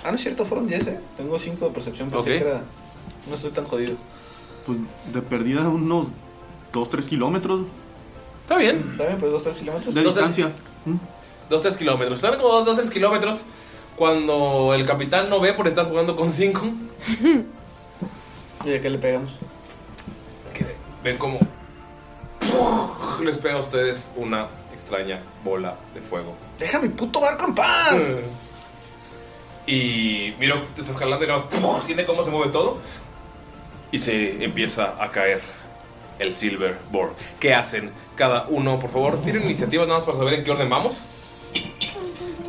[SPEAKER 4] Ah, no es cierto, fueron 10, eh. Tengo 5 de percepción, pensé
[SPEAKER 5] Ok.
[SPEAKER 4] que era. No estoy tan jodido.
[SPEAKER 5] Pues de perdida unos 2-3 kilómetros
[SPEAKER 1] Está bien.
[SPEAKER 4] Está bien, pues 2-3 kilómetros.
[SPEAKER 5] de distancia.
[SPEAKER 1] 2-3 Mm. kilómetros. Están como 2-3 kilómetros cuando el capitán no ve por estar jugando con 5.
[SPEAKER 4] ¿Y a qué le pegamos?
[SPEAKER 1] Ven como. Les pega a ustedes una extraña bola de fuego.
[SPEAKER 4] ¡Deja mi puto barco en paz!
[SPEAKER 1] Y miro, te estás jalando y nada más, ¡pum! siente cómo se mueve todo. Y se empieza a caer el Silver Board. ¿Qué hacen cada uno? Por favor, tienen iniciativas nada más para saber en qué orden vamos.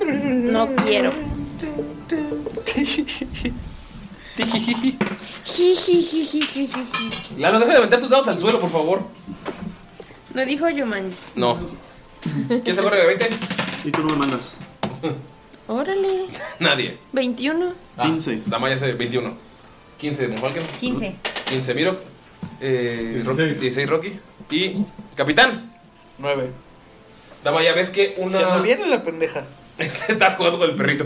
[SPEAKER 2] No quiero.
[SPEAKER 1] Lalo, deja de aventar tus dados al suelo, por favor.
[SPEAKER 2] No dijo Yuman.
[SPEAKER 1] No. ¿Quién se corre de 20?
[SPEAKER 5] Y tú no me mandas.
[SPEAKER 2] Órale.
[SPEAKER 1] Nadie.
[SPEAKER 2] 21.
[SPEAKER 5] 15.
[SPEAKER 1] La malla hace 21. 15 de Monfalken.
[SPEAKER 6] 15.
[SPEAKER 1] 15 Miro. Eh, Ro- 16 Rocky. Y Capitán.
[SPEAKER 4] 9.
[SPEAKER 1] Dama, ya ves que una.
[SPEAKER 4] Se me viene la pendeja.
[SPEAKER 1] estás jugando con el perrito.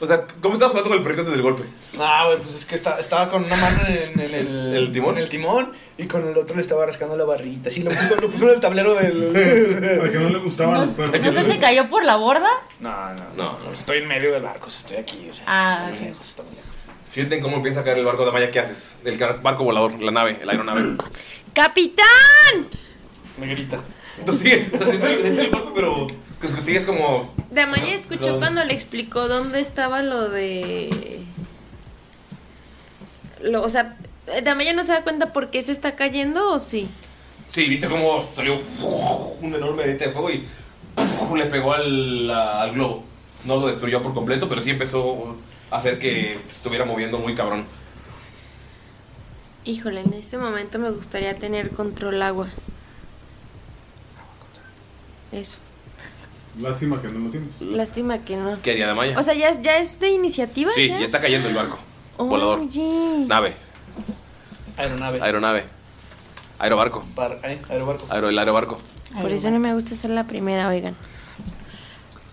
[SPEAKER 1] O sea, ¿cómo estás jugando con el perrito antes del golpe?
[SPEAKER 4] Ah, güey, pues es que esta- estaba con una mano en, en el,
[SPEAKER 1] ¿El timón?
[SPEAKER 4] en el timón y con el otro le estaba rascando la barriguita. Sí, lo puso, lo puso en el tablero del. Para que no le gustaban los perros.
[SPEAKER 6] ¿No se te cayó por la borda?
[SPEAKER 4] No, no, no, Estoy en medio del barco, estoy aquí. O sea,
[SPEAKER 6] Ah,
[SPEAKER 4] estoy muy
[SPEAKER 6] ok.
[SPEAKER 4] lejos, estoy muy lejos.
[SPEAKER 1] Sienten cómo empieza a caer el barco de Maya, ¿qué haces? El car- barco volador, la nave, la aeronave.
[SPEAKER 2] ¡Capitán!
[SPEAKER 4] Me grita.
[SPEAKER 1] Entonces sigue, o sea, sientes sientes el golpe, pero que sigues como.
[SPEAKER 2] De Amaya escuchó
[SPEAKER 1] No.
[SPEAKER 2] cuando le explicó dónde estaba lo de. Lo, o sea, ¿de Amaya no se da cuenta por qué se está cayendo o sí?
[SPEAKER 1] Sí, viste cómo salió un enorme arete de fuego y le pegó al, al globo. No lo destruyó por completo, pero sí empezó a hacer que estuviera moviendo muy cabrón.
[SPEAKER 2] Híjole, en este momento me gustaría tener control agua. Eso.
[SPEAKER 3] Lástima que no lo tienes.
[SPEAKER 2] Lástima que no.
[SPEAKER 1] ¿Qué haría de Maya?
[SPEAKER 2] O sea, ¿ya, ya es de iniciativa?
[SPEAKER 1] sí, ya está cayendo el barco. Volador.
[SPEAKER 2] Oye.
[SPEAKER 1] Nave,
[SPEAKER 4] Aeronave.
[SPEAKER 1] aeronave, aerobarco,
[SPEAKER 4] Bar- eh, aerobarco.
[SPEAKER 1] aero, el aerobarco.
[SPEAKER 2] Por eso no me gusta ser la primera, oigan.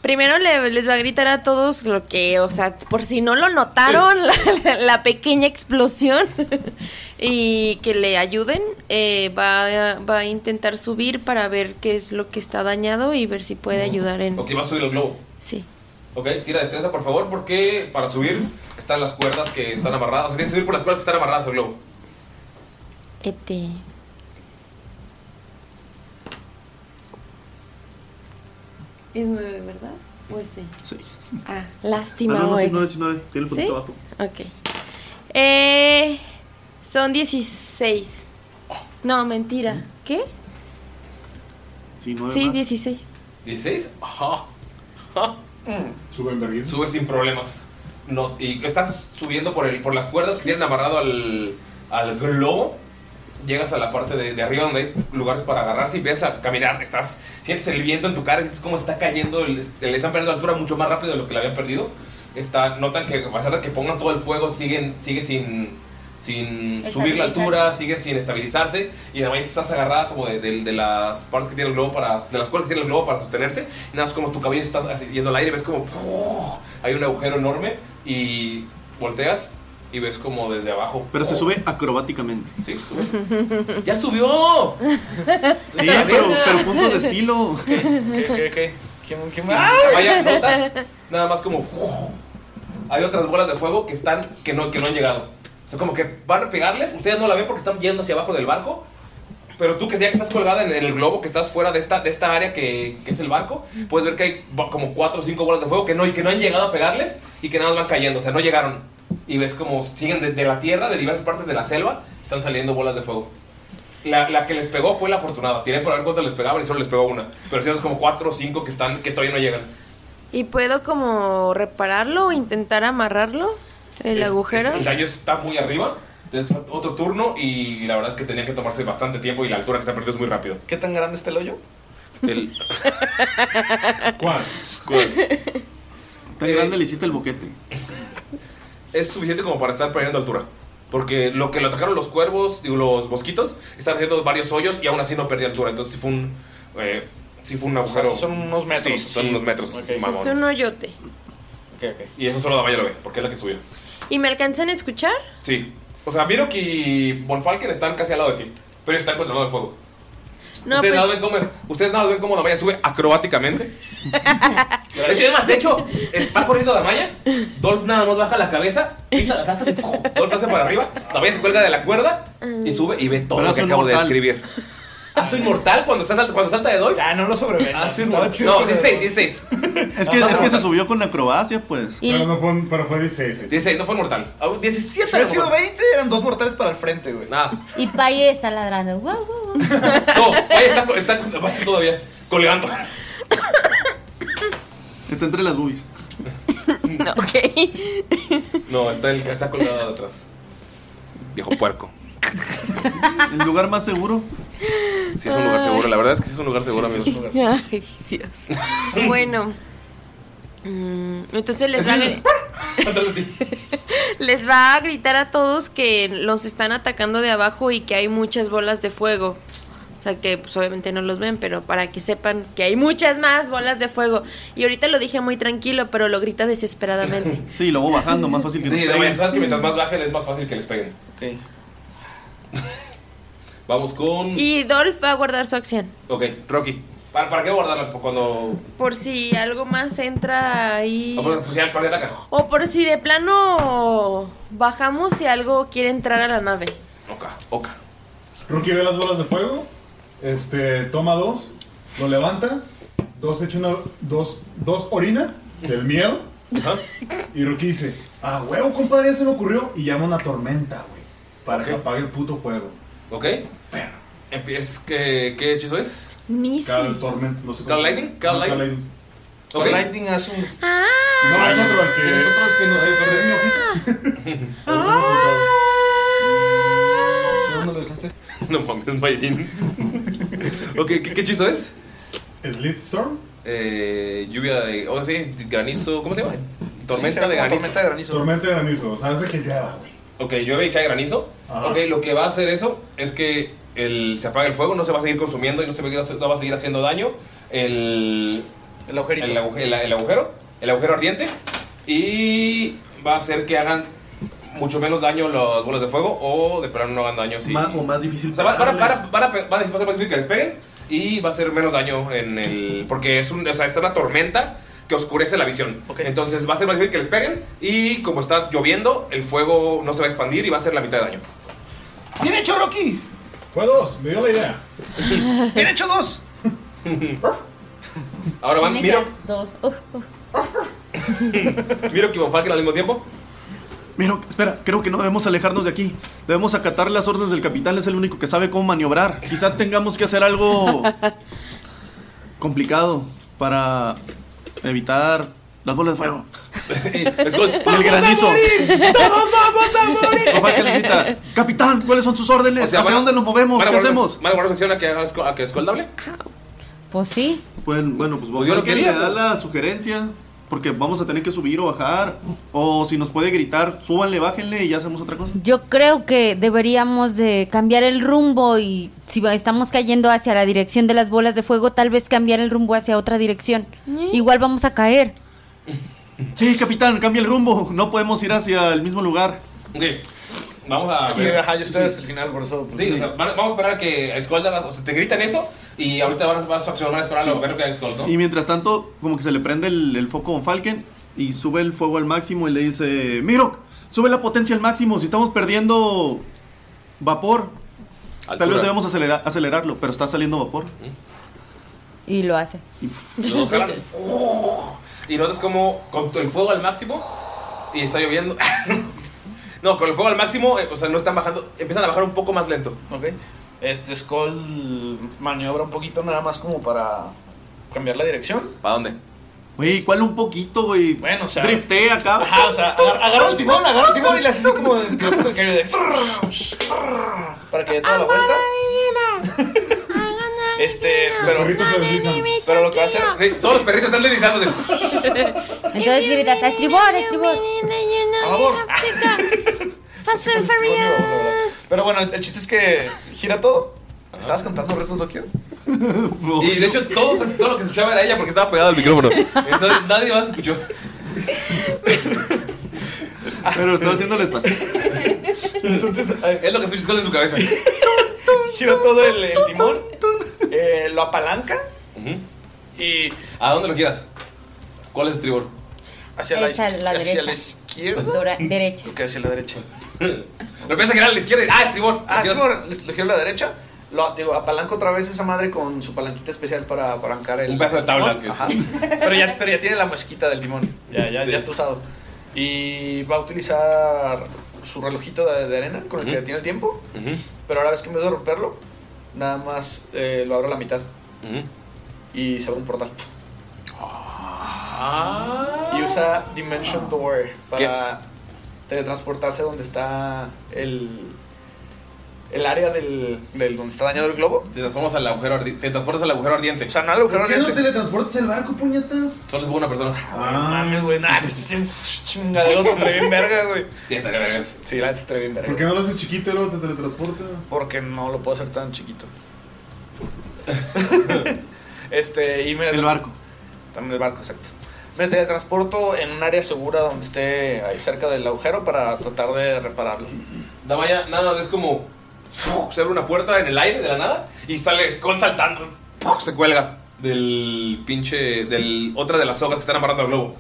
[SPEAKER 2] Primero le- les va a gritar a todos lo que, o sea, por si no lo notaron, la, la- la pequeña explosión y que le ayuden. Eh, va, a- va a intentar subir para ver qué es lo que está dañado y ver si puede ayudar en...
[SPEAKER 1] Ok, va a subir el globo.
[SPEAKER 2] Sí.
[SPEAKER 1] Ok, tira destreza, por favor, porque para subir están las cuerdas que están amarradas. O sea, tienes que subir por las cuerdas que están amarradas al globo.
[SPEAKER 2] Este. Es nueve, ¿verdad? Pues sí.
[SPEAKER 5] Seis.
[SPEAKER 2] Ah,
[SPEAKER 5] Ah,
[SPEAKER 2] lástima,
[SPEAKER 5] no, no,
[SPEAKER 2] güey.
[SPEAKER 5] 19, 19. Tiene el puntito
[SPEAKER 2] ¿Sí?
[SPEAKER 5] abajo.
[SPEAKER 2] Ok. Eh, Son 16. No, mentira. ¿Qué?
[SPEAKER 5] Sí,
[SPEAKER 2] Sí, 16.
[SPEAKER 1] ¿16? Ajá. Sube Sube sin problemas. No, y estás subiendo por, el, por las cuerdas que tienen amarrado al, al globo. Llegas a la parte de, de arriba donde hay lugares para agarrarse y empiezas a caminar. Estás, sientes el viento en tu cara, sientes cómo está cayendo, el- le están perdiendo altura mucho más rápido de lo que le habían perdido. Está, notan que a pesar de que pongan todo el fuego, siguen, sigue sin, sin subir la
[SPEAKER 12] Estabilizarse.
[SPEAKER 1] altura, siguen sin estabilizarse. Y además estás agarrada como de, de- de las partes que tiene el globo para, de las cuerdas que tiene el globo para sostenerse. Y nada más como tu cabello está así yendo al aire, ves como ¡puf! hay un agujero enorme y volteas y ves como desde abajo. Oh.
[SPEAKER 5] Pero se sube acrobáticamente.
[SPEAKER 1] Sí, ¡Ya subió!
[SPEAKER 5] Sí, pero, pero puntos de estilo.
[SPEAKER 1] ¿Qué, qué, qué? Vaya, notas nada más como ¡uf! hay otras bolas de fuego que están que no que no han llegado. O sea, como que van a pegarles, ustedes no la ven porque están yendo hacia abajo del barco. Pero tú que ya que estás colgada en el globo, que estás fuera de esta, de esta área que, que es el barco, puedes ver que hay bo- como cuatro o cinco bolas de fuego que no, que no han llegado a pegarles y que nada más van cayendo, o sea, no llegaron. Y ves como siguen de, de la tierra, de diversas partes de la selva, están saliendo bolas de fuego. La, la que les pegó fue la afortunada. Tiré por ver cuántas les pegaban y solo les pegó una. Pero si como cuatro o cinco que están que todavía no llegan.
[SPEAKER 2] ¿Y puedo como repararlo o intentar amarrarlo? El
[SPEAKER 1] Es-
[SPEAKER 2] agujero.
[SPEAKER 1] es- el daño está muy arriba. Tienes otro turno y la verdad es que tenían que tomarse bastante tiempo y la altura que está perdiendo es muy rápido.
[SPEAKER 11] ¿Qué tan grande está el hoyo?
[SPEAKER 1] El-
[SPEAKER 3] ¿Cuál?
[SPEAKER 5] Tan grande le hiciste el boquete.
[SPEAKER 1] Eh, es suficiente como para estar perdiendo altura. Porque lo que lo atacaron los cuervos, digo, los mosquitos, están haciendo varios hoyos y aún así no perdí altura. Entonces sí fue un, eh, sí fue un agujero.
[SPEAKER 11] son unos metros.
[SPEAKER 1] Sí, son
[SPEAKER 11] Sí.
[SPEAKER 1] unos metros.
[SPEAKER 2] Es
[SPEAKER 1] mamones.
[SPEAKER 2] un hoyote.
[SPEAKER 1] Y eso solo Damaya lo ve, porque es la que subió.
[SPEAKER 2] ¿Y me alcanzan a escuchar?
[SPEAKER 1] Sí. O sea, Mirok y Bonfalken están casi al lado de ti, pero están controlando el fuego.
[SPEAKER 2] No,
[SPEAKER 1] ustedes, nada
[SPEAKER 2] pues.
[SPEAKER 1] más ven cómo, ustedes nada más ven cómo Damaya sube acrobáticamente. de hecho, además, de hecho, está corriendo Damaya. Dolph nada más baja la cabeza. pisa las astas y ¡pum! Dolph hace para arriba. Damaya se cuelga de la cuerda y sube y ve todo
[SPEAKER 5] Pero
[SPEAKER 1] lo que
[SPEAKER 5] hace un
[SPEAKER 1] acabo
[SPEAKER 5] mortal.
[SPEAKER 1] de describir. Hace inmortal cuando, estás, cuando salta de Dolph.
[SPEAKER 11] Ah, no lo sobrevé.
[SPEAKER 1] Hace inmortal. No, 16, 16.
[SPEAKER 5] Es que, es que se subió con acrobacia, pues.
[SPEAKER 2] Y- Pero
[SPEAKER 3] no fue, pero fue Ah, 16.
[SPEAKER 1] 16, no fue mortal. 17
[SPEAKER 11] Si hubiera sido 20, eran dos mortales para el frente, güey.
[SPEAKER 1] Nada.
[SPEAKER 6] Y Paye está ladrando. Guau, guau, guau.
[SPEAKER 1] Vaya, está, está, está todavía colgando.
[SPEAKER 5] Está entre las boobies.
[SPEAKER 1] No, está, el, está colgado de atrás. Viejo puerco.
[SPEAKER 5] El lugar más seguro.
[SPEAKER 1] Sí, es un lugar seguro. La verdad es que sí es un lugar seguro,
[SPEAKER 5] Sí,
[SPEAKER 1] amigos.
[SPEAKER 5] sí, es un lugar
[SPEAKER 2] Ay, Dios. bueno. Mm, Entonces les va, les va a gritar a todos que los están atacando de abajo y que hay muchas bolas de fuego. O sea que pues, obviamente no los ven, pero para que sepan que hay muchas más bolas de fuego. Y ahorita lo dije muy tranquilo, pero lo grita desesperadamente.
[SPEAKER 5] Sí, luego bajando, más fácil que
[SPEAKER 1] Sí,
[SPEAKER 5] nos
[SPEAKER 1] no,
[SPEAKER 5] peguen.
[SPEAKER 1] sabes que mientras más bajen es más fácil que les peguen.
[SPEAKER 11] Ok.
[SPEAKER 1] Vamos con.
[SPEAKER 2] Y Dolph va a guardar su acción.
[SPEAKER 1] Ok, Rocky. ¿Para, para qué guardarla? Por Cuando.
[SPEAKER 2] Por si algo más entra ahí.
[SPEAKER 1] Ah, bueno, Pues ya el par de ataca.
[SPEAKER 2] O por si de plano bajamos y algo quiere entrar a la nave.
[SPEAKER 1] Oca, oca.
[SPEAKER 3] Rookie ve las bolas de fuego. Este, toma dos. Lo levanta. Dos echa una. Dos, dos orina. Del miedo. Y Rookie dice: Ah, huevo, compadre, ya se me ocurrió. Y llama una tormenta, güey. Para que apague el puto fuego.
[SPEAKER 1] Ok. Empiezas. ¿Qué, ¿Qué hechizo es?
[SPEAKER 2] Nisi.
[SPEAKER 3] Cal Torment, no sé
[SPEAKER 1] Cal Lightning. Cal
[SPEAKER 3] Ah,
[SPEAKER 1] Lightning.
[SPEAKER 11] Cal Lightning hace un.
[SPEAKER 3] No, es otro el que. Nosotros que nos
[SPEAKER 11] ¿Dónde lo dejaste?
[SPEAKER 1] No mames, Mayrin. ok, ¿qué, ¿qué hechizo es?
[SPEAKER 3] Slitstorm.
[SPEAKER 1] Eh, lluvia de. Oh, sí, granizo. ¿Cómo se llama? Tormenta
[SPEAKER 3] Sí, se llama
[SPEAKER 1] de granizo.
[SPEAKER 3] tormenta de granizo. Tormenta de granizo, o sea, hace que llueva, güey.
[SPEAKER 1] Ok, llueve y cae granizo.
[SPEAKER 3] Ajá.
[SPEAKER 1] Ok, lo que va a hacer eso es que el, se apaga el fuego, no se va a seguir consumiendo y no, se va, a- no va a seguir haciendo daño. El, el agujerito. El, agu- el- el agujero, el agujero ardiente. Y va a hacer que hagan mucho menos daño las bolas de fuego o de plano no hagan daño. Sí.
[SPEAKER 5] Más- o más difícil.
[SPEAKER 1] O sea, van, van a-
[SPEAKER 5] pararle.
[SPEAKER 1] van a- van a pe- van a- va a ser más difícil que les peguen y va a hacer menos daño en el. Porque es un, o sea, está una tormenta que oscurece la visión. Entonces va a ser más difícil que les peguen y como está lloviendo, el fuego no se va a expandir y va a hacer la mitad de daño.
[SPEAKER 11] ¡Bien hecho, Rocky!
[SPEAKER 3] Fue dos, me dio la idea.
[SPEAKER 11] ¡Bien hecho, dos!
[SPEAKER 1] Ahora van,
[SPEAKER 6] Tiene que
[SPEAKER 1] miro,
[SPEAKER 6] dar Dos. Uf, uf.
[SPEAKER 1] miro que Von Falken al mismo tiempo.
[SPEAKER 5] Mira, espera, creo que no debemos alejarnos de aquí. Debemos acatar las órdenes del capitán, es el único que sabe cómo maniobrar. Quizá tengamos que hacer algo complicado para evitar las bolas de fuego.
[SPEAKER 1] Scott,
[SPEAKER 5] y el granizo.
[SPEAKER 1] ¡Todos vamos a morir!
[SPEAKER 5] Papá que le grita, capitán, ¿cuáles son sus órdenes?
[SPEAKER 1] O sea, van
[SPEAKER 5] ¿Hacia
[SPEAKER 1] a-
[SPEAKER 5] dónde nos movemos?
[SPEAKER 1] van a
[SPEAKER 5] ¿Qué
[SPEAKER 1] guardar-
[SPEAKER 5] hacemos?
[SPEAKER 1] ¿Van a guardar sanción a que, haga Scott- a que Skull hable?
[SPEAKER 6] Pues sí.
[SPEAKER 5] Bueno, bueno, pues vamos
[SPEAKER 1] yo
[SPEAKER 5] a
[SPEAKER 1] lo
[SPEAKER 5] ver quién
[SPEAKER 1] quería,
[SPEAKER 5] le da la sugerencia. Porque vamos a tener que subir o bajar. O si nos puede gritar, súbanle, bájenle y ya hacemos otra cosa.
[SPEAKER 6] Yo creo que deberíamos de cambiar el rumbo y si va- estamos cayendo hacia la dirección de las bolas de fuego, tal vez cambiar el rumbo hacia otra dirección. Igual vamos a caer.
[SPEAKER 5] Sí, capitán, cambia el rumbo. No podemos ir hacia el mismo lugar.
[SPEAKER 1] Ok. Vamos a.
[SPEAKER 5] Sí,
[SPEAKER 1] ver.
[SPEAKER 5] ajá, yo estoy hasta
[SPEAKER 4] el final, por eso.
[SPEAKER 1] Sí, o sea, van- vamos a esperar a que Skull haga- O sea, te gritan eso y ahorita van a, vas a accionar, van a esperar a ver lo que haga Skull, ¿no?
[SPEAKER 5] Y mientras tanto, como que se le prende el, el foco con Falken y sube el fuego al máximo y le dice, Miro, sube la potencia al máximo, si estamos perdiendo vapor, tal
[SPEAKER 1] Altura.
[SPEAKER 5] vez debemos acelera- acelerarlo, pero está saliendo vapor.
[SPEAKER 6] Y lo hace.
[SPEAKER 1] Los dos jalan. Y notas como con el fuego al máximo y está lloviendo. no, con el fuego al máximo, eh, o sea, no están bajando, empiezan a bajar un poco más lento.
[SPEAKER 4] Ok. Este Skull maniobra un poquito nada más como para cambiar la dirección.
[SPEAKER 1] ¿Para dónde?
[SPEAKER 5] Güey, ¿cuál un poquito, güey? Bueno,
[SPEAKER 4] o sea.
[SPEAKER 5] Driftea acá.
[SPEAKER 4] Ajá, o sea, agar- agarra el timón, agarra el timón y le hace así como en pilotos del Caribe de- Para que dé toda la vuelta. Este, pero. Pero lo que va a hacer.
[SPEAKER 1] Sí, todos los perritos están deslizando. de-
[SPEAKER 6] Entonces gritas, a estribor, a estribor.
[SPEAKER 4] A favor. Este, Pero bueno, el el chiste es que gira todo. ¿Estabas cantando Reto Tokio?
[SPEAKER 1] Y de hecho, todos, todo lo que escuchaba era ella porque estaba pegada al micrófono. Entonces nadie más escuchó.
[SPEAKER 5] Pero estaba haciendo el espacio.
[SPEAKER 4] Entonces,
[SPEAKER 1] es lo que escucha Skull en su cabeza.
[SPEAKER 4] Gira todo el, el timón, eh, lo apalanca y.
[SPEAKER 1] ¿A dónde lo giras? ¿Cuál es el tribor?
[SPEAKER 4] Hacia la,
[SPEAKER 6] Esa,
[SPEAKER 4] izquier-
[SPEAKER 6] la
[SPEAKER 4] hacia la
[SPEAKER 6] derecha.
[SPEAKER 4] izquierda.
[SPEAKER 6] Dora- derecha.
[SPEAKER 4] Creo que hacia la derecha.
[SPEAKER 1] Lo piensa que era a la izquierda. y- ¡Ah, estribor!
[SPEAKER 4] Ah, estribor. Lo giro a la derecha. Lo digo, apalanco otra vez esa madre con su palanquita especial para apalancar el.
[SPEAKER 1] Un pedazo de tabla.
[SPEAKER 4] timón. Ajá. Pero ya, pero ya tiene la mosquita del timón. Ya, ya, ya está usado. Y va a utilizar su relojito de, de arena con el que
[SPEAKER 1] Ujú.
[SPEAKER 4] tiene el tiempo. Pero ahora vez que en vez de romperlo, nada más eh, lo abro a la mitad y se abre un portal. Y usa Dimension Door para teletransportarse donde está el, el área del, del- donde está dañado el globo.
[SPEAKER 1] Te transformas al agujero ardi- Te transportas al agujero ardiente. O
[SPEAKER 4] sea, no al agujero
[SPEAKER 3] ¿Por qué no
[SPEAKER 4] ardiente.
[SPEAKER 3] teletransportas el barco, puñetas?
[SPEAKER 1] Solo es buena persona.
[SPEAKER 4] Ah, No mames, güey, nada, ese chingadero te trae bien verga, güey.
[SPEAKER 1] Sí, estaría vergas.
[SPEAKER 4] Sí, la neta estaría bien verga.
[SPEAKER 3] ¿Por qué no lo haces chiquito y luego te teletransportas?
[SPEAKER 4] Porque no lo puedo hacer tan chiquito. este, y me. El barco. También el barco, exacto. Me teletransporto en un área segura donde esté ahí cerca del agujero para tratar de repararlo.
[SPEAKER 1] Damaya, nada, ves como ¡fu! se abre una puerta en el aire de la nada y sale Skull saltando. ¡Puf! Se cuelga del pinche. del otra de las sogas que están amarrando al globo.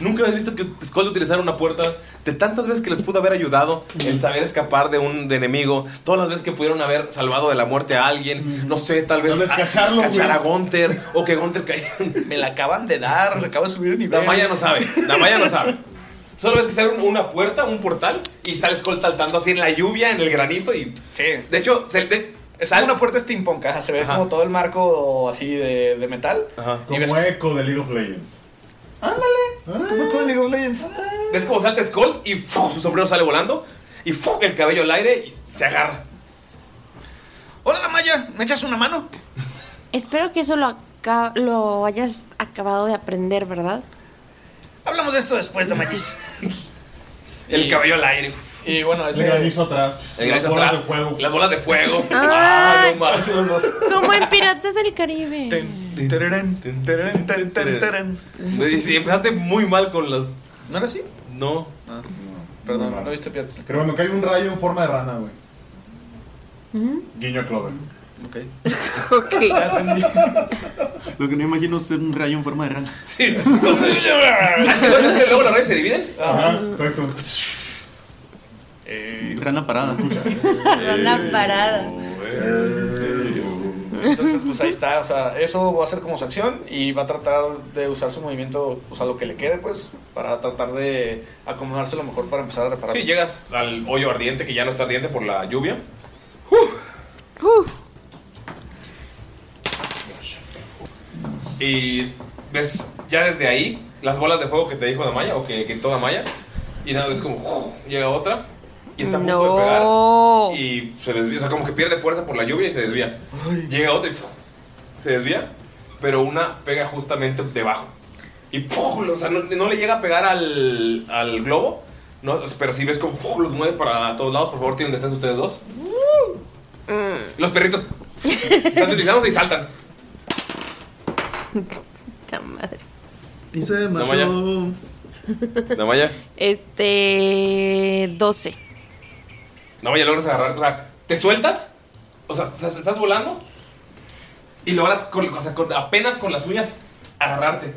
[SPEAKER 1] Nunca habías visto que Skull utilizara una puerta de tantas veces que les pudo haber ayudado el saber escapar de un de enemigo, todas las veces que pudieron haber salvado de la muerte a alguien, no sé, tal vez
[SPEAKER 4] Tal vez
[SPEAKER 1] a-
[SPEAKER 4] cacharlo,
[SPEAKER 1] cachar a
[SPEAKER 4] güey.
[SPEAKER 1] Gunther o que Gunther caiga.
[SPEAKER 4] Me la acaban de dar, acabo de subir un nivel.
[SPEAKER 1] Damaya no sabe, Damaya no sabe. Solo ves que sale un- una puerta, un portal, y sale Skull saltando así en la lluvia, en el granizo y. De hecho, se, de-
[SPEAKER 4] Es como una puerta steampunk, ajá, se ve como todo el marco así de, de metal.
[SPEAKER 3] Como eco de League of Legends.
[SPEAKER 4] Como con League of Legends.
[SPEAKER 1] Ah. ves como salta Skull y ¡fu! su sombrero sale volando y ¡fu! el cabello al aire y se agarra.
[SPEAKER 4] Hola Damaya, ¿me echas una mano?
[SPEAKER 2] Espero que eso lo, aca- lo hayas acabado de aprender, ¿verdad?
[SPEAKER 4] Hablamos de esto después, Damayis.
[SPEAKER 1] El cabello al aire.
[SPEAKER 4] Y bueno, ese.
[SPEAKER 3] El granizo atrás.
[SPEAKER 1] El granizo
[SPEAKER 3] Las bolas
[SPEAKER 1] atrás.
[SPEAKER 3] de fuego.
[SPEAKER 1] Las bolas de fuego.
[SPEAKER 2] Ah,
[SPEAKER 1] no más.
[SPEAKER 2] Como en Piratas del Caribe.
[SPEAKER 1] Y sí, empezaste muy mal con las.
[SPEAKER 4] ¿No era así?
[SPEAKER 1] No.
[SPEAKER 4] Perdón, no he visto Piratas.
[SPEAKER 3] Pero cuando cae un rayo en forma de rana, güey.
[SPEAKER 5] Guiño Clover.
[SPEAKER 4] Ok.
[SPEAKER 2] Ok.
[SPEAKER 5] Lo que no imagino es un rayo en forma de rana.
[SPEAKER 1] Sí. Es que, bueno, es que luego las redes se dividen.
[SPEAKER 3] Ajá, exacto.
[SPEAKER 4] Eh,
[SPEAKER 5] Rana parada.
[SPEAKER 6] Rana parada.
[SPEAKER 11] Entonces, pues ahí está. O sea, eso va a ser como su acción y va a tratar de usar su movimiento, o sea, lo que le quede, pues, para tratar de acomodarse lo mejor para empezar a reparar.
[SPEAKER 1] Sí, llegas al hoyo ardiente que ya no está ardiente por la lluvia. Y ves ya desde ahí las bolas de fuego que te dijo Damaya o que gritó Damaya. Y nada, es como ¡uf! llega otra y está a punto de pegar. Y se desvía, o sea, como que pierde fuerza por la lluvia y se desvía. Llega otra y ¡fu! se desvía, pero una pega justamente debajo. Y ¡pum! o sea, no, no le llega a pegar al, al globo, no, pero si ves como ¡pum! los mueve para todos lados. Por favor, tienen destreza ustedes dos. Los perritos están deslizándose y saltan.
[SPEAKER 2] Puta madre.
[SPEAKER 5] Y se
[SPEAKER 1] No, vaya.
[SPEAKER 5] marchó.
[SPEAKER 1] Damaya,
[SPEAKER 2] Este. 12.
[SPEAKER 1] Damaya logras agarrar, o sea, te sueltas, o sea, estás, estás volando y logras con, o sea, con- apenas con las uñas agarrarte.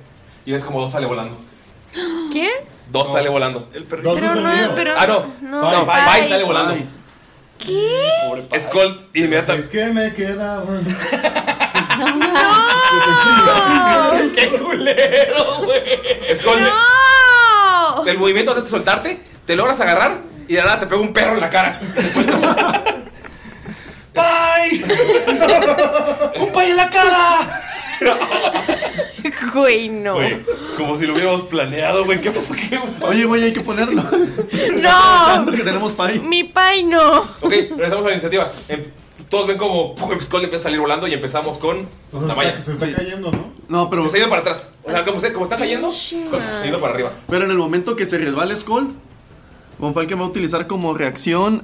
[SPEAKER 1] Y ves como dos sale volando.
[SPEAKER 2] ¿Quién?
[SPEAKER 1] Dos sale volando. El perrito.
[SPEAKER 2] Pero no, pero.
[SPEAKER 1] Ah, no.
[SPEAKER 2] no,
[SPEAKER 1] No,
[SPEAKER 2] bye.
[SPEAKER 1] Pai sale volando.
[SPEAKER 2] ¿Qué?
[SPEAKER 1] Skull inmediatamente.
[SPEAKER 3] Es que me quedaban.
[SPEAKER 1] ¡Qué culero, güey! Skull,
[SPEAKER 2] ¡No!
[SPEAKER 1] el movimiento antes de soltarte, te logras agarrar y de nada te pega un perro en la cara. ¡Pai! ¡Un pay en la cara!
[SPEAKER 2] Güey, no.
[SPEAKER 1] Güey, como si lo hubiéramos planeado, güey. ¿Qué, qué
[SPEAKER 5] Oye, güey, hay que ponerlo.
[SPEAKER 2] ¡No!
[SPEAKER 5] que tenemos pay.
[SPEAKER 2] Mi pay no.
[SPEAKER 1] Ok, regresamos a la iniciativa. Em, Todos ven como pum, Skull empieza a salir volando y empezamos con Damaya.
[SPEAKER 3] Se está cayendo, ¿no?
[SPEAKER 5] No, pero.
[SPEAKER 1] Se está yendo para atrás. O sea, como, se- como está cayendo, Skull se está yendo para arriba.
[SPEAKER 5] Pero en el momento que se resbale Skull, Von Falken va a utilizar como reacción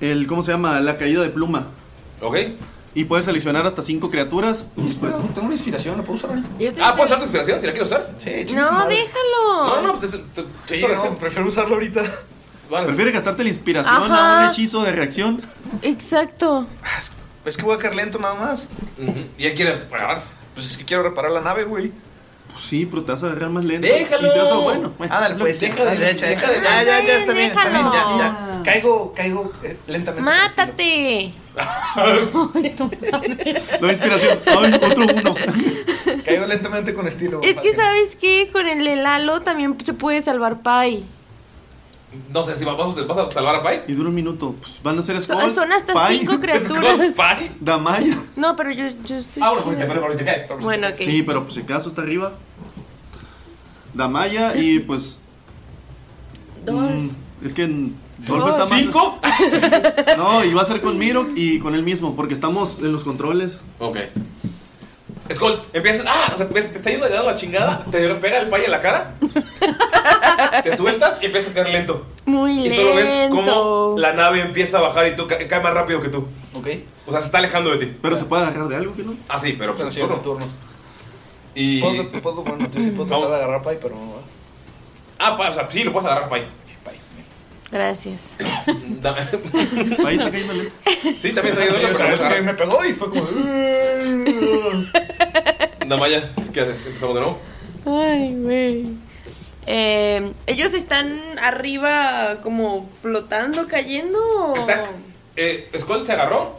[SPEAKER 5] el. ¿Cómo se llama? La caída de pluma.
[SPEAKER 1] Ok.
[SPEAKER 5] Y puede seleccionar hasta cinco criaturas. Y pues.
[SPEAKER 11] Tengo una inspiración, la puedo usar ahorita.
[SPEAKER 1] Ah, ¿puedes usar tu inspiración si la quieres usar?
[SPEAKER 11] Sí,
[SPEAKER 2] No, déjalo.
[SPEAKER 1] No, no, pues es- tu- tu-
[SPEAKER 11] Sí,
[SPEAKER 1] tu
[SPEAKER 11] no,
[SPEAKER 1] reacción.
[SPEAKER 11] prefiero usarlo ahorita.
[SPEAKER 5] Prefiere gastarte la inspiración
[SPEAKER 2] Ajá.
[SPEAKER 5] a un hechizo de reacción.
[SPEAKER 2] Exacto.
[SPEAKER 1] Ah,
[SPEAKER 11] Pues Es que voy a caer lento nada más.
[SPEAKER 1] Y él quiere agarrarse.
[SPEAKER 11] Pues es que quiero reparar la nave, güey.
[SPEAKER 5] Pues sí, pero te vas a agarrar más lento.
[SPEAKER 11] Déjalo.
[SPEAKER 5] Y te vas a. Bueno, bueno.
[SPEAKER 11] Ándale, pues.
[SPEAKER 5] Déjalo,
[SPEAKER 11] ándale, echa, echa.
[SPEAKER 5] déjalo.
[SPEAKER 11] Ah, Ya, ya, ya, está bien, está bien. Ya,
[SPEAKER 2] Déjalo.
[SPEAKER 11] ya. Caigo, caigo eh, lentamente.
[SPEAKER 2] ¡Mátate!
[SPEAKER 5] La inspiración. Ay, otro uno.
[SPEAKER 11] Caigo lentamente con estilo.
[SPEAKER 2] Es que, ¿sabes qué? Con el helalo también se puede salvar Pai.
[SPEAKER 1] No sé si vas, vas a- vas a salvar a Pai.
[SPEAKER 5] Y dura un minuto. Pues van a ser
[SPEAKER 2] So-
[SPEAKER 5] Skull.
[SPEAKER 2] son hasta cinco criaturas.
[SPEAKER 5] Skull,
[SPEAKER 1] Pai.
[SPEAKER 5] Damaya.
[SPEAKER 2] No, pero yo, yo estoy.
[SPEAKER 1] Ah,
[SPEAKER 2] chida. Bueno, ok.
[SPEAKER 5] Sí, pero pues el caso está arriba. Damaya y pues. mm, es que en- Dolph está más.
[SPEAKER 1] ¿Cinco?
[SPEAKER 5] No, y va a ser con Miro y con él mismo, porque estamos en los controles.
[SPEAKER 1] Ok. Skull, empiezas. Ah, o sea, ves, te está yendo de lado la chingada. Te pega el pay en la cara. te sueltas y empiezas a caer lento.
[SPEAKER 2] Muy lento.
[SPEAKER 1] Y solo ves cómo la nave empieza a bajar y tú ca- cae más rápido que tú.
[SPEAKER 11] Ok.
[SPEAKER 1] O sea, se está alejando de ti.
[SPEAKER 5] Pero se puede agarrar de algo que no.
[SPEAKER 1] Ah, sí, pero pues,
[SPEAKER 11] sí,
[SPEAKER 1] turno.
[SPEAKER 11] turno.
[SPEAKER 1] Y.
[SPEAKER 11] Puedo, puedo, bueno, yo sí puedo tratar de agarrar Pai, pero no.
[SPEAKER 1] Ah, pa- o sea, sí, lo puedes agarrar, Pai.
[SPEAKER 2] Gracias.
[SPEAKER 5] Ahí está cayendo lento.
[SPEAKER 1] Sí, también está cayendo lento,
[SPEAKER 11] O sea,
[SPEAKER 1] pero pues,
[SPEAKER 11] es
[SPEAKER 1] puedes
[SPEAKER 11] que me pegó y fue como. "Uh".
[SPEAKER 1] Damaya, ¿qué haces? Empezamos de nuevo.
[SPEAKER 2] Ay, güey. Eh, ¿Ellos están arriba como flotando, cayendo? o-
[SPEAKER 1] Eh, Skull se agarró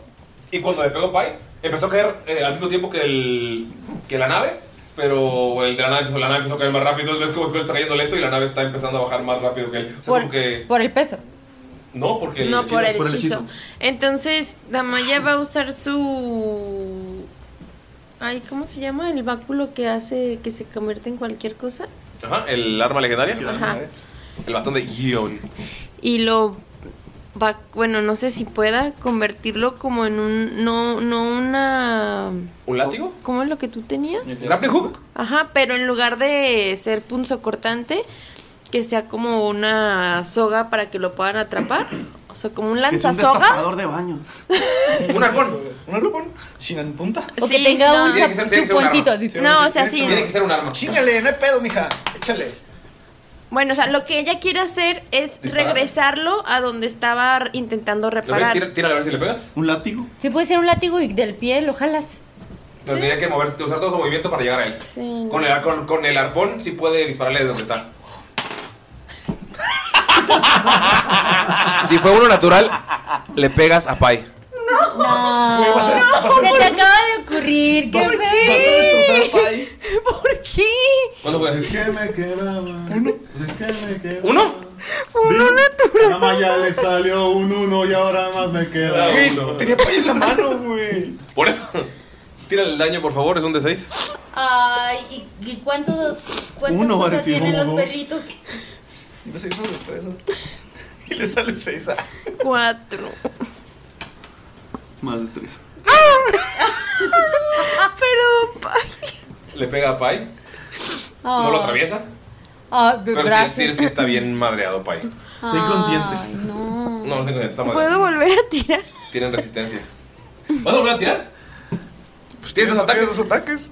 [SPEAKER 1] y cuando le pegó Pai, empezó a caer eh, al mismo tiempo que, el, que la nave, pero el de la nave, empezó- la nave empezó a caer más rápido. Entonces ves como Skull está cayendo lento y la nave está empezando a bajar más rápido que él. O sea, como que.
[SPEAKER 6] Por el peso.
[SPEAKER 1] No, porque.
[SPEAKER 2] No, por el, hechizo. Entonces, Damaya va a usar su... Ay, ¿cómo se llama? El báculo que hace que se convierte en cualquier cosa.
[SPEAKER 1] Ajá, el arma legendaria.
[SPEAKER 2] Ajá.
[SPEAKER 1] El bastón de Gion.
[SPEAKER 2] y lo va, bueno, no sé si pueda convertirlo como en un no no una
[SPEAKER 1] ¿Un látigo?
[SPEAKER 2] ¿Cómo es lo que tú tenías?
[SPEAKER 1] Grappling hook.
[SPEAKER 2] Ajá, pero en lugar de ser punzocortante que sea como una soga para que lo puedan atrapar, o sea, como un
[SPEAKER 5] Que es un
[SPEAKER 2] lanzasoga.
[SPEAKER 5] destapador de baño.
[SPEAKER 1] Un arpón.
[SPEAKER 11] Un arpón. Sin punta.
[SPEAKER 6] O que tenga un
[SPEAKER 1] Tiene que ser- tiene que ser un
[SPEAKER 6] chuponcito.
[SPEAKER 1] arma.
[SPEAKER 6] así.
[SPEAKER 2] No, o sea, sí.
[SPEAKER 1] Tiene que ser un arma.
[SPEAKER 11] Chíngale, no hay pedo, mija. Échale.
[SPEAKER 2] Bueno, o sea, lo que ella quiere hacer es
[SPEAKER 1] Disparar.
[SPEAKER 2] regresarlo a donde estaba intentando
[SPEAKER 1] A ver,
[SPEAKER 2] reparar.
[SPEAKER 1] tira- Tírale a ver si le pegas.
[SPEAKER 5] Un látigo.
[SPEAKER 6] Sí, puede ser un látigo y del pie lo jalas.
[SPEAKER 1] Pero tendría que moverse, usar todo su movimiento para llegar a él.
[SPEAKER 2] Sí.
[SPEAKER 1] Con el, con, con el arpón sí puede dispararle desde donde está. si fue uno natural, le pegas a Pai.
[SPEAKER 6] No,
[SPEAKER 11] Güey, vas a- vas a-
[SPEAKER 6] se te acaba de ocurrir. ¿Qué
[SPEAKER 11] Vas-
[SPEAKER 6] feo.
[SPEAKER 11] vas a destrozar a
[SPEAKER 6] ¿Por qué?
[SPEAKER 1] ¿Cuándo fue?
[SPEAKER 3] Es que me quedaba. ¿Uno? Es que me quedaba.
[SPEAKER 1] ¿Uno?
[SPEAKER 3] Uno natural. Nada más ya le salió un uno y ahora más me queda. uno.
[SPEAKER 1] tenía
[SPEAKER 11] pollo en la mano, güey.
[SPEAKER 1] Por eso. Tírale el daño, por favor, es un D6.
[SPEAKER 6] Ay, ¿y, y cuánto, cuánto
[SPEAKER 1] Uno va a
[SPEAKER 6] punto
[SPEAKER 1] decir,
[SPEAKER 6] tienen
[SPEAKER 1] como
[SPEAKER 6] los
[SPEAKER 1] dos.
[SPEAKER 6] perritos?
[SPEAKER 11] De seis más destreza. Y le sale seis a.
[SPEAKER 2] Cuatro.
[SPEAKER 5] Más destreza.
[SPEAKER 2] Pero.
[SPEAKER 1] Le pega a Pai. No lo atraviesa.
[SPEAKER 6] Ah,
[SPEAKER 1] Pero sí,
[SPEAKER 6] gracias.
[SPEAKER 1] sí, sí está bien madreado, Pai.
[SPEAKER 6] Estoy
[SPEAKER 1] consciente.
[SPEAKER 6] Ay, Pues- no.
[SPEAKER 1] No, no sé cómo está madreado.
[SPEAKER 2] ¿Puedo volver a tirar?
[SPEAKER 1] Tienen resistencia. ¿Vas a volver a tirar? Pues tienes dos ataques. dos ataques?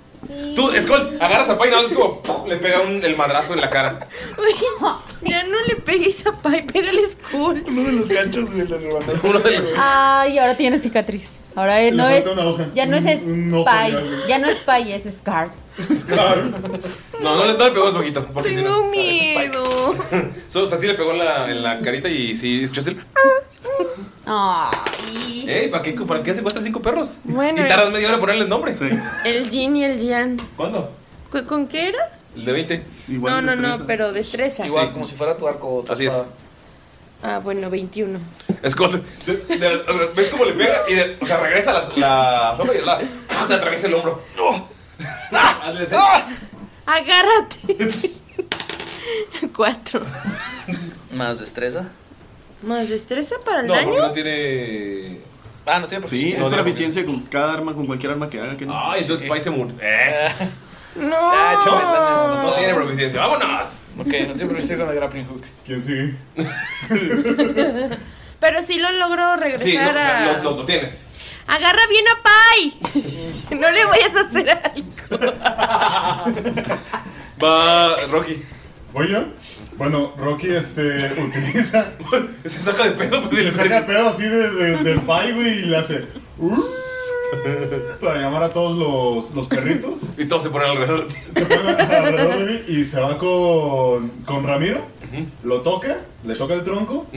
[SPEAKER 1] Tú, Skull, agarras a Pai y nada más es como ¡puf! le pega un- el madrazo en la cara.
[SPEAKER 2] Uy, ya no le pegues a Pai, pégale Skull.
[SPEAKER 11] Uno de los ganchos, güey, le
[SPEAKER 6] Ay, ahora tiene cicatriz. Ahora eh,
[SPEAKER 3] Le
[SPEAKER 6] no es,
[SPEAKER 3] falta una hoja.
[SPEAKER 6] ya no es
[SPEAKER 3] Un- un ojo de
[SPEAKER 6] Spy,
[SPEAKER 3] algo.
[SPEAKER 6] ya no es Spy, es Scar.
[SPEAKER 1] No, no le, no le pegó en su ojito. Por si sí, no.
[SPEAKER 2] miedo.
[SPEAKER 1] Solo, o sea, sí le pegó en la, en la carita y sí, escuchaste el.
[SPEAKER 6] Ay.
[SPEAKER 1] ¡Ey! ¿Para qué, ¿Para qué secuestras cinco perros?
[SPEAKER 2] Ah. Bueno.
[SPEAKER 1] Y tardas media hora en ponerles nombre.
[SPEAKER 2] El Jin y el Jan.
[SPEAKER 1] ¿Cuándo?
[SPEAKER 2] ¿Cu- ¿Con qué era?
[SPEAKER 1] El de 20.
[SPEAKER 2] no, no, no, pero destreza.
[SPEAKER 11] Igual, como si fuera tu arco o tu
[SPEAKER 1] Así es.
[SPEAKER 11] espada.
[SPEAKER 2] Ah, bueno, 21.
[SPEAKER 1] Scott, de- de- o sea, ¿ves cómo le pega? Y de- o sea, regresa la, la sombra y la, ah, te atraviesa el hombro. ¡No! ¡Ah! Hazle así.
[SPEAKER 2] Agárrate. Cuatro.
[SPEAKER 11] Más destreza.
[SPEAKER 2] ¿Más destreza para el
[SPEAKER 11] No,
[SPEAKER 2] daño?
[SPEAKER 11] porque no
[SPEAKER 1] tiene.
[SPEAKER 11] Ah, no tiene
[SPEAKER 5] Sí,
[SPEAKER 11] proficiencia.
[SPEAKER 5] es para eficiencia con cada arma, con cualquier arma que haga. Que no.
[SPEAKER 1] Ah, entonces Eh. Pai se murió.
[SPEAKER 2] No.
[SPEAKER 1] No tiene proficiencia. ¡Vámonos!
[SPEAKER 11] Ok, no tiene proficiencia con el grappling hook.
[SPEAKER 3] ¿Quién sigue?
[SPEAKER 2] Pero si lo logro regresar
[SPEAKER 1] Sí, no, o sea,
[SPEAKER 2] a.
[SPEAKER 1] lo, lo- lo tienes.
[SPEAKER 2] Agarra bien a Pai. no le vayas a hacer algo.
[SPEAKER 1] Va Rocky.
[SPEAKER 3] ¿Voy yo? Bueno, Rocky este, utiliza.
[SPEAKER 1] se saca de pedo, pues.
[SPEAKER 3] Se saca de pedo así de, de- del pie, güey, y le hace. "Uh", Para llamar a todos los, los perritos.
[SPEAKER 1] Y todos se ponen alrededor de ti.
[SPEAKER 3] alrededor de mí y se va con, con Ramiro, lo toca, le toca el tronco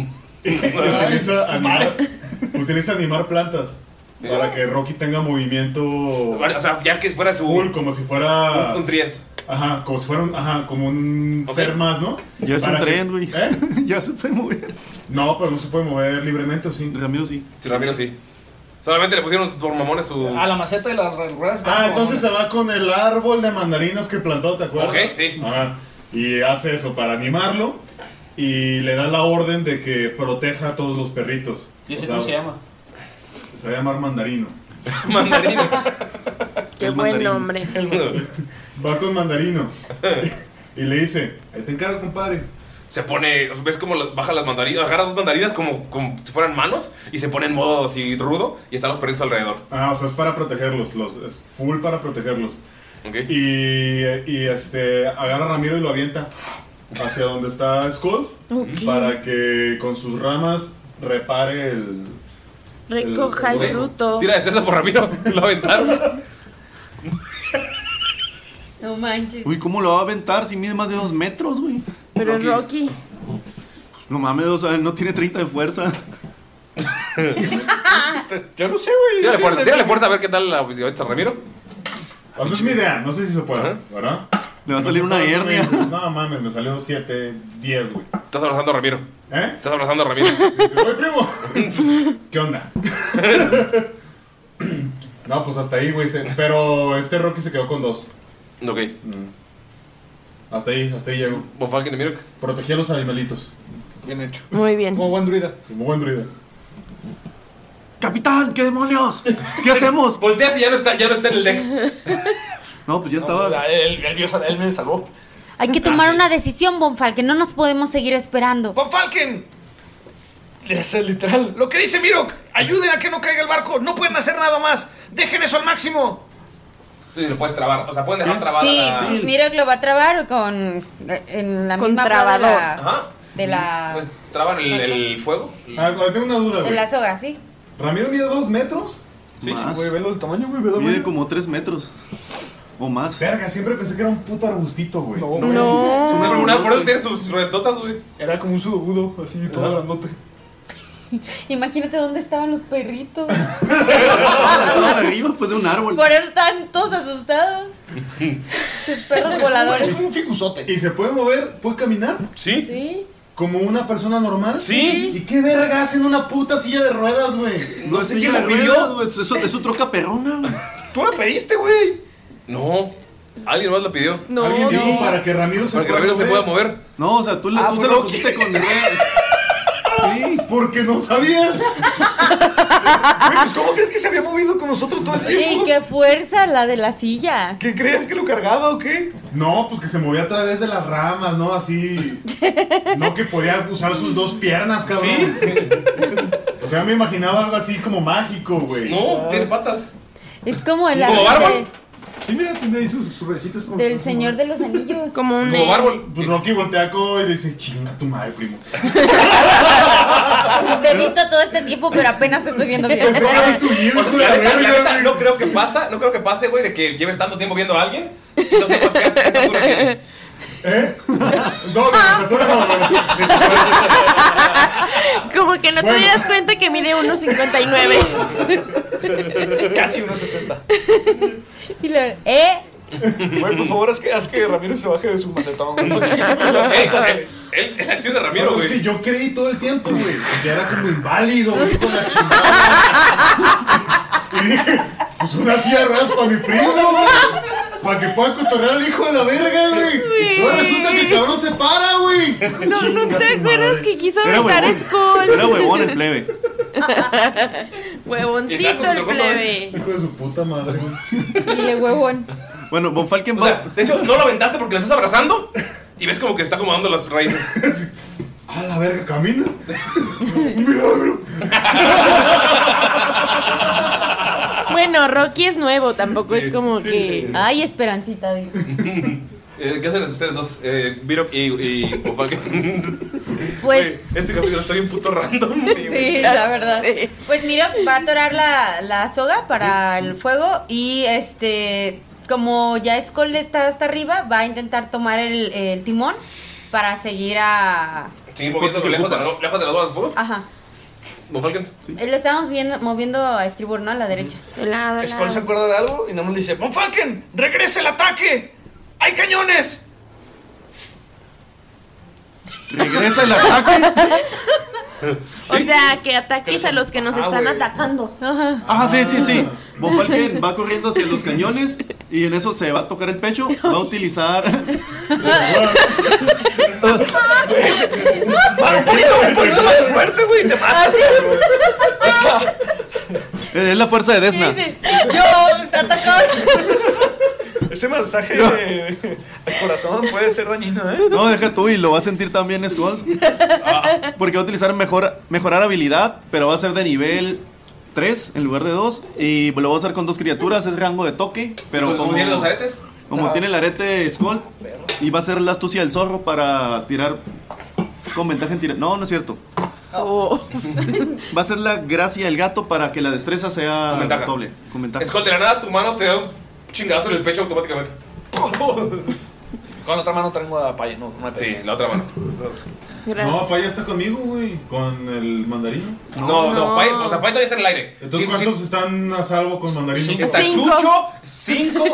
[SPEAKER 3] y utiliza animar, utiliza animar plantas para que Rocky tenga movimiento.
[SPEAKER 1] O sea, ya que fuera su.
[SPEAKER 3] Full, como si fuera.
[SPEAKER 1] Un, un trient.
[SPEAKER 3] Ajá, como si fuera un, ajá, como un
[SPEAKER 1] Ok.
[SPEAKER 3] ser más, ¿no?
[SPEAKER 5] Ya es un
[SPEAKER 3] Para que- ¿Eh?
[SPEAKER 5] tren, güey. ya se puede mover.
[SPEAKER 3] No, pero no se puede mover libremente, ¿o sí?
[SPEAKER 5] Ramiro sí.
[SPEAKER 1] Sí, Ramiro sí. Solamente le pusieron por mamones su.
[SPEAKER 11] A la maceta de las ruedas.
[SPEAKER 3] Ah, entonces se va con el árbol de mandarinas que plantó, ¿te acuerdas?
[SPEAKER 1] Ok, sí.
[SPEAKER 3] Ajá. Y hace eso para animarlo y le da la orden de que proteja a todos los perritos.
[SPEAKER 11] ¿Y ese
[SPEAKER 3] O sea,
[SPEAKER 11] cómo se llama?
[SPEAKER 3] Se va a llamar mandarino.
[SPEAKER 2] Qué buen nombre.
[SPEAKER 3] Va con mandarino. y le dice, ahí te encargo, compadre.
[SPEAKER 1] Se pone. ¿Ves cómo las- baja las mandarinas? Agarra dos mandarinas como, como si fueran manos y se pone en modo así rudo y están los perritos alrededor.
[SPEAKER 3] Ah, o sea, es para protegerlos, los, es full para protegerlos.
[SPEAKER 1] Ok.
[SPEAKER 3] Y, y, este, agarra a Ramiro y lo avienta hacia donde está Skull
[SPEAKER 2] Ok.
[SPEAKER 3] para que con sus ramas repare el...
[SPEAKER 2] Recoja el,
[SPEAKER 1] Ok,
[SPEAKER 2] fruto.
[SPEAKER 1] Tira destreza por Ramiro. Lo aventaron.
[SPEAKER 6] No manches.
[SPEAKER 5] Uy, ¿cómo lo va a aventar si mide más de dos metros, güey?
[SPEAKER 2] Pero es Rocky.
[SPEAKER 5] Pues, no mames, o sea, no tiene 30 de fuerza.
[SPEAKER 11] yo no sé, güey.
[SPEAKER 1] Tírale fuerza, tírale fuerza a ver qué tal la avienta Ramiro.
[SPEAKER 3] O sea, es mi idea, no sé si se puede, ¿verdad?
[SPEAKER 5] Le va a salir una hernia.
[SPEAKER 3] No mames, me salió 7, 10, güey.
[SPEAKER 1] Estás abrazando a Ramiro.
[SPEAKER 3] ¿Eh?
[SPEAKER 1] Estás abrazando a Ramiro.
[SPEAKER 3] ¡Oye, primo! ¿Qué onda? No, pues hasta ahí, güey. se- Pero este Rocky se quedó con dos. Mm.
[SPEAKER 1] Ok.
[SPEAKER 3] Hasta ahí, hasta ahí llegó.
[SPEAKER 1] Bofalken y Mirok.
[SPEAKER 3] Protegí a los animalitos.
[SPEAKER 11] Bien hecho.
[SPEAKER 2] Muy bien.
[SPEAKER 11] Como buen druida.
[SPEAKER 3] Como buen druida.
[SPEAKER 5] ¡Capitán! ¿Qué demonios? ¿Qué hacemos?
[SPEAKER 1] Volteas y ya no está, ya no está en el deck.
[SPEAKER 5] No, pues ya estaba.
[SPEAKER 11] él, él, vio- él me salvó.
[SPEAKER 6] Hay
[SPEAKER 3] Ah,
[SPEAKER 6] que tomar una decisión, Bonfalken, no nos podemos seguir esperando.
[SPEAKER 11] ¡Bonfalken! Es el literal. Lo que dice Mirok, ayuden a que no caiga el barco. No pueden hacer nada más. Dejen eso al máximo.
[SPEAKER 1] Sí, lo puedes trabar. O sea, pueden dejar trabada
[SPEAKER 6] Sí,
[SPEAKER 1] la-
[SPEAKER 6] mira que lo va a trabar con en la
[SPEAKER 2] Ah. Con
[SPEAKER 6] misma prueba de
[SPEAKER 2] trabador.
[SPEAKER 6] la,
[SPEAKER 1] Ajá.
[SPEAKER 6] de la
[SPEAKER 1] Pues traban el, el fuego.
[SPEAKER 3] Ah, tengo una duda,
[SPEAKER 6] de
[SPEAKER 3] güey.
[SPEAKER 6] la soga, ¿sí?
[SPEAKER 3] ¿Ramiro mide dos metros?
[SPEAKER 1] Sí,
[SPEAKER 5] Más.
[SPEAKER 3] Güey, velo el tamaño, güey. Velo,
[SPEAKER 5] Mide
[SPEAKER 3] güey.
[SPEAKER 5] como 3 metros. O más.
[SPEAKER 3] Verga, siempre pensé que era un puto arbustito, güey.
[SPEAKER 11] No,
[SPEAKER 1] No. Por eso tiene sus retotas, güey.
[SPEAKER 11] Era como un sudobudo, así todo grandote.
[SPEAKER 6] Imagínate dónde estaban los perritos.
[SPEAKER 5] Estaban arriba, pues de un árbol.
[SPEAKER 6] Por eso estaban todos asustados. Sus perros
[SPEAKER 3] Pues,
[SPEAKER 6] voladores.
[SPEAKER 3] un ficusote. ¿Y se puede mover? ¿Puede caminar?
[SPEAKER 1] Sí.
[SPEAKER 6] Sí.
[SPEAKER 3] ¿Como una persona normal?
[SPEAKER 5] Sí.
[SPEAKER 3] ¿Y qué vergas en una puta silla de ruedas, güey?
[SPEAKER 5] No, sé quién la pidió. Es, es, es su troca perrona.
[SPEAKER 11] Tú la pediste, güey.
[SPEAKER 1] No. Alguien más la pidió.
[SPEAKER 3] No, Alguien dijo no. para que Ramiro se
[SPEAKER 1] Para que
[SPEAKER 3] pueda
[SPEAKER 1] Ramiro se
[SPEAKER 3] mover.
[SPEAKER 1] pueda mover.
[SPEAKER 5] No, o sea, tú, le,
[SPEAKER 1] Ah,
[SPEAKER 5] tú
[SPEAKER 1] fue
[SPEAKER 5] se lo
[SPEAKER 1] Loki.
[SPEAKER 5] pusiste con él.
[SPEAKER 3] Sí, porque no sabía.
[SPEAKER 11] Güey, pues, ¿cómo crees que se había movido con nosotros
[SPEAKER 3] pues,
[SPEAKER 11] todo el
[SPEAKER 6] Oye,
[SPEAKER 11] tiempo?
[SPEAKER 6] qué fuerza la de la silla.
[SPEAKER 11] ¿Qué crees que lo cargaba o qué?
[SPEAKER 3] No, pues que se movía a través de las ramas, ¿no? Así. No que podía usar sus dos piernas, cabrón. O sea, me imaginaba algo así como mágico, güey.
[SPEAKER 1] No, tiene patas.
[SPEAKER 6] Es como el
[SPEAKER 3] ¿Como
[SPEAKER 6] árbol
[SPEAKER 3] barbas?
[SPEAKER 6] de-
[SPEAKER 3] Sí, mira, tiene ahí sus, sus recitas como.
[SPEAKER 6] del Señor de los Anillos.
[SPEAKER 2] Como
[SPEAKER 3] Pues Rocky voltea co- y le dice, chinga tu madre, primo.
[SPEAKER 6] Te he visto todo este tiempo, pero apenas te estoy viendo bien.
[SPEAKER 1] Pues, ah, O sea, la neta- la neta, no creo que pasa, no creo que pase, güey, de que lleves tanto tiempo viendo a alguien. pues,
[SPEAKER 3] No,
[SPEAKER 2] Ah. Como que no te dieras cuenta que mide 1.59.
[SPEAKER 11] Casi unos 60.
[SPEAKER 6] Y le- ¿Eh?
[SPEAKER 11] Güey, por favor, haz que, haz que Ramiro se baje de su macetón.
[SPEAKER 1] Eh, La acción de Ramiro,
[SPEAKER 3] No, pues es que yo creí todo el tiempo, güey. Que era como inválido, güey, con la chingada. Y dije, pues una silla de ruedas para mi primo, güey. Para que pueda cotorrear al hijo de la verga, güey.
[SPEAKER 2] Sí.
[SPEAKER 3] Ahora resulta que el cabrón se para, güey.
[SPEAKER 2] No, ¿no
[SPEAKER 3] Chinga
[SPEAKER 2] te
[SPEAKER 3] tu madre.
[SPEAKER 2] acuerdas que quiso
[SPEAKER 5] Era
[SPEAKER 2] aventar
[SPEAKER 5] huevón.
[SPEAKER 2] Skull?
[SPEAKER 5] Era huevón el plebe.
[SPEAKER 2] Huevoncito el plebe.
[SPEAKER 3] Hijo de su puta madre, güey.
[SPEAKER 6] Dile huevón.
[SPEAKER 5] Bueno, Von Falken
[SPEAKER 1] O sea, de hecho, no lo aventaste porque le estás abrazando y ves como que está acomodando las raíces.
[SPEAKER 3] A la verga, ¿caminas?
[SPEAKER 2] Bueno, Rocky es nuevo, tampoco es como que.
[SPEAKER 6] Ay, esperancita. dijo.
[SPEAKER 1] Eh, ¿Qué hacen ustedes dos? Eh, Virok y, y Bonfalken?
[SPEAKER 6] Pues,
[SPEAKER 1] este capítulo está bien puto random.
[SPEAKER 6] sí, la verdad. Pues mira, va a atorar la, la soga para el fuego y este, como ya Skull está hasta arriba, va a intentar tomar el, el timón para seguir a...
[SPEAKER 1] Sí, moviéndose lejos de, la, lejos de las bolas de fuego.
[SPEAKER 6] Ajá.
[SPEAKER 1] Bonfalken.
[SPEAKER 6] Eh, Lo estamos viendo, moviendo a estribor, ¿no? A la derecha.
[SPEAKER 11] Skull se acuerda de algo y nada más le dice: ¡Von Falken! ¡Regrese el ataque! ¡Hay cañones!
[SPEAKER 5] Regresa el ataque.
[SPEAKER 2] O sea, que ataques a los que nos
[SPEAKER 5] Ah,
[SPEAKER 2] están
[SPEAKER 5] güey.
[SPEAKER 2] atacando. Ajá.
[SPEAKER 5] Ah, sí, sí, sí. Von Falken va corriendo hacia los cañones y en eso se va a tocar el pecho. Va a utilizar.
[SPEAKER 11] un poquito, un poquito más fuerte, güey, te
[SPEAKER 2] Ah,
[SPEAKER 11] matas, cabrón.
[SPEAKER 5] Es la fuerza de Desna.
[SPEAKER 6] Yo te atacaba.
[SPEAKER 11] Ese masaje eh, al corazón puede ser dañino, ¿eh?
[SPEAKER 5] No, deja tú y lo va a sentir también Skull.
[SPEAKER 1] Ah.
[SPEAKER 5] Porque va a utilizar mejor, mejorar habilidad, pero va a ser de nivel 3 en lugar de 2. Y lo va a usar con dos criaturas, es rango de toque. Pero
[SPEAKER 3] Pues,
[SPEAKER 1] ¿Como- como tiene los aretes?
[SPEAKER 5] Como
[SPEAKER 1] Ah.
[SPEAKER 5] tiene el arete Skull. Y va a ser la astucia del zorro para tirar con ventaja en tirar. No, no es cierto. Oh. Va a ser la gracia del gato para que la destreza sea
[SPEAKER 1] ventaja.
[SPEAKER 5] doble. Con ventaja.
[SPEAKER 1] Skull, de la nada tu mano te da un chingazo en el pecho automáticamente.
[SPEAKER 11] Con la otra mano traigo a Paye, no, no Sí,
[SPEAKER 1] la otra mano.
[SPEAKER 3] No, Paya está conmigo, güey. Con el mandarino.
[SPEAKER 1] No, no, Pai- o sea, Pai todavía está en el aire.
[SPEAKER 3] Entonces, ¿cuántos están a salvo con mandarino?
[SPEAKER 1] Está Chucho, 5.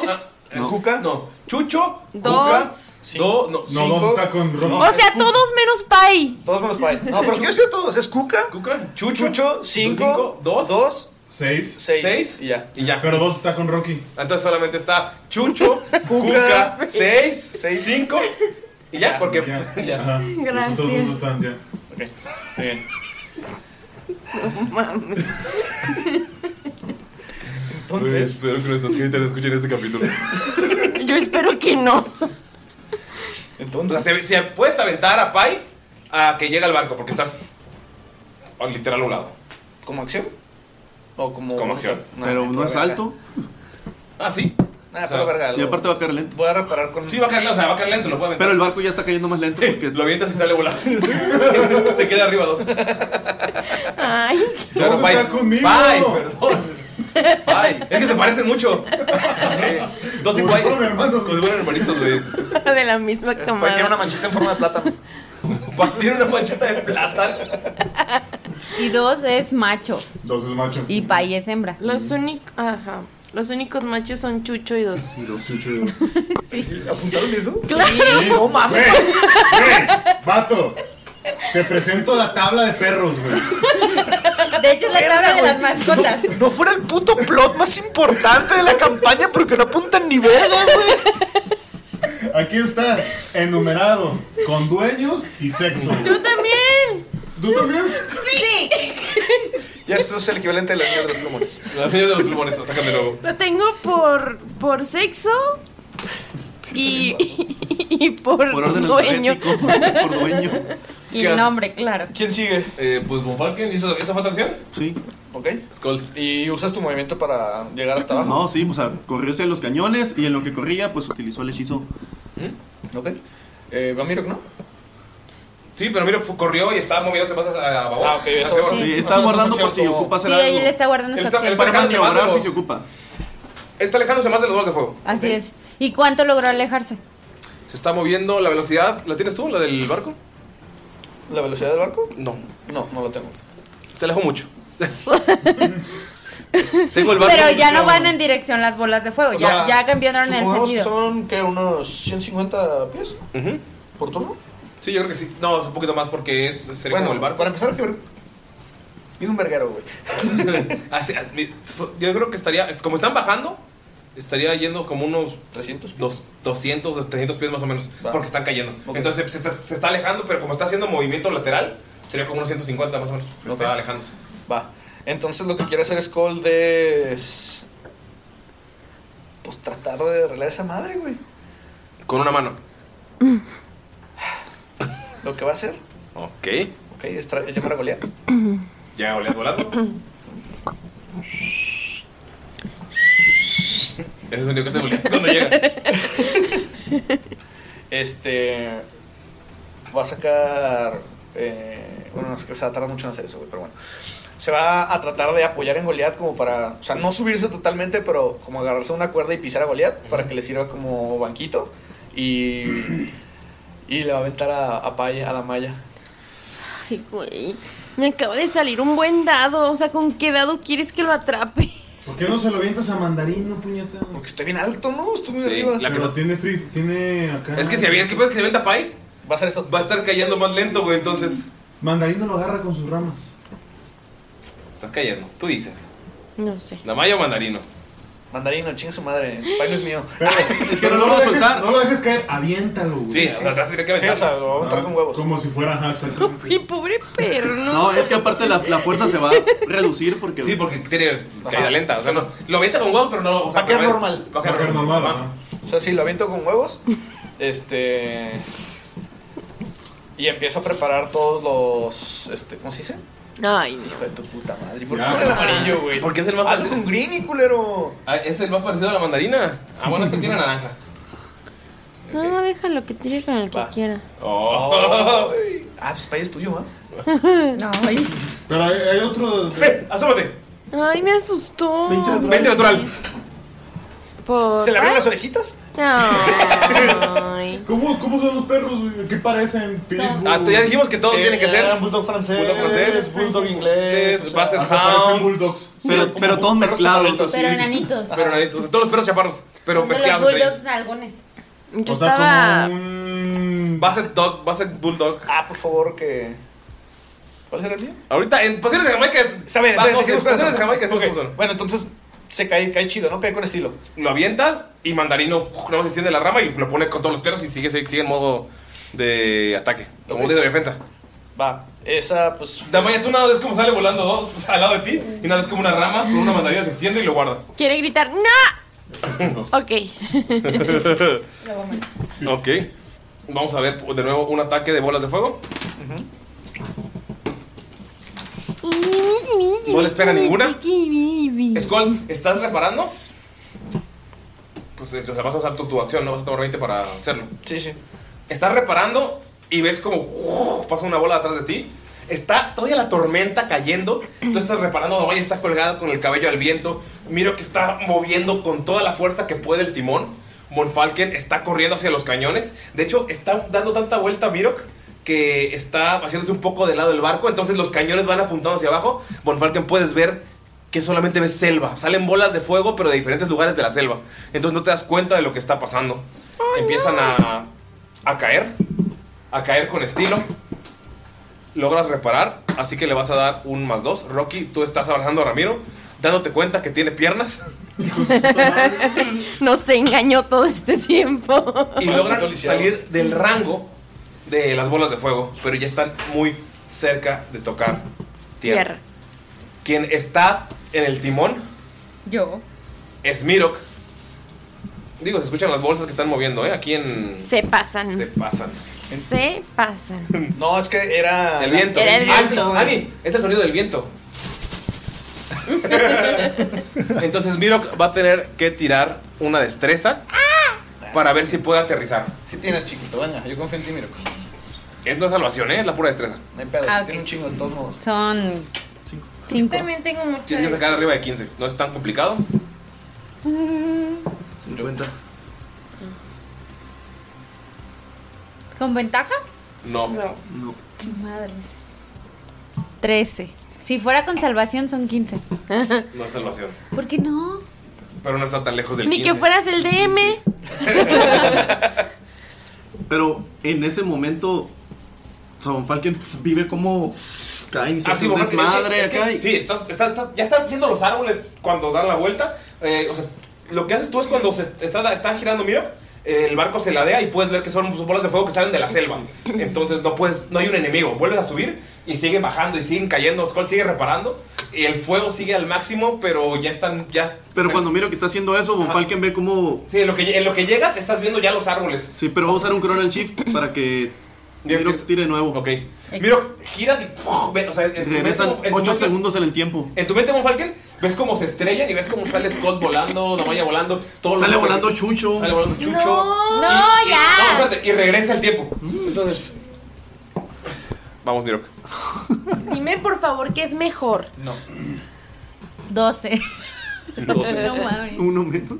[SPEAKER 1] No. ¿Juca? No. Chucho,
[SPEAKER 2] Dos.
[SPEAKER 1] Juca, dos, no,
[SPEAKER 3] No, dos está con Rocky.
[SPEAKER 2] O sea, todos menos Pai.
[SPEAKER 11] Todos menos Pai. No, pero es que yo soy de todos. Es Cuca. Cuca. Chucho. Chucho. Cinco. Dos. Dos.
[SPEAKER 3] Seis.
[SPEAKER 11] Seis.
[SPEAKER 1] Seis.
[SPEAKER 11] Y ya.
[SPEAKER 1] Y ya.
[SPEAKER 3] Pero dos está con Rocky.
[SPEAKER 1] Entonces solamente está Chucho, Cuca, 6, 5 y ya, porque ya.
[SPEAKER 3] Gracias. Los otros dos están ya.
[SPEAKER 11] Bien.
[SPEAKER 1] Entonces, espero que nuestros haters escuchen este capítulo.
[SPEAKER 2] Yo espero que no.
[SPEAKER 1] Entonces, o sea, se, se puedes aventar a Pai a que llegue al barco porque estás oh, literal a un lado.
[SPEAKER 11] ¿Como acción? O como.
[SPEAKER 1] Como acción.
[SPEAKER 5] pero no es alto.
[SPEAKER 1] Ah, sí.
[SPEAKER 11] Nada,
[SPEAKER 1] O sea,
[SPEAKER 11] pero verga.
[SPEAKER 5] Y aparte va a caer lento.
[SPEAKER 11] Voy a reparar con.
[SPEAKER 1] Sí, va a caer lento, o sea, va a caer lento, lo puedo aventar.
[SPEAKER 5] Pero el barco ya está cayendo más lento porque.
[SPEAKER 1] Lo avientas y sale volando. se queda arriba dos.
[SPEAKER 2] Ay.
[SPEAKER 1] Claro,
[SPEAKER 3] Dos
[SPEAKER 1] Pai.
[SPEAKER 3] están conmigo.
[SPEAKER 1] Pai, perdón. Pai. Es que se parecen mucho. Dos y Pai. Los buenos hermanitos, güey.
[SPEAKER 2] De la misma
[SPEAKER 5] Pues,
[SPEAKER 2] camada.
[SPEAKER 11] manchita en forma de plátano.
[SPEAKER 1] Pai tiene una mancheta de plátano.
[SPEAKER 6] Y dos es macho.
[SPEAKER 3] Dos es macho.
[SPEAKER 6] Y Pai es hembra.
[SPEAKER 2] Los únicos. Ajá. Los únicos machos son Chucho y dos.
[SPEAKER 3] Y dos Chucho y dos.
[SPEAKER 4] ¿Apuntaron eso?
[SPEAKER 3] No mames. vato. Te presento la tabla de perros, güey.
[SPEAKER 6] De hecho, es la tabla de las mascotas.
[SPEAKER 13] No fuera el puto plot más importante de la campaña porque no apuntan ni verga, güey.
[SPEAKER 3] Aquí está, enumerados, con dueños y sexo.
[SPEAKER 2] ¡Yo también!
[SPEAKER 3] ¿Tú también?
[SPEAKER 2] ¡Sí!
[SPEAKER 4] Ya esto es el equivalente de la niña de los plumones.
[SPEAKER 1] La niña de los plumones, atacan de nuevo.
[SPEAKER 2] Lo tengo por, por sexo y, y, por, dueño.
[SPEAKER 5] por dueño.
[SPEAKER 6] Y el nombre, claro.
[SPEAKER 4] ¿Quién sigue?
[SPEAKER 1] Eh, pues Bonfalken, ¿hizo esa falta acción?
[SPEAKER 5] Sí.
[SPEAKER 4] Ok. ¿Y usas tu movimiento para llegar hasta abajo?
[SPEAKER 5] No, sí, o sea, corrió hacia los cañones y en lo que corría, pues utilizó el hechizo.
[SPEAKER 4] Ok. Eh, va Mirok, ¿no?
[SPEAKER 1] Sí, pero mira, fu- corrió y estaba moviéndose más a a favor.
[SPEAKER 4] Ah, ok, eso
[SPEAKER 1] Hacia
[SPEAKER 4] va.
[SPEAKER 1] abajo.
[SPEAKER 4] Sí, estaba guardando por si ocupa
[SPEAKER 6] Sí, él está guardando
[SPEAKER 1] Él
[SPEAKER 6] su
[SPEAKER 1] está, él
[SPEAKER 6] acción.
[SPEAKER 1] está alejándose más de
[SPEAKER 5] maniobrar
[SPEAKER 1] los...
[SPEAKER 5] si se ocupa.
[SPEAKER 1] Está alejándose más de los dos de fuego.
[SPEAKER 6] Así es. ¿Y cuánto logró alejarse?
[SPEAKER 1] Se está moviendo la velocidad. ¿La tienes tú, la del barco?
[SPEAKER 4] ¿La velocidad del barco?
[SPEAKER 1] No.
[SPEAKER 4] No, no lo tengo.
[SPEAKER 1] Se alejó mucho. Tengo el barco.
[SPEAKER 6] Pero ya no van en dirección las bolas de fuego. Ya, ya cambiaron el
[SPEAKER 4] supongamos que
[SPEAKER 6] sentido.
[SPEAKER 4] son, ¿qué? ¿Unos 150 pies? ¿Por turno?
[SPEAKER 1] Sí, yo creo que sí. No, es un poquito más porque es sería
[SPEAKER 4] Bueno,
[SPEAKER 1] como el barco.
[SPEAKER 4] Para empezar, que ver- es un verguero, güey.
[SPEAKER 1] Así- mi- yo creo que estaría, como están bajando, estaría yendo como unos 300, dos, 200, 300 pies más o menos, porque están cayendo. Entonces se está, se está alejando, pero como está haciendo movimiento lateral, sería como unos 150 más o menos. pero Está alejándose.
[SPEAKER 4] Va. Entonces lo que quiere hacer Skull de... es- Pues tratar de arreglar esa madre, güey.
[SPEAKER 1] Con una mano.
[SPEAKER 4] Lo que va a hacer,
[SPEAKER 1] Ok.
[SPEAKER 4] ok, es, tra- es llamar a Goliath.
[SPEAKER 1] Ya Goliat volando. Ese es el sonido que hace Goliat cuando llega.
[SPEAKER 4] Este. Va a sacar. eh, bueno, no es que se va a tardar mucho en hacer eso, güey, pero bueno. Se va a tratar de apoyar en Goliath como para. O sea, no subirse totalmente, pero como agarrarse a una cuerda y pisar a Goliath para que le sirva como banquito. Y. Y le va a aventar a, a Pai- a la malla.
[SPEAKER 2] Ay, güey. Me acaba de salir un buen dado. O sea, ¿con qué dado quieres que lo atrape?
[SPEAKER 3] ¿Por qué no se lo vientas a mandarino, puñeta? Porque
[SPEAKER 4] está bien alto, ¿no? Está muy
[SPEAKER 1] Sí, arriba. la que-
[SPEAKER 3] Pero tiene, free, tiene acá.
[SPEAKER 1] Es que si había, ¿qué pasa que se venta Pai?
[SPEAKER 4] Va a ser esto.
[SPEAKER 1] Va a estar cayendo más lento, güey, entonces.
[SPEAKER 3] Mandarino lo agarra con sus ramas.
[SPEAKER 1] Estás cayendo, tú dices.
[SPEAKER 2] No sé.
[SPEAKER 1] ¿La malla o mandarino?
[SPEAKER 4] Mandarino, chinga su madre. Pai no es mío.
[SPEAKER 3] es que no, lo dejes, no lo dejes caer, aviéntalo, güey. Ah,
[SPEAKER 1] Sí, o sea, te vas a tener que aventar.
[SPEAKER 4] Sí, o sea, lo vamos a entrar con huevos.
[SPEAKER 3] Como si fuera Hax.
[SPEAKER 2] Y pobre perro.
[SPEAKER 5] No, es que aparte la, la fuerza se va a reducir porque.
[SPEAKER 1] Sí, porque tiene caída lenta. O sea, no, lo avienta con huevos, pero no lo. O sea,
[SPEAKER 4] Va a quedar
[SPEAKER 1] pero-
[SPEAKER 4] normal.
[SPEAKER 1] Va a quedar normal.
[SPEAKER 4] Ajá. O sea, si lo aviento con huevos, este. Y empiezo a preparar todos los. Este, ¿Cómo se dice?
[SPEAKER 2] Ay, no.
[SPEAKER 4] Hijo de tu puta madre. ¿Por qué
[SPEAKER 1] Ya.
[SPEAKER 4] es el amarillo, güey? Ah,
[SPEAKER 1] ¿Por qué es el más
[SPEAKER 4] Haz
[SPEAKER 1] parecido?
[SPEAKER 4] con greeny, culero.
[SPEAKER 1] Ah, ¿Es el más parecido a la mandarina? Ah, bueno, este tiene naranja.
[SPEAKER 2] No, déjalo que tire con el que quiera.
[SPEAKER 1] Oh.
[SPEAKER 4] Ah, pues pay es tuyo, ¿va?
[SPEAKER 6] No, oye.
[SPEAKER 3] Pero hay, hay otro.
[SPEAKER 1] ¡Ve! ¡Asómate!
[SPEAKER 2] Ay, me asustó.
[SPEAKER 1] 20 natural.
[SPEAKER 2] Por-
[SPEAKER 4] ¿Se le abrieron las orejitas?
[SPEAKER 2] Ay.
[SPEAKER 3] ¿Cómo, ¿Cómo son los perros, güey? ¿Qué parecen? Pitbull.
[SPEAKER 1] Ah, tú ya dijimos que todo
[SPEAKER 4] Eh,
[SPEAKER 1] tiene que ser.
[SPEAKER 4] Bulldog francés.
[SPEAKER 1] Bulldog francés.
[SPEAKER 4] Bulldog inglés.
[SPEAKER 1] Va a ser
[SPEAKER 3] Hasta parecen
[SPEAKER 1] hound.
[SPEAKER 3] bulldogs.
[SPEAKER 5] Pero, pero todos
[SPEAKER 1] perros
[SPEAKER 5] mezclados.
[SPEAKER 1] chaparritos.
[SPEAKER 6] Pero
[SPEAKER 1] Sí.
[SPEAKER 6] enanitos.
[SPEAKER 1] Pero nanitos. O sea, todos los perros chaparros, pero
[SPEAKER 6] Son de los
[SPEAKER 1] mezclados entre ellos.
[SPEAKER 6] bulldogs algunos.
[SPEAKER 2] Yo
[SPEAKER 3] O sea,
[SPEAKER 2] estaba.
[SPEAKER 3] como un.
[SPEAKER 1] Va a ser dog, va a ser bulldog.
[SPEAKER 4] Ah, por favor, que. ¿Cuál será el mío?
[SPEAKER 1] Ahorita en posiciones de Jamaica
[SPEAKER 4] Está
[SPEAKER 1] es.
[SPEAKER 4] bien,
[SPEAKER 1] Ah,
[SPEAKER 4] está bien,
[SPEAKER 1] no, sí,
[SPEAKER 4] decimos cuáles
[SPEAKER 1] posiciones de
[SPEAKER 4] son.
[SPEAKER 1] Jamaica decimos
[SPEAKER 4] Ok,
[SPEAKER 1] cómo son.
[SPEAKER 4] Bueno, entonces se cae, cae chido, ¿no? Cae con estilo.
[SPEAKER 1] Lo avientas y mandarino uf, nada más extiende la rama y lo pone con todos los perros y sigue, sigue en modo de ataque. Como de defensa.
[SPEAKER 4] Va. Esa, pues.
[SPEAKER 1] Damaya, tú nada más ves cómo sale volando dos al lado de ti y nada es como una rama con una mandarina se extiende y lo guarda.
[SPEAKER 2] Quiere gritar. ¡No! Ok.
[SPEAKER 1] Ok. Vamos a ver de nuevo un ataque de bolas de fuego. No les pega ninguna. Skull, ¿estás reparando? Pues eh, o sea, vas a usar tu, tu acción, no vas a tomar 20 para hacerlo.
[SPEAKER 4] Sí, sí.
[SPEAKER 1] Estás reparando y ves como ¡uh! pasa una bola atrás de ti. Está todavía la tormenta cayendo. Tú estás reparando, Damaya está colgada con el cabello al viento. Miro que está moviendo con toda la fuerza que puede el timón. Monfalken está corriendo hacia los cañones. De hecho, está dando tanta vuelta a Mirok que está haciéndose un poco del lado del barco, entonces los cañones van apuntando hacia abajo. Von Falken puedes ver que solamente ves selva. Salen bolas de fuego, pero de diferentes lugares de la selva. Entonces no te das cuenta de lo que está pasando. Empiezan a, a caer, a caer con estilo. Logras reparar, así que le vas a dar un más dos. Rocky, tú estás abrazando a Ramiro, dándote cuenta que tiene piernas.
[SPEAKER 2] Nos engañó todo este tiempo.
[SPEAKER 1] y logran salir del rango de las bolas de fuego, pero ya están muy cerca de tocar tierra.
[SPEAKER 2] Tierra.
[SPEAKER 1] Quien está en el timón
[SPEAKER 6] Yo.
[SPEAKER 1] es Mirok. Digo, se escuchan las bolsas que están moviendo, ¿eh? Aquí en...
[SPEAKER 2] Se pasan.
[SPEAKER 1] Se
[SPEAKER 2] Se,
[SPEAKER 1] pasan.
[SPEAKER 2] pasan.
[SPEAKER 11] No, es que era.
[SPEAKER 1] El viento.
[SPEAKER 2] Era el
[SPEAKER 1] Ah,
[SPEAKER 2] viento.
[SPEAKER 1] sí, Ani, es el sonido del viento. Entonces Mirok va a tener que tirar una destreza para ver si puede aterrizar.
[SPEAKER 11] Si tienes chiquito, venga, yo confío en ti, Miro.
[SPEAKER 1] Es no salvación, ¿eh? es la pura destreza.
[SPEAKER 11] No hay pedo,
[SPEAKER 6] Ah,
[SPEAKER 11] si tiene un chingo de todos modos.
[SPEAKER 6] Son. Cinco.
[SPEAKER 2] También tengo
[SPEAKER 1] Tienes que sacar arriba de 15. No es tan complicado.
[SPEAKER 6] Mm, ¿Con ventaja?
[SPEAKER 1] No.
[SPEAKER 6] Madre. Trece. Si fuera con salvación son quince.
[SPEAKER 1] No es salvación.
[SPEAKER 6] ¿Por qué no?
[SPEAKER 1] Pero no está tan lejos del
[SPEAKER 2] Ni
[SPEAKER 1] 15.
[SPEAKER 2] que fueras el DM.
[SPEAKER 5] Pero en ese momento, Von Falken pf, vive como pf, caen, se hace un desmadre
[SPEAKER 1] Ah, es que-
[SPEAKER 5] acá.
[SPEAKER 1] es que- Sí, estás- estás- estás- ya estás viendo los árboles cuando dan la vuelta. Eh, o sea, lo que haces tú es cuando se está, está girando, mira, eh, el barco se ladea y puedes ver que son sus bolas de fuego que salen de la selva. Entonces no puedes, no hay un enemigo. Vuelves a subir y siguen bajando y siguen cayendo. Skull sigue reparando. Y el fuego sigue al máximo, pero ya están. Ya,
[SPEAKER 5] Pero cuando miro que está haciendo eso, Von Falken ve como.
[SPEAKER 1] Sí, en lo, que, en lo que llegas estás viendo ya los árboles.
[SPEAKER 5] Sí, pero va a usar un Chronal Shift para que. Miro tire de nuevo.
[SPEAKER 1] Ok. Miro, giras y. ¡puf! ve- O sea, en tu mente
[SPEAKER 5] Regresan
[SPEAKER 1] como- en tu
[SPEAKER 5] 8
[SPEAKER 1] mente-
[SPEAKER 5] segundos en el tiempo.
[SPEAKER 1] En tu mente, Von Falken, ves cómo se estrellan y ves cómo sale Scott volando, Damaya volando. Todo
[SPEAKER 5] Sale
[SPEAKER 1] lo que-
[SPEAKER 5] volando Chucho.
[SPEAKER 1] Sale volando Chucho.
[SPEAKER 6] No,
[SPEAKER 1] Y- y-
[SPEAKER 6] ya.
[SPEAKER 1] no, espérate, y regresa el tiempo. Entonces. Vamos, Mirok.
[SPEAKER 2] Dime por favor que es mejor.
[SPEAKER 1] No.
[SPEAKER 6] Doce.
[SPEAKER 1] No
[SPEAKER 6] mames.
[SPEAKER 5] Uno menos.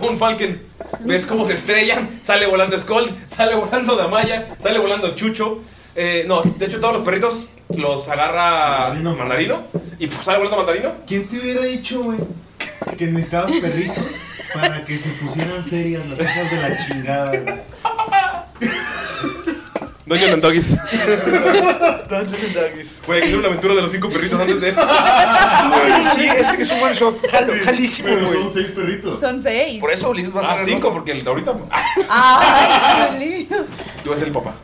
[SPEAKER 1] Von Falken, ves cómo se estrellan. Sale volando Scott, sale volando Damaya, sale volando Chucho. Eh, no, de hecho, todos los perritos los agarra Mandarino. y pues, sale volando Mandarino.
[SPEAKER 3] ¿Quién te hubiera dicho, güey, que necesitabas perritos para que se pusieran serias las hijas de la chingada, güey?
[SPEAKER 1] Doña Nantogis.
[SPEAKER 11] Dungeons and Dragons.
[SPEAKER 1] Voy a hacer una aventura de los cinco perritos antes de.
[SPEAKER 11] Güey, sí, es que es un one shot. Jalo, jalísimo,
[SPEAKER 3] Pero
[SPEAKER 11] güey.
[SPEAKER 3] son seis perritos.
[SPEAKER 6] Son seis.
[SPEAKER 11] Por eso Ulises va a
[SPEAKER 1] Ah,
[SPEAKER 11] ser el
[SPEAKER 1] cinco, porque el de ahorita.
[SPEAKER 6] Ay,
[SPEAKER 1] Yo voy a ser el papá.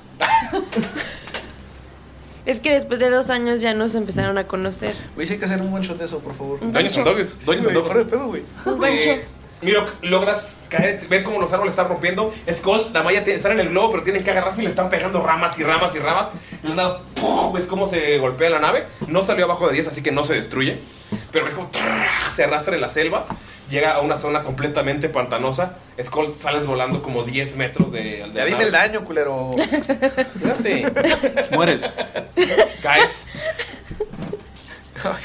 [SPEAKER 2] Es que después de dos años ya nos empezaron a conocer.
[SPEAKER 11] Güey, sí hay que hacer un one shot de eso, por favor.
[SPEAKER 1] Doños and Dogs,
[SPEAKER 11] Sí,
[SPEAKER 1] Doños
[SPEAKER 11] güey,
[SPEAKER 1] and Dogs.
[SPEAKER 11] fuera de pedo, güey.
[SPEAKER 2] Un gancho.
[SPEAKER 1] Eh, Miro, logras caer, ven cómo los árboles están rompiendo. Skull, Damaya te- están en el globo, pero tienen que agarrarse y le están pegando ramas y ramas y ramas. Y de nada, ¡puf! ves cómo se golpea la nave. No salió abajo de 10, así que no se destruye. Pero ves cómo ¡trrrr! se arrastra en la selva. Llega a una zona completamente pantanosa. Skull, sales volando como 10 metros de, de
[SPEAKER 11] Ya
[SPEAKER 1] la
[SPEAKER 11] dime
[SPEAKER 1] nave.
[SPEAKER 11] el daño, culero.
[SPEAKER 5] Mueres.
[SPEAKER 1] Caes.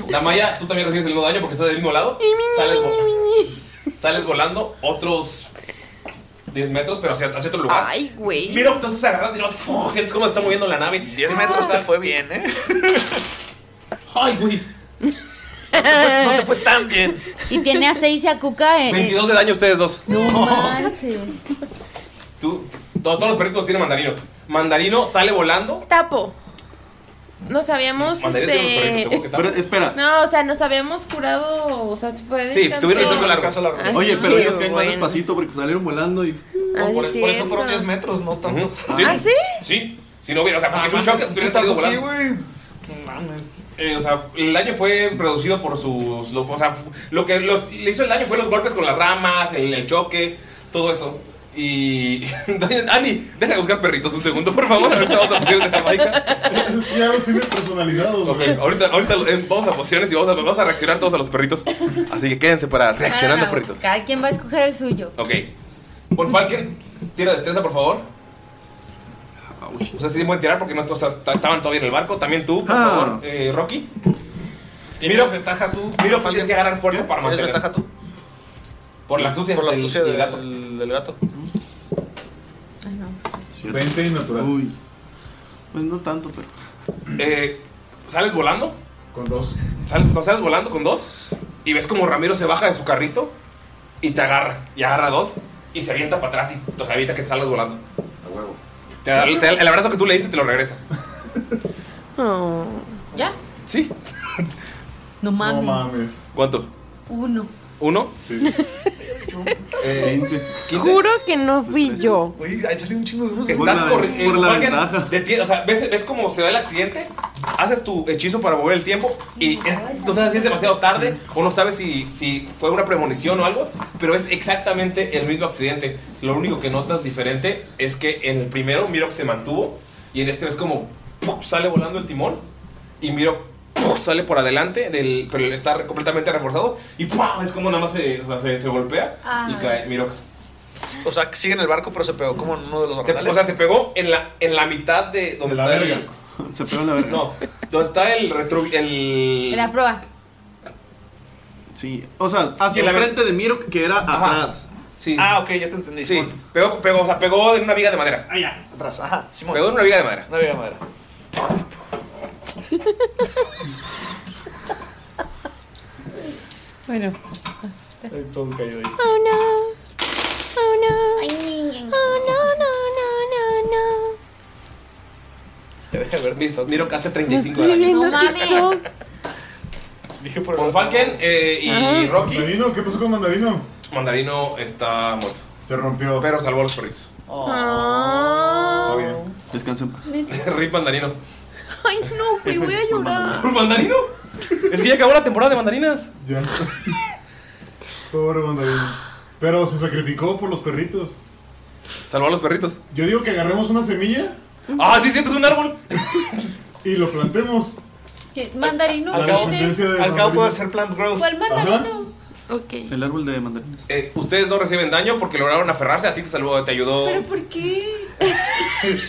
[SPEAKER 1] La malla, tú también recibes el mismo daño porque estás del mismo lado. Sales, vo- sales volando otros 10 metros, pero hacia, hacia otro lugar.
[SPEAKER 2] Ay, güey.
[SPEAKER 1] Mira, entonces se agarran y nomás, ¡puf! sientes cómo se está moviendo la nave.
[SPEAKER 11] 10 metros te fue bien, ¿eh?
[SPEAKER 1] Ay, güey.
[SPEAKER 11] No te fue tan bien.
[SPEAKER 6] Y tiene a seis y a Cuca en.
[SPEAKER 1] 22 de daño ustedes dos.
[SPEAKER 6] No manches.
[SPEAKER 1] Tú, to- todos los perritos tienen mandarino. Mandarino sale volando.
[SPEAKER 2] Tapo. Nos habíamos.
[SPEAKER 1] Mandarino tiene los perritos,
[SPEAKER 2] Este...
[SPEAKER 1] seguro que tal.
[SPEAKER 5] espera.
[SPEAKER 2] No, o sea, nos habíamos curado. O sea, fue. de
[SPEAKER 1] Sí,
[SPEAKER 2] descanso.
[SPEAKER 1] tuvieron el descanso
[SPEAKER 11] Descanso largo.
[SPEAKER 2] Ay,
[SPEAKER 5] Oye, pero
[SPEAKER 2] qué
[SPEAKER 5] ellos caen más
[SPEAKER 2] bueno.
[SPEAKER 5] despacito porque salieron volando y.
[SPEAKER 2] Ah,
[SPEAKER 11] Por,
[SPEAKER 2] sí,
[SPEAKER 11] por eso fueron 10
[SPEAKER 2] cierto.
[SPEAKER 11] metros, no tanto.
[SPEAKER 1] Sí.
[SPEAKER 2] ¿Ah, sí?
[SPEAKER 1] Sí. Si no hubiera, o sea, porque
[SPEAKER 11] Ah,
[SPEAKER 1] es un choque, tú
[SPEAKER 11] mames,
[SPEAKER 1] hubieras
[SPEAKER 11] putazo,
[SPEAKER 1] salido
[SPEAKER 11] sí,
[SPEAKER 1] volando.
[SPEAKER 11] güey. No Mames.
[SPEAKER 1] Eh, o sea, el daño fue reducido por sus. Lo, o sea, lo que los- le hizo el daño fue los golpes con las ramas, el, el choque, todo eso. Y. Ani, deja de buscar perritos un segundo, por favor. Ahorita vamos a pociones de Jamaica.
[SPEAKER 3] Ya los tienes personalizados,
[SPEAKER 1] Ok,
[SPEAKER 3] güey.
[SPEAKER 1] ahorita, ahorita eh, vamos a pociones y vamos a, vamos a reaccionar todos a los perritos. Así que quédense para reaccionando
[SPEAKER 6] Ah,
[SPEAKER 1] perritos.
[SPEAKER 6] Cada quien va a escoger el suyo.
[SPEAKER 1] Ok. Von Falken, tira destreza, por favor. O sea, sí pueden tirar porque nuestros hasta- estaban todavía en el barco. También tú, por
[SPEAKER 5] Ah.
[SPEAKER 1] favor, eh, Rocky.
[SPEAKER 11] Mira, ventaja tú.
[SPEAKER 1] Miro, tienes que agarrar fuerza para
[SPEAKER 11] ¿Tienes
[SPEAKER 1] mantener.
[SPEAKER 11] ventaja tú?
[SPEAKER 1] Por la astucia,
[SPEAKER 11] Por la
[SPEAKER 1] del-
[SPEAKER 11] astucia
[SPEAKER 1] del
[SPEAKER 11] del,
[SPEAKER 1] gato.
[SPEAKER 11] del gato.
[SPEAKER 3] 20 y natural.
[SPEAKER 5] Uy. Pues no tanto, pero.
[SPEAKER 1] Eh, ¿Sales volando?
[SPEAKER 3] Con dos.
[SPEAKER 1] ¿Sales, no, sales volando con dos? Y ves como Ramiro se baja de su carrito y te agarra. Y agarra dos y se avienta para atrás y te evita que te salgas volando. A huevo. Te da, te da el abrazo que tú le diste te lo regresa.
[SPEAKER 6] ¿Ya?
[SPEAKER 1] Sí.
[SPEAKER 6] No mames.
[SPEAKER 1] ¿Cuánto?
[SPEAKER 6] Uno.
[SPEAKER 1] ¿Uno? Eh,
[SPEAKER 2] Juro que no fui yo.
[SPEAKER 11] Oye, ahí salió un chingo de unos.
[SPEAKER 1] Estás corriendo. o sea, ves, ves cómo se da el accidente, haces tu hechizo para mover el tiempo y es- no sabes si es demasiado tarde o no sabes si, si fue una premonición o algo, pero es exactamente el mismo accidente. Lo único que notas diferente es que en el primero Miro se mantuvo y en este es como ¡puf! sale volando el timón y Miro ¡puf! sale por adelante, del, pero está re- completamente reforzado y ¡pum! es como nada más se, o sea, se- se golpea y
[SPEAKER 11] Ah.
[SPEAKER 1] cae Miro.
[SPEAKER 11] O sea, que sigue en el barco, pero se pegó como en uno de los
[SPEAKER 1] Se-
[SPEAKER 11] barcales.
[SPEAKER 1] o sea, se pegó en la, en la mitad de donde está el.
[SPEAKER 5] Se pegó en la verga.
[SPEAKER 1] No, donde está el retro. El.
[SPEAKER 6] La prueba.
[SPEAKER 5] Sí. O sea, hacia
[SPEAKER 1] En la
[SPEAKER 5] el
[SPEAKER 1] ver-
[SPEAKER 5] frente de Miro que era atrás.
[SPEAKER 1] Sí.
[SPEAKER 5] Ah,
[SPEAKER 11] ok, ya te entendí.
[SPEAKER 1] Sí, pegó, pegó, o sea, pegó en una viga de madera.
[SPEAKER 11] Ah, ya. Atrás, ajá. Simón.
[SPEAKER 1] Pegó en una viga de madera.
[SPEAKER 11] Una viga de madera.
[SPEAKER 2] Bueno.
[SPEAKER 11] Ahí todo cayó ahí.
[SPEAKER 2] Oh no. Oh no. Oh no, no, no, no, no.
[SPEAKER 11] Te deja ver.
[SPEAKER 1] Miro que hace 35
[SPEAKER 2] Estoy
[SPEAKER 1] de
[SPEAKER 2] viendo
[SPEAKER 1] daño.
[SPEAKER 2] TikTok.
[SPEAKER 1] Con Falken eh, y
[SPEAKER 3] Ajá.
[SPEAKER 1] Rocky.
[SPEAKER 3] ¿Mandarino? ¿Qué pasó con Mandarino?
[SPEAKER 1] Mandarino está muerto.
[SPEAKER 3] Se rompió.
[SPEAKER 1] Pero salvó a los perritos.
[SPEAKER 2] Ah.
[SPEAKER 5] Descansen paz.
[SPEAKER 1] Rip Mandarino.
[SPEAKER 2] Ay, no, güey, voy a llorar.
[SPEAKER 1] ¿Por Mandarino? Es que ya acabó la temporada de mandarinas.
[SPEAKER 3] Ya. Pobre Mandarino. Pero se sacrificó por los perritos.
[SPEAKER 1] Salvó a los perritos.
[SPEAKER 3] Yo digo que agarremos una semilla.
[SPEAKER 1] Ah, sí, sientes un árbol.
[SPEAKER 3] y lo plantemos.
[SPEAKER 6] ¿Qué? Mandarino.
[SPEAKER 3] Al cabo- descendencia de al cabo puedo hacer
[SPEAKER 11] plant growth.
[SPEAKER 6] ¿Cuál mandarino?
[SPEAKER 2] Ok.
[SPEAKER 5] El árbol de mandarinas.
[SPEAKER 1] Eh, ustedes no reciben daño porque lograron aferrarse. A ti te salvó, te ayudó.
[SPEAKER 8] ¿Pero por qué?
[SPEAKER 1] Eh,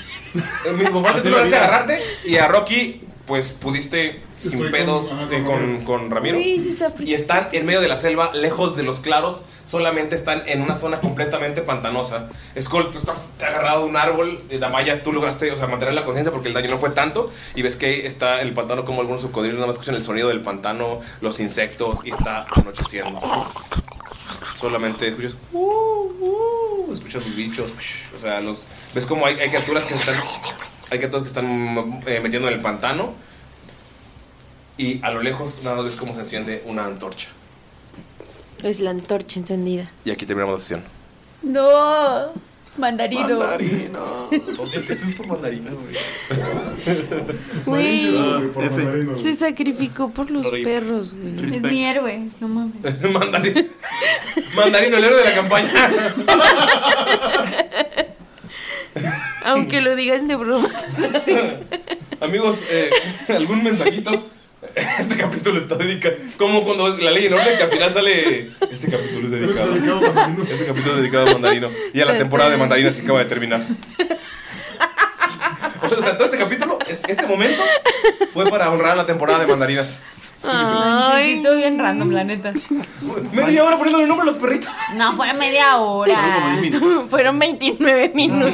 [SPEAKER 1] Mi papá te
[SPEAKER 5] Así
[SPEAKER 1] lograste
[SPEAKER 5] la vida.
[SPEAKER 1] agarrarte y a Rocky, pues pudiste sin
[SPEAKER 5] Estoy con-
[SPEAKER 1] pedos
[SPEAKER 5] ajá,
[SPEAKER 1] eh, con, con Ramiro.
[SPEAKER 2] Uy, sí se
[SPEAKER 1] Y están en medio de la selva, lejos de los claros, solamente están en una zona completamente pantanosa. Skull, tú estás agarrado a un árbol, eh, la malla, tú lograste, o sea, mantener la conciencia porque el daño no fue tanto. Y ves que está el pantano como algunos cocodrilos, nada más escuchan el sonido del pantano, los insectos, y está anocheciendo. Solamente escuchas escuchas los bichos, o sea, los ves como hay, hay criaturas que están hay criaturas que están eh, metiendo en el pantano y a lo lejos nada más ves cómo se enciende una antorcha.
[SPEAKER 2] Es la antorcha encendida.
[SPEAKER 1] Y aquí terminamos la sesión.
[SPEAKER 2] No. Mandarino.
[SPEAKER 5] Mandarino.
[SPEAKER 11] es por mandarina, güey.
[SPEAKER 2] Güey.
[SPEAKER 3] por mandarino, güey.
[SPEAKER 2] Se sacrificó por los
[SPEAKER 1] Rip.
[SPEAKER 2] perros, güey.
[SPEAKER 1] Es mi
[SPEAKER 2] héroe, no mames.
[SPEAKER 1] Mandarino. Mandarino, el héroe de la campaña.
[SPEAKER 2] Aunque lo digan de broma.
[SPEAKER 1] Amigos, eh, ¿algún mensajito? Este capítulo está dedicado. Como cuando ves la ley en orden que al final sale. Este capítulo es dedicado. Este capítulo es dedicado a Mandarino. Y a la temporada de mandarinas que acaba de terminar. O sea, todo este capítulo, este, este momento, fue para honrar la temporada de mandarinas.
[SPEAKER 6] Ay. Estuvo bien random, la neta.
[SPEAKER 1] Media hora poniéndole nombre a los perritos.
[SPEAKER 6] No, fueron media hora.
[SPEAKER 2] Fueron 29 minutos.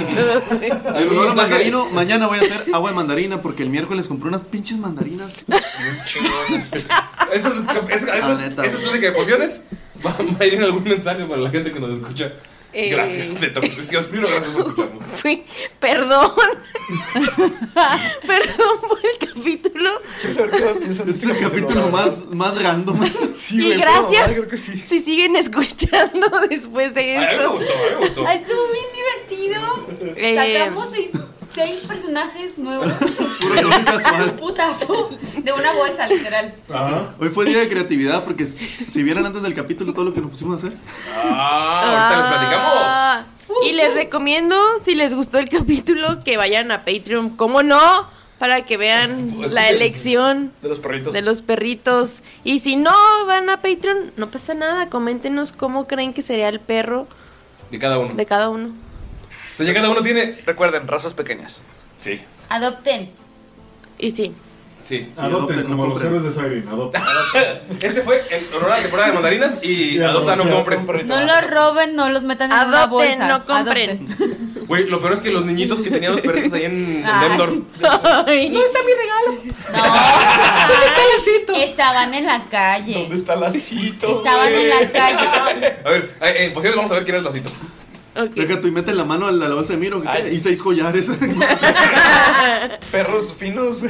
[SPEAKER 2] güey.
[SPEAKER 5] Olor a mandarino. Mañana voy a hacer agua de mandarina porque el miércoles compré unas pinches mandarinas.
[SPEAKER 1] Chingones. Eso es, eso, eso es, eso es plática de pociones. Va, va a ir en algún mensaje para la gente que nos escucha.
[SPEAKER 2] Eh.
[SPEAKER 1] Gracias, Neto. Dios mío, gracias por escucharnos.
[SPEAKER 2] Fui- perdón. perdón por el capítulo.
[SPEAKER 5] Es el capítulo más, más random.
[SPEAKER 2] y gracias si siguen escuchando después de
[SPEAKER 5] Ay, a mí me
[SPEAKER 2] esto.
[SPEAKER 5] gustó, a mí me gustó.
[SPEAKER 6] Ay, Estuvo bien divertido.
[SPEAKER 2] Eh.
[SPEAKER 6] Sacamos seis, seis personajes nuevos. Un putazo. De una bolsa, literal.
[SPEAKER 5] Hoy fue día de creatividad porque s- si vieran antes del capítulo todo lo que nos pusimos a hacer.
[SPEAKER 2] Ah, Y les recomiendo, si les gustó el capítulo, que vayan a Patreon, ¿cómo no? Para que vean la elección
[SPEAKER 11] De los perritos.
[SPEAKER 2] de los perritos. Y si no van a Patreon, no pasa nada. Coméntenos cómo creen que sería el perro
[SPEAKER 1] De cada uno.
[SPEAKER 2] de cada uno.
[SPEAKER 1] O sea, ya cada uno tiene.
[SPEAKER 11] Recuerden, razas pequeñas.
[SPEAKER 1] Sí.
[SPEAKER 6] Adopten.
[SPEAKER 2] Y sí.
[SPEAKER 1] Sí.
[SPEAKER 3] Adopten, como los héroes de Siren. Adopten.
[SPEAKER 1] Este fue el honor a la temporada de mandarinas y adopta, no compres.
[SPEAKER 6] No los roben, no los metan en una
[SPEAKER 2] Adopten,
[SPEAKER 6] bolsa.
[SPEAKER 2] no compren.
[SPEAKER 6] Adopten.
[SPEAKER 1] Güey, lo peor es que los niñitos que tenían los perritos ahí en, en
[SPEAKER 6] Ay.
[SPEAKER 1] Demdor.
[SPEAKER 6] ¿Dónde está mi regalo? ¿Dónde está Lacito? Estaban en la calle.
[SPEAKER 1] ¿Dónde está Lacito?
[SPEAKER 6] Estaban en la calle.
[SPEAKER 1] A ver, eh, eh, por cierto, vamos a ver quién es Lacito.
[SPEAKER 5] Deja tú y mete la mano a la, a la bolsa de Miro. que tiene- Y seis collares.
[SPEAKER 4] Perros finos,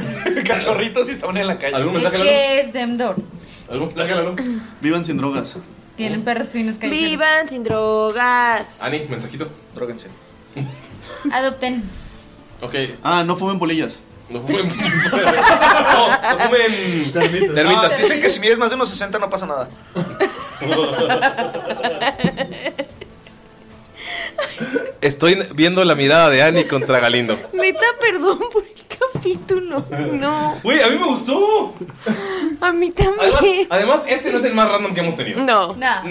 [SPEAKER 4] cachorritos y estaban en la calle.
[SPEAKER 5] ¿Algún
[SPEAKER 6] Es que es Demdor.
[SPEAKER 1] ¿Algún
[SPEAKER 5] Vivan sin drogas.
[SPEAKER 6] Tienen perros finos que
[SPEAKER 2] Vivan sin drogas.
[SPEAKER 1] Ani, mensajito.
[SPEAKER 4] Droguense.
[SPEAKER 6] Adopten.
[SPEAKER 1] Ok.
[SPEAKER 5] Ah, no fumen polillas.
[SPEAKER 1] No fumen. no, fumen. Termitas.
[SPEAKER 4] Ah, dicen que si mides más de unos 60 no pasa nada.
[SPEAKER 1] Estoy viendo la mirada de Ani contra Galindo.
[SPEAKER 2] Neta, perdón por el capítulo. No.
[SPEAKER 1] Güey, a mí me gustó.
[SPEAKER 2] A mí
[SPEAKER 1] Además,
[SPEAKER 2] también.
[SPEAKER 1] además, este no es el más random que hemos tenido.
[SPEAKER 2] No.
[SPEAKER 6] No.
[SPEAKER 1] Nah.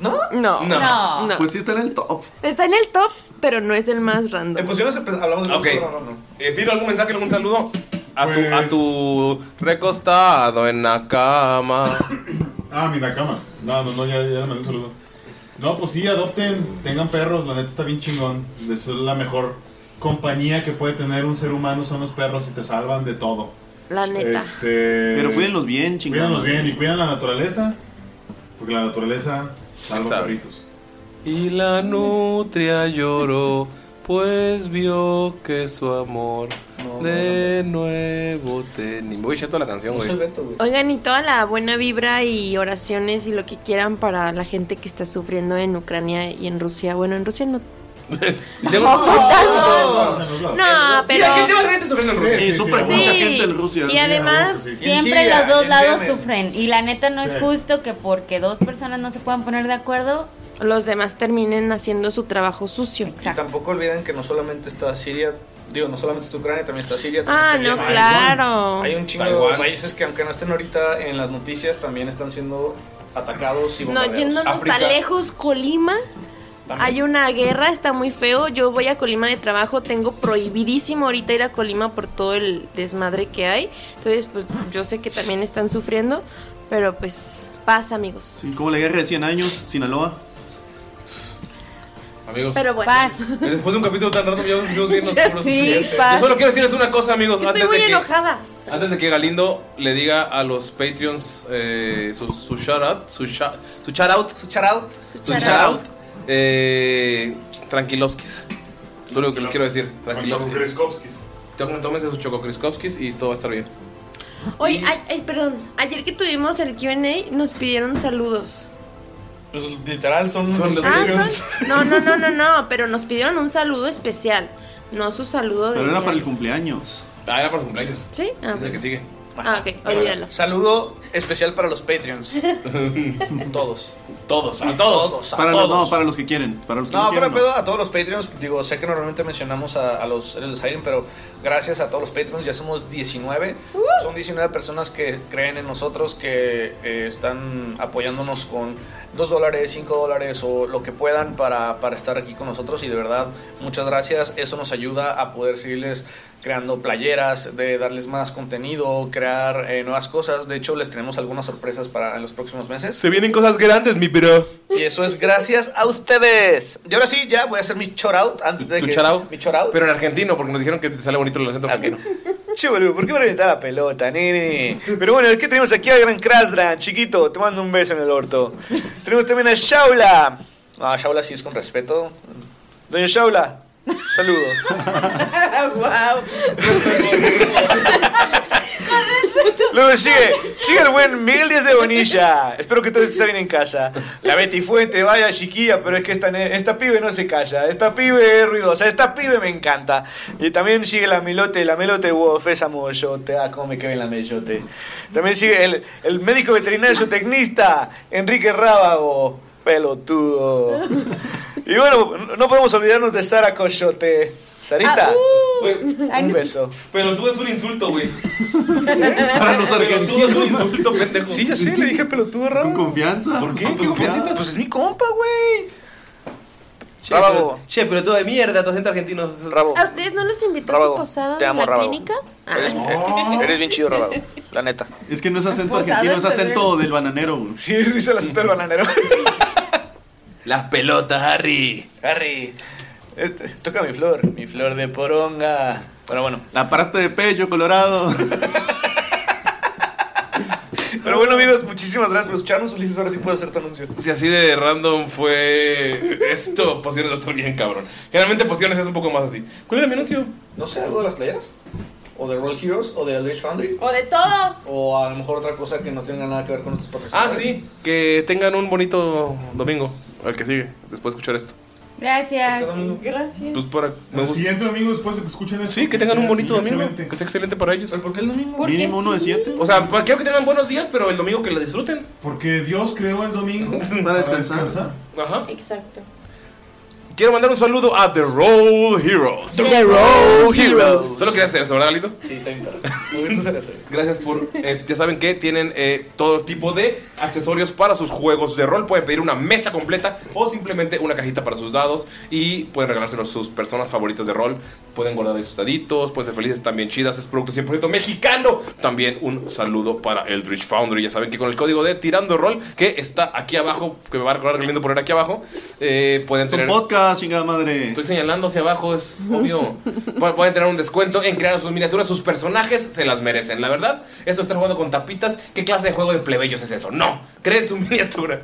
[SPEAKER 2] No. No.
[SPEAKER 1] No.
[SPEAKER 2] Mm. No.
[SPEAKER 5] Pues sí está en el top.
[SPEAKER 2] Está en el top, pero no es el más
[SPEAKER 1] Eh,
[SPEAKER 2] random.
[SPEAKER 1] pues
[SPEAKER 4] hablamos
[SPEAKER 2] de
[SPEAKER 1] Ok. Eh, Piro, ¿algún mensaje, algún saludo? A tu, a tu recostado en la cama.
[SPEAKER 3] Ah, mira, cama. No, no, no, ya, ya me saludo. No, pues sí, adopten, tengan perros, la neta está bien chingón. Es la mejor compañía que puede tener un ser humano, son los perros y te salvan de todo.
[SPEAKER 2] La neta.
[SPEAKER 3] Este,
[SPEAKER 5] Pero cuídenlos bien, chingados.
[SPEAKER 3] Cuídenlos bien y cuidan la naturaleza, porque la naturaleza salva perritos.
[SPEAKER 1] Y la nutria lloró, pues vio que su amor de nuevo tenía. Voy a echar toda la canción, güey.
[SPEAKER 2] Oigan, y toda la buena vibra y oraciones y lo que quieran para la gente que está sufriendo en Ucrania y en Rusia. Bueno, en Rusia no. No, pero.
[SPEAKER 1] Mira, gente valiente sufriendo en Rusia.
[SPEAKER 5] Sí, sufre mucha
[SPEAKER 2] Sí.
[SPEAKER 5] gente en Rusia.
[SPEAKER 2] Y además-
[SPEAKER 6] Siempre
[SPEAKER 2] Siria,
[SPEAKER 6] los dos
[SPEAKER 2] en
[SPEAKER 6] lados
[SPEAKER 2] Yemen.
[SPEAKER 6] sufren. Y la neta no
[SPEAKER 2] Sí.
[SPEAKER 6] es justo que porque dos personas no se puedan poner de acuerdo.
[SPEAKER 2] Los demás terminen haciendo su trabajo sucio.
[SPEAKER 4] Y tampoco olviden que no solamente está Siria, digo, no solamente está Ucrania, también está Siria. también
[SPEAKER 2] Ah,
[SPEAKER 4] está
[SPEAKER 2] no,
[SPEAKER 4] Yemen.
[SPEAKER 2] claro.
[SPEAKER 4] Hay un chingo de países que aunque no estén ahorita en las noticias, también están siendo atacados y
[SPEAKER 2] No,
[SPEAKER 4] bombardeados.
[SPEAKER 2] yéndonos tan lejos, Colima. Hay una guerra, está muy feo. Yo voy a Colima de trabajo, tengo prohibidísimo ahorita ir a Colima por todo el desmadre que hay. Entonces, pues yo sé que también están sufriendo, pero pues paz, amigos.
[SPEAKER 5] Sí, Como la guerra de 100 años, Sinaloa.
[SPEAKER 1] Amigos.
[SPEAKER 2] Pero bueno. Paz.
[SPEAKER 1] Después de un capítulo tan random, ya nos pusimos bien oscuros.
[SPEAKER 2] Sí,
[SPEAKER 1] Yo
[SPEAKER 2] paz.
[SPEAKER 1] solo quiero decirles una cosa, amigos.
[SPEAKER 2] Estoy
[SPEAKER 1] Antes
[SPEAKER 2] muy
[SPEAKER 1] de, que,
[SPEAKER 2] enojada.
[SPEAKER 1] antes de que Galindo le diga a los Patreons eh, su, su shout out, su, sha- su shout out, su shout out, su
[SPEAKER 2] shout
[SPEAKER 1] shout out, eh, tranquilovskis. Es lo único que les quiero decir.
[SPEAKER 3] Tranquilovskis.
[SPEAKER 1] Tomen- Tómense sus chococriskovskis y todo va a estar bien.
[SPEAKER 2] Oye, ay, ay, perdón, ayer que tuvimos el QA nos pidieron saludos.
[SPEAKER 4] Pues, literal, son, los
[SPEAKER 2] Ah,
[SPEAKER 4] Patreons.
[SPEAKER 2] son- No, no, no, no, no, pero nos pidieron un saludo especial, no su saludo de...
[SPEAKER 5] Pero era
[SPEAKER 2] día.
[SPEAKER 5] para el cumpleaños.
[SPEAKER 1] Ah, era para su cumpleaños.
[SPEAKER 2] Sí, ah,
[SPEAKER 4] Es el que
[SPEAKER 1] sigue.
[SPEAKER 2] Ah, ok, olvídalo.
[SPEAKER 4] Saludo especial para los Patreons. todos.
[SPEAKER 1] Todos,
[SPEAKER 4] a todos. A
[SPEAKER 5] Para los,
[SPEAKER 4] todos.
[SPEAKER 5] no, para los que quieren. Para los que
[SPEAKER 4] No,
[SPEAKER 5] no,
[SPEAKER 4] fuera
[SPEAKER 5] quieren,
[SPEAKER 4] de
[SPEAKER 5] no.
[SPEAKER 4] pedo a todos los Patreons. Digo, sé que normalmente mencionamos a, a los héroes de Siren, pero gracias a todos los Patreons ya somos 19. Son 19 personas que creen en nosotros, que eh, están apoyándonos con 2 dólares, 5 dólares o lo que puedan para, para estar aquí con nosotros. Y de verdad, muchas gracias. Eso nos ayuda a poder seguirles creando playeras, de darles más contenido, crear eh, nuevas cosas. De hecho, les tenemos algunas sorpresas para en los próximos meses.
[SPEAKER 1] Se vienen cosas grandes, mi bro.
[SPEAKER 4] Y eso es gracias a ustedes. Y ahora sí, ya voy a hacer mi chore out antes de
[SPEAKER 1] Tu
[SPEAKER 4] que.
[SPEAKER 1] shout out.
[SPEAKER 4] Mi chore out.
[SPEAKER 1] Pero en argentino, porque nos dijeron que te sale bonito el acento argentino.
[SPEAKER 4] Che, boludo, ¿por qué me reventar la pelota, nene? Pero bueno, ¿qué tenemos aquí al gran Krasran, chiquito? Te mando un beso en el orto. Tenemos también a Shaula. Ah, Shaula sí es con respeto. Doña Shaula, saludo.
[SPEAKER 2] wow.
[SPEAKER 4] Luego sigue, sigue el buen Miguel Díaz de Bonilla. Espero que todo esté bien en casa. La Betty Fuente, vaya chiquilla, pero es que esta, ne- esta pibe no se calla. Esta pibe es ruidosa, esta pibe me encanta. Y también sigue la Melote, la Melote Wolf, esa moyote. Ah, cómo me quedé en la Melote. También sigue el, el médico veterinario tecnista, Enrique Rábago. Pelotudo. Y bueno, no podemos olvidarnos de Sara Coyote. Sarita,
[SPEAKER 1] Ah, Güey,
[SPEAKER 4] un beso.
[SPEAKER 1] Pero tú es un insulto, güey.
[SPEAKER 4] Para los
[SPEAKER 1] Pelotudo es un insulto, pendejo.
[SPEAKER 4] Sí, ya sé, le dije pelotudo, Rábago. Con
[SPEAKER 5] confianza.
[SPEAKER 4] ¿Por qué? ¿Qué confianza? Pues es mi compa, güey.
[SPEAKER 1] Che, pero, che, pero tú de mierda, tu acento argentino.
[SPEAKER 4] Rabo.
[SPEAKER 2] ¿A ustedes no los invitó a
[SPEAKER 4] Rábago,
[SPEAKER 2] su posada
[SPEAKER 4] te
[SPEAKER 2] de
[SPEAKER 4] amo,
[SPEAKER 2] la
[SPEAKER 4] Rábago.
[SPEAKER 2] clínica?
[SPEAKER 4] Eres, eh, eres bien chido, Rábago. La neta.
[SPEAKER 5] Es que no es acento
[SPEAKER 2] Pues,
[SPEAKER 5] argentino, es
[SPEAKER 2] adopta,
[SPEAKER 5] acento del bananero.
[SPEAKER 4] Sí, sí, se el acento del bananero.
[SPEAKER 1] Las pelotas, Harry.
[SPEAKER 4] Harry.
[SPEAKER 11] Este, toca mi flor, mi flor de poronga. Pero bueno. La parte de pecho, colorado. Pero bueno, amigos, muchísimas gracias por escucharnos. Ulises, ahora sí puedo hacer tu anuncio.
[SPEAKER 1] Si así de random fue esto, pociones va a estar bien cabrón. Generalmente pociones es un poco más así. ¿Cuál era mi anuncio?
[SPEAKER 11] No sé, algo de las playeras. O de Roll Heroes, o de Eldritch Foundry.
[SPEAKER 2] O de todo.
[SPEAKER 11] O a lo mejor otra cosa que no tenga nada que ver con nuestros
[SPEAKER 1] Ah,
[SPEAKER 11] patrocinadores.
[SPEAKER 1] sí, que tengan un bonito domingo, al que sigue, después de escuchar esto.
[SPEAKER 6] Gracias.
[SPEAKER 2] Gracias.
[SPEAKER 1] Pues para, me
[SPEAKER 3] El
[SPEAKER 1] gusta-
[SPEAKER 3] siguiente domingo después de que escuchen esto.
[SPEAKER 1] Sí, que tengan un bonito
[SPEAKER 3] Y
[SPEAKER 1] domingo,
[SPEAKER 3] excelente.
[SPEAKER 1] que sea excelente para ellos.
[SPEAKER 11] ¿Pero por qué el domingo?
[SPEAKER 3] Porque Mínimo uno de sí. siete.
[SPEAKER 1] O sea, pa- quiero que tengan buenos días, pero el domingo que lo disfruten.
[SPEAKER 3] Porque Dios creó el domingo
[SPEAKER 1] Para descansar. Ajá.
[SPEAKER 2] Exacto.
[SPEAKER 1] Ah, Quiero mandar un saludo a The Roll Heroes.
[SPEAKER 2] The Roll
[SPEAKER 1] Heroes. Solo quería hacer eso, ¿verdad, Lito?
[SPEAKER 11] Sí, está bien, perro. Me gusta hacer eso.
[SPEAKER 1] Gracias por. eh, ya saben que tienen eh, todo tipo de accesorios para sus juegos de rol. Pueden pedir una mesa completa o simplemente una cajita para sus dados. Y pueden regalárselo a sus personas favoritas de rol. Pueden guardar ahí sus daditos. Pueden ser felices también chidas. Es producto 100% mexicano. También un saludo para Eldritch Foundry. Ya saben que con el código de Tirando Rol, que está aquí abajo, que me va a recordar lindo poner aquí abajo, eh, pueden
[SPEAKER 5] Es un
[SPEAKER 1] tener.
[SPEAKER 5] podcast, chingada madre.
[SPEAKER 1] Estoy señalando hacia abajo, es obvio. Pu- Pueden tener un descuento en crear sus miniaturas, sus personajes se las merecen. La verdad, eso de estar jugando con tapitas, ¿qué clase de juego de plebeyos es eso? No, creen su miniatura.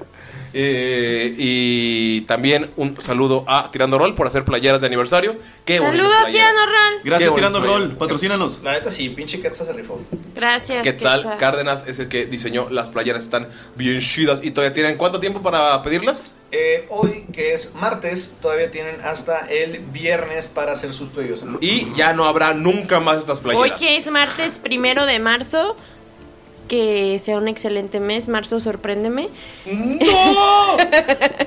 [SPEAKER 1] Eh, y también un saludo a Tirando Rol por hacer playeras de aniversario. Qué bonitas
[SPEAKER 2] Saludos,
[SPEAKER 1] playeras.
[SPEAKER 2] Tirando Rol.
[SPEAKER 1] Qué bonitas playeras.
[SPEAKER 11] patrocínanos. La neta sí, pinche Quetzal se rifó.
[SPEAKER 2] Gracias.
[SPEAKER 1] Quetzal
[SPEAKER 2] Quetzal.
[SPEAKER 1] Cárdenas es el que diseñó las playeras, están bien chidas y todavía tienen cuánto tiempo para pedirlas?
[SPEAKER 11] Eh, hoy, que es martes, todavía tienen hasta el viernes para hacer sus pedidos.
[SPEAKER 1] Y ya no habrá nunca más estas
[SPEAKER 2] Hoy
[SPEAKER 1] playeras.
[SPEAKER 2] que es martes primero de marzo, que sea un excelente mes. Marzo, sorpréndeme.
[SPEAKER 1] ¡No!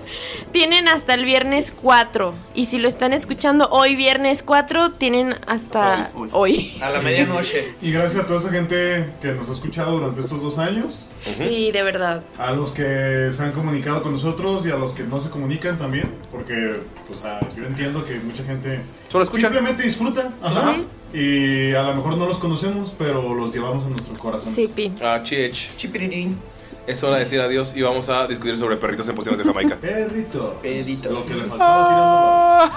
[SPEAKER 2] tienen hasta el viernes 4. Y si lo están escuchando hoy, viernes 4, tienen hasta hoy.
[SPEAKER 11] A la medianoche.
[SPEAKER 3] Y gracias a toda esa gente que nos ha escuchado durante estos dos años.
[SPEAKER 2] Sí, de verdad.
[SPEAKER 3] A los que se han comunicado con nosotros y a los que no se comunican también, porque o sea, yo entiendo que mucha gente simplemente disfruta. ajá, Y a lo mejor no los conocemos, pero los llevamos en nuestro corazón.
[SPEAKER 2] Sipi.
[SPEAKER 1] Ah, chich. Es hora de decir adiós y vamos a discutir sobre perritos en posiciones de Jamaica.
[SPEAKER 3] Perrito.
[SPEAKER 11] Pedito.
[SPEAKER 3] Lo que le faltó.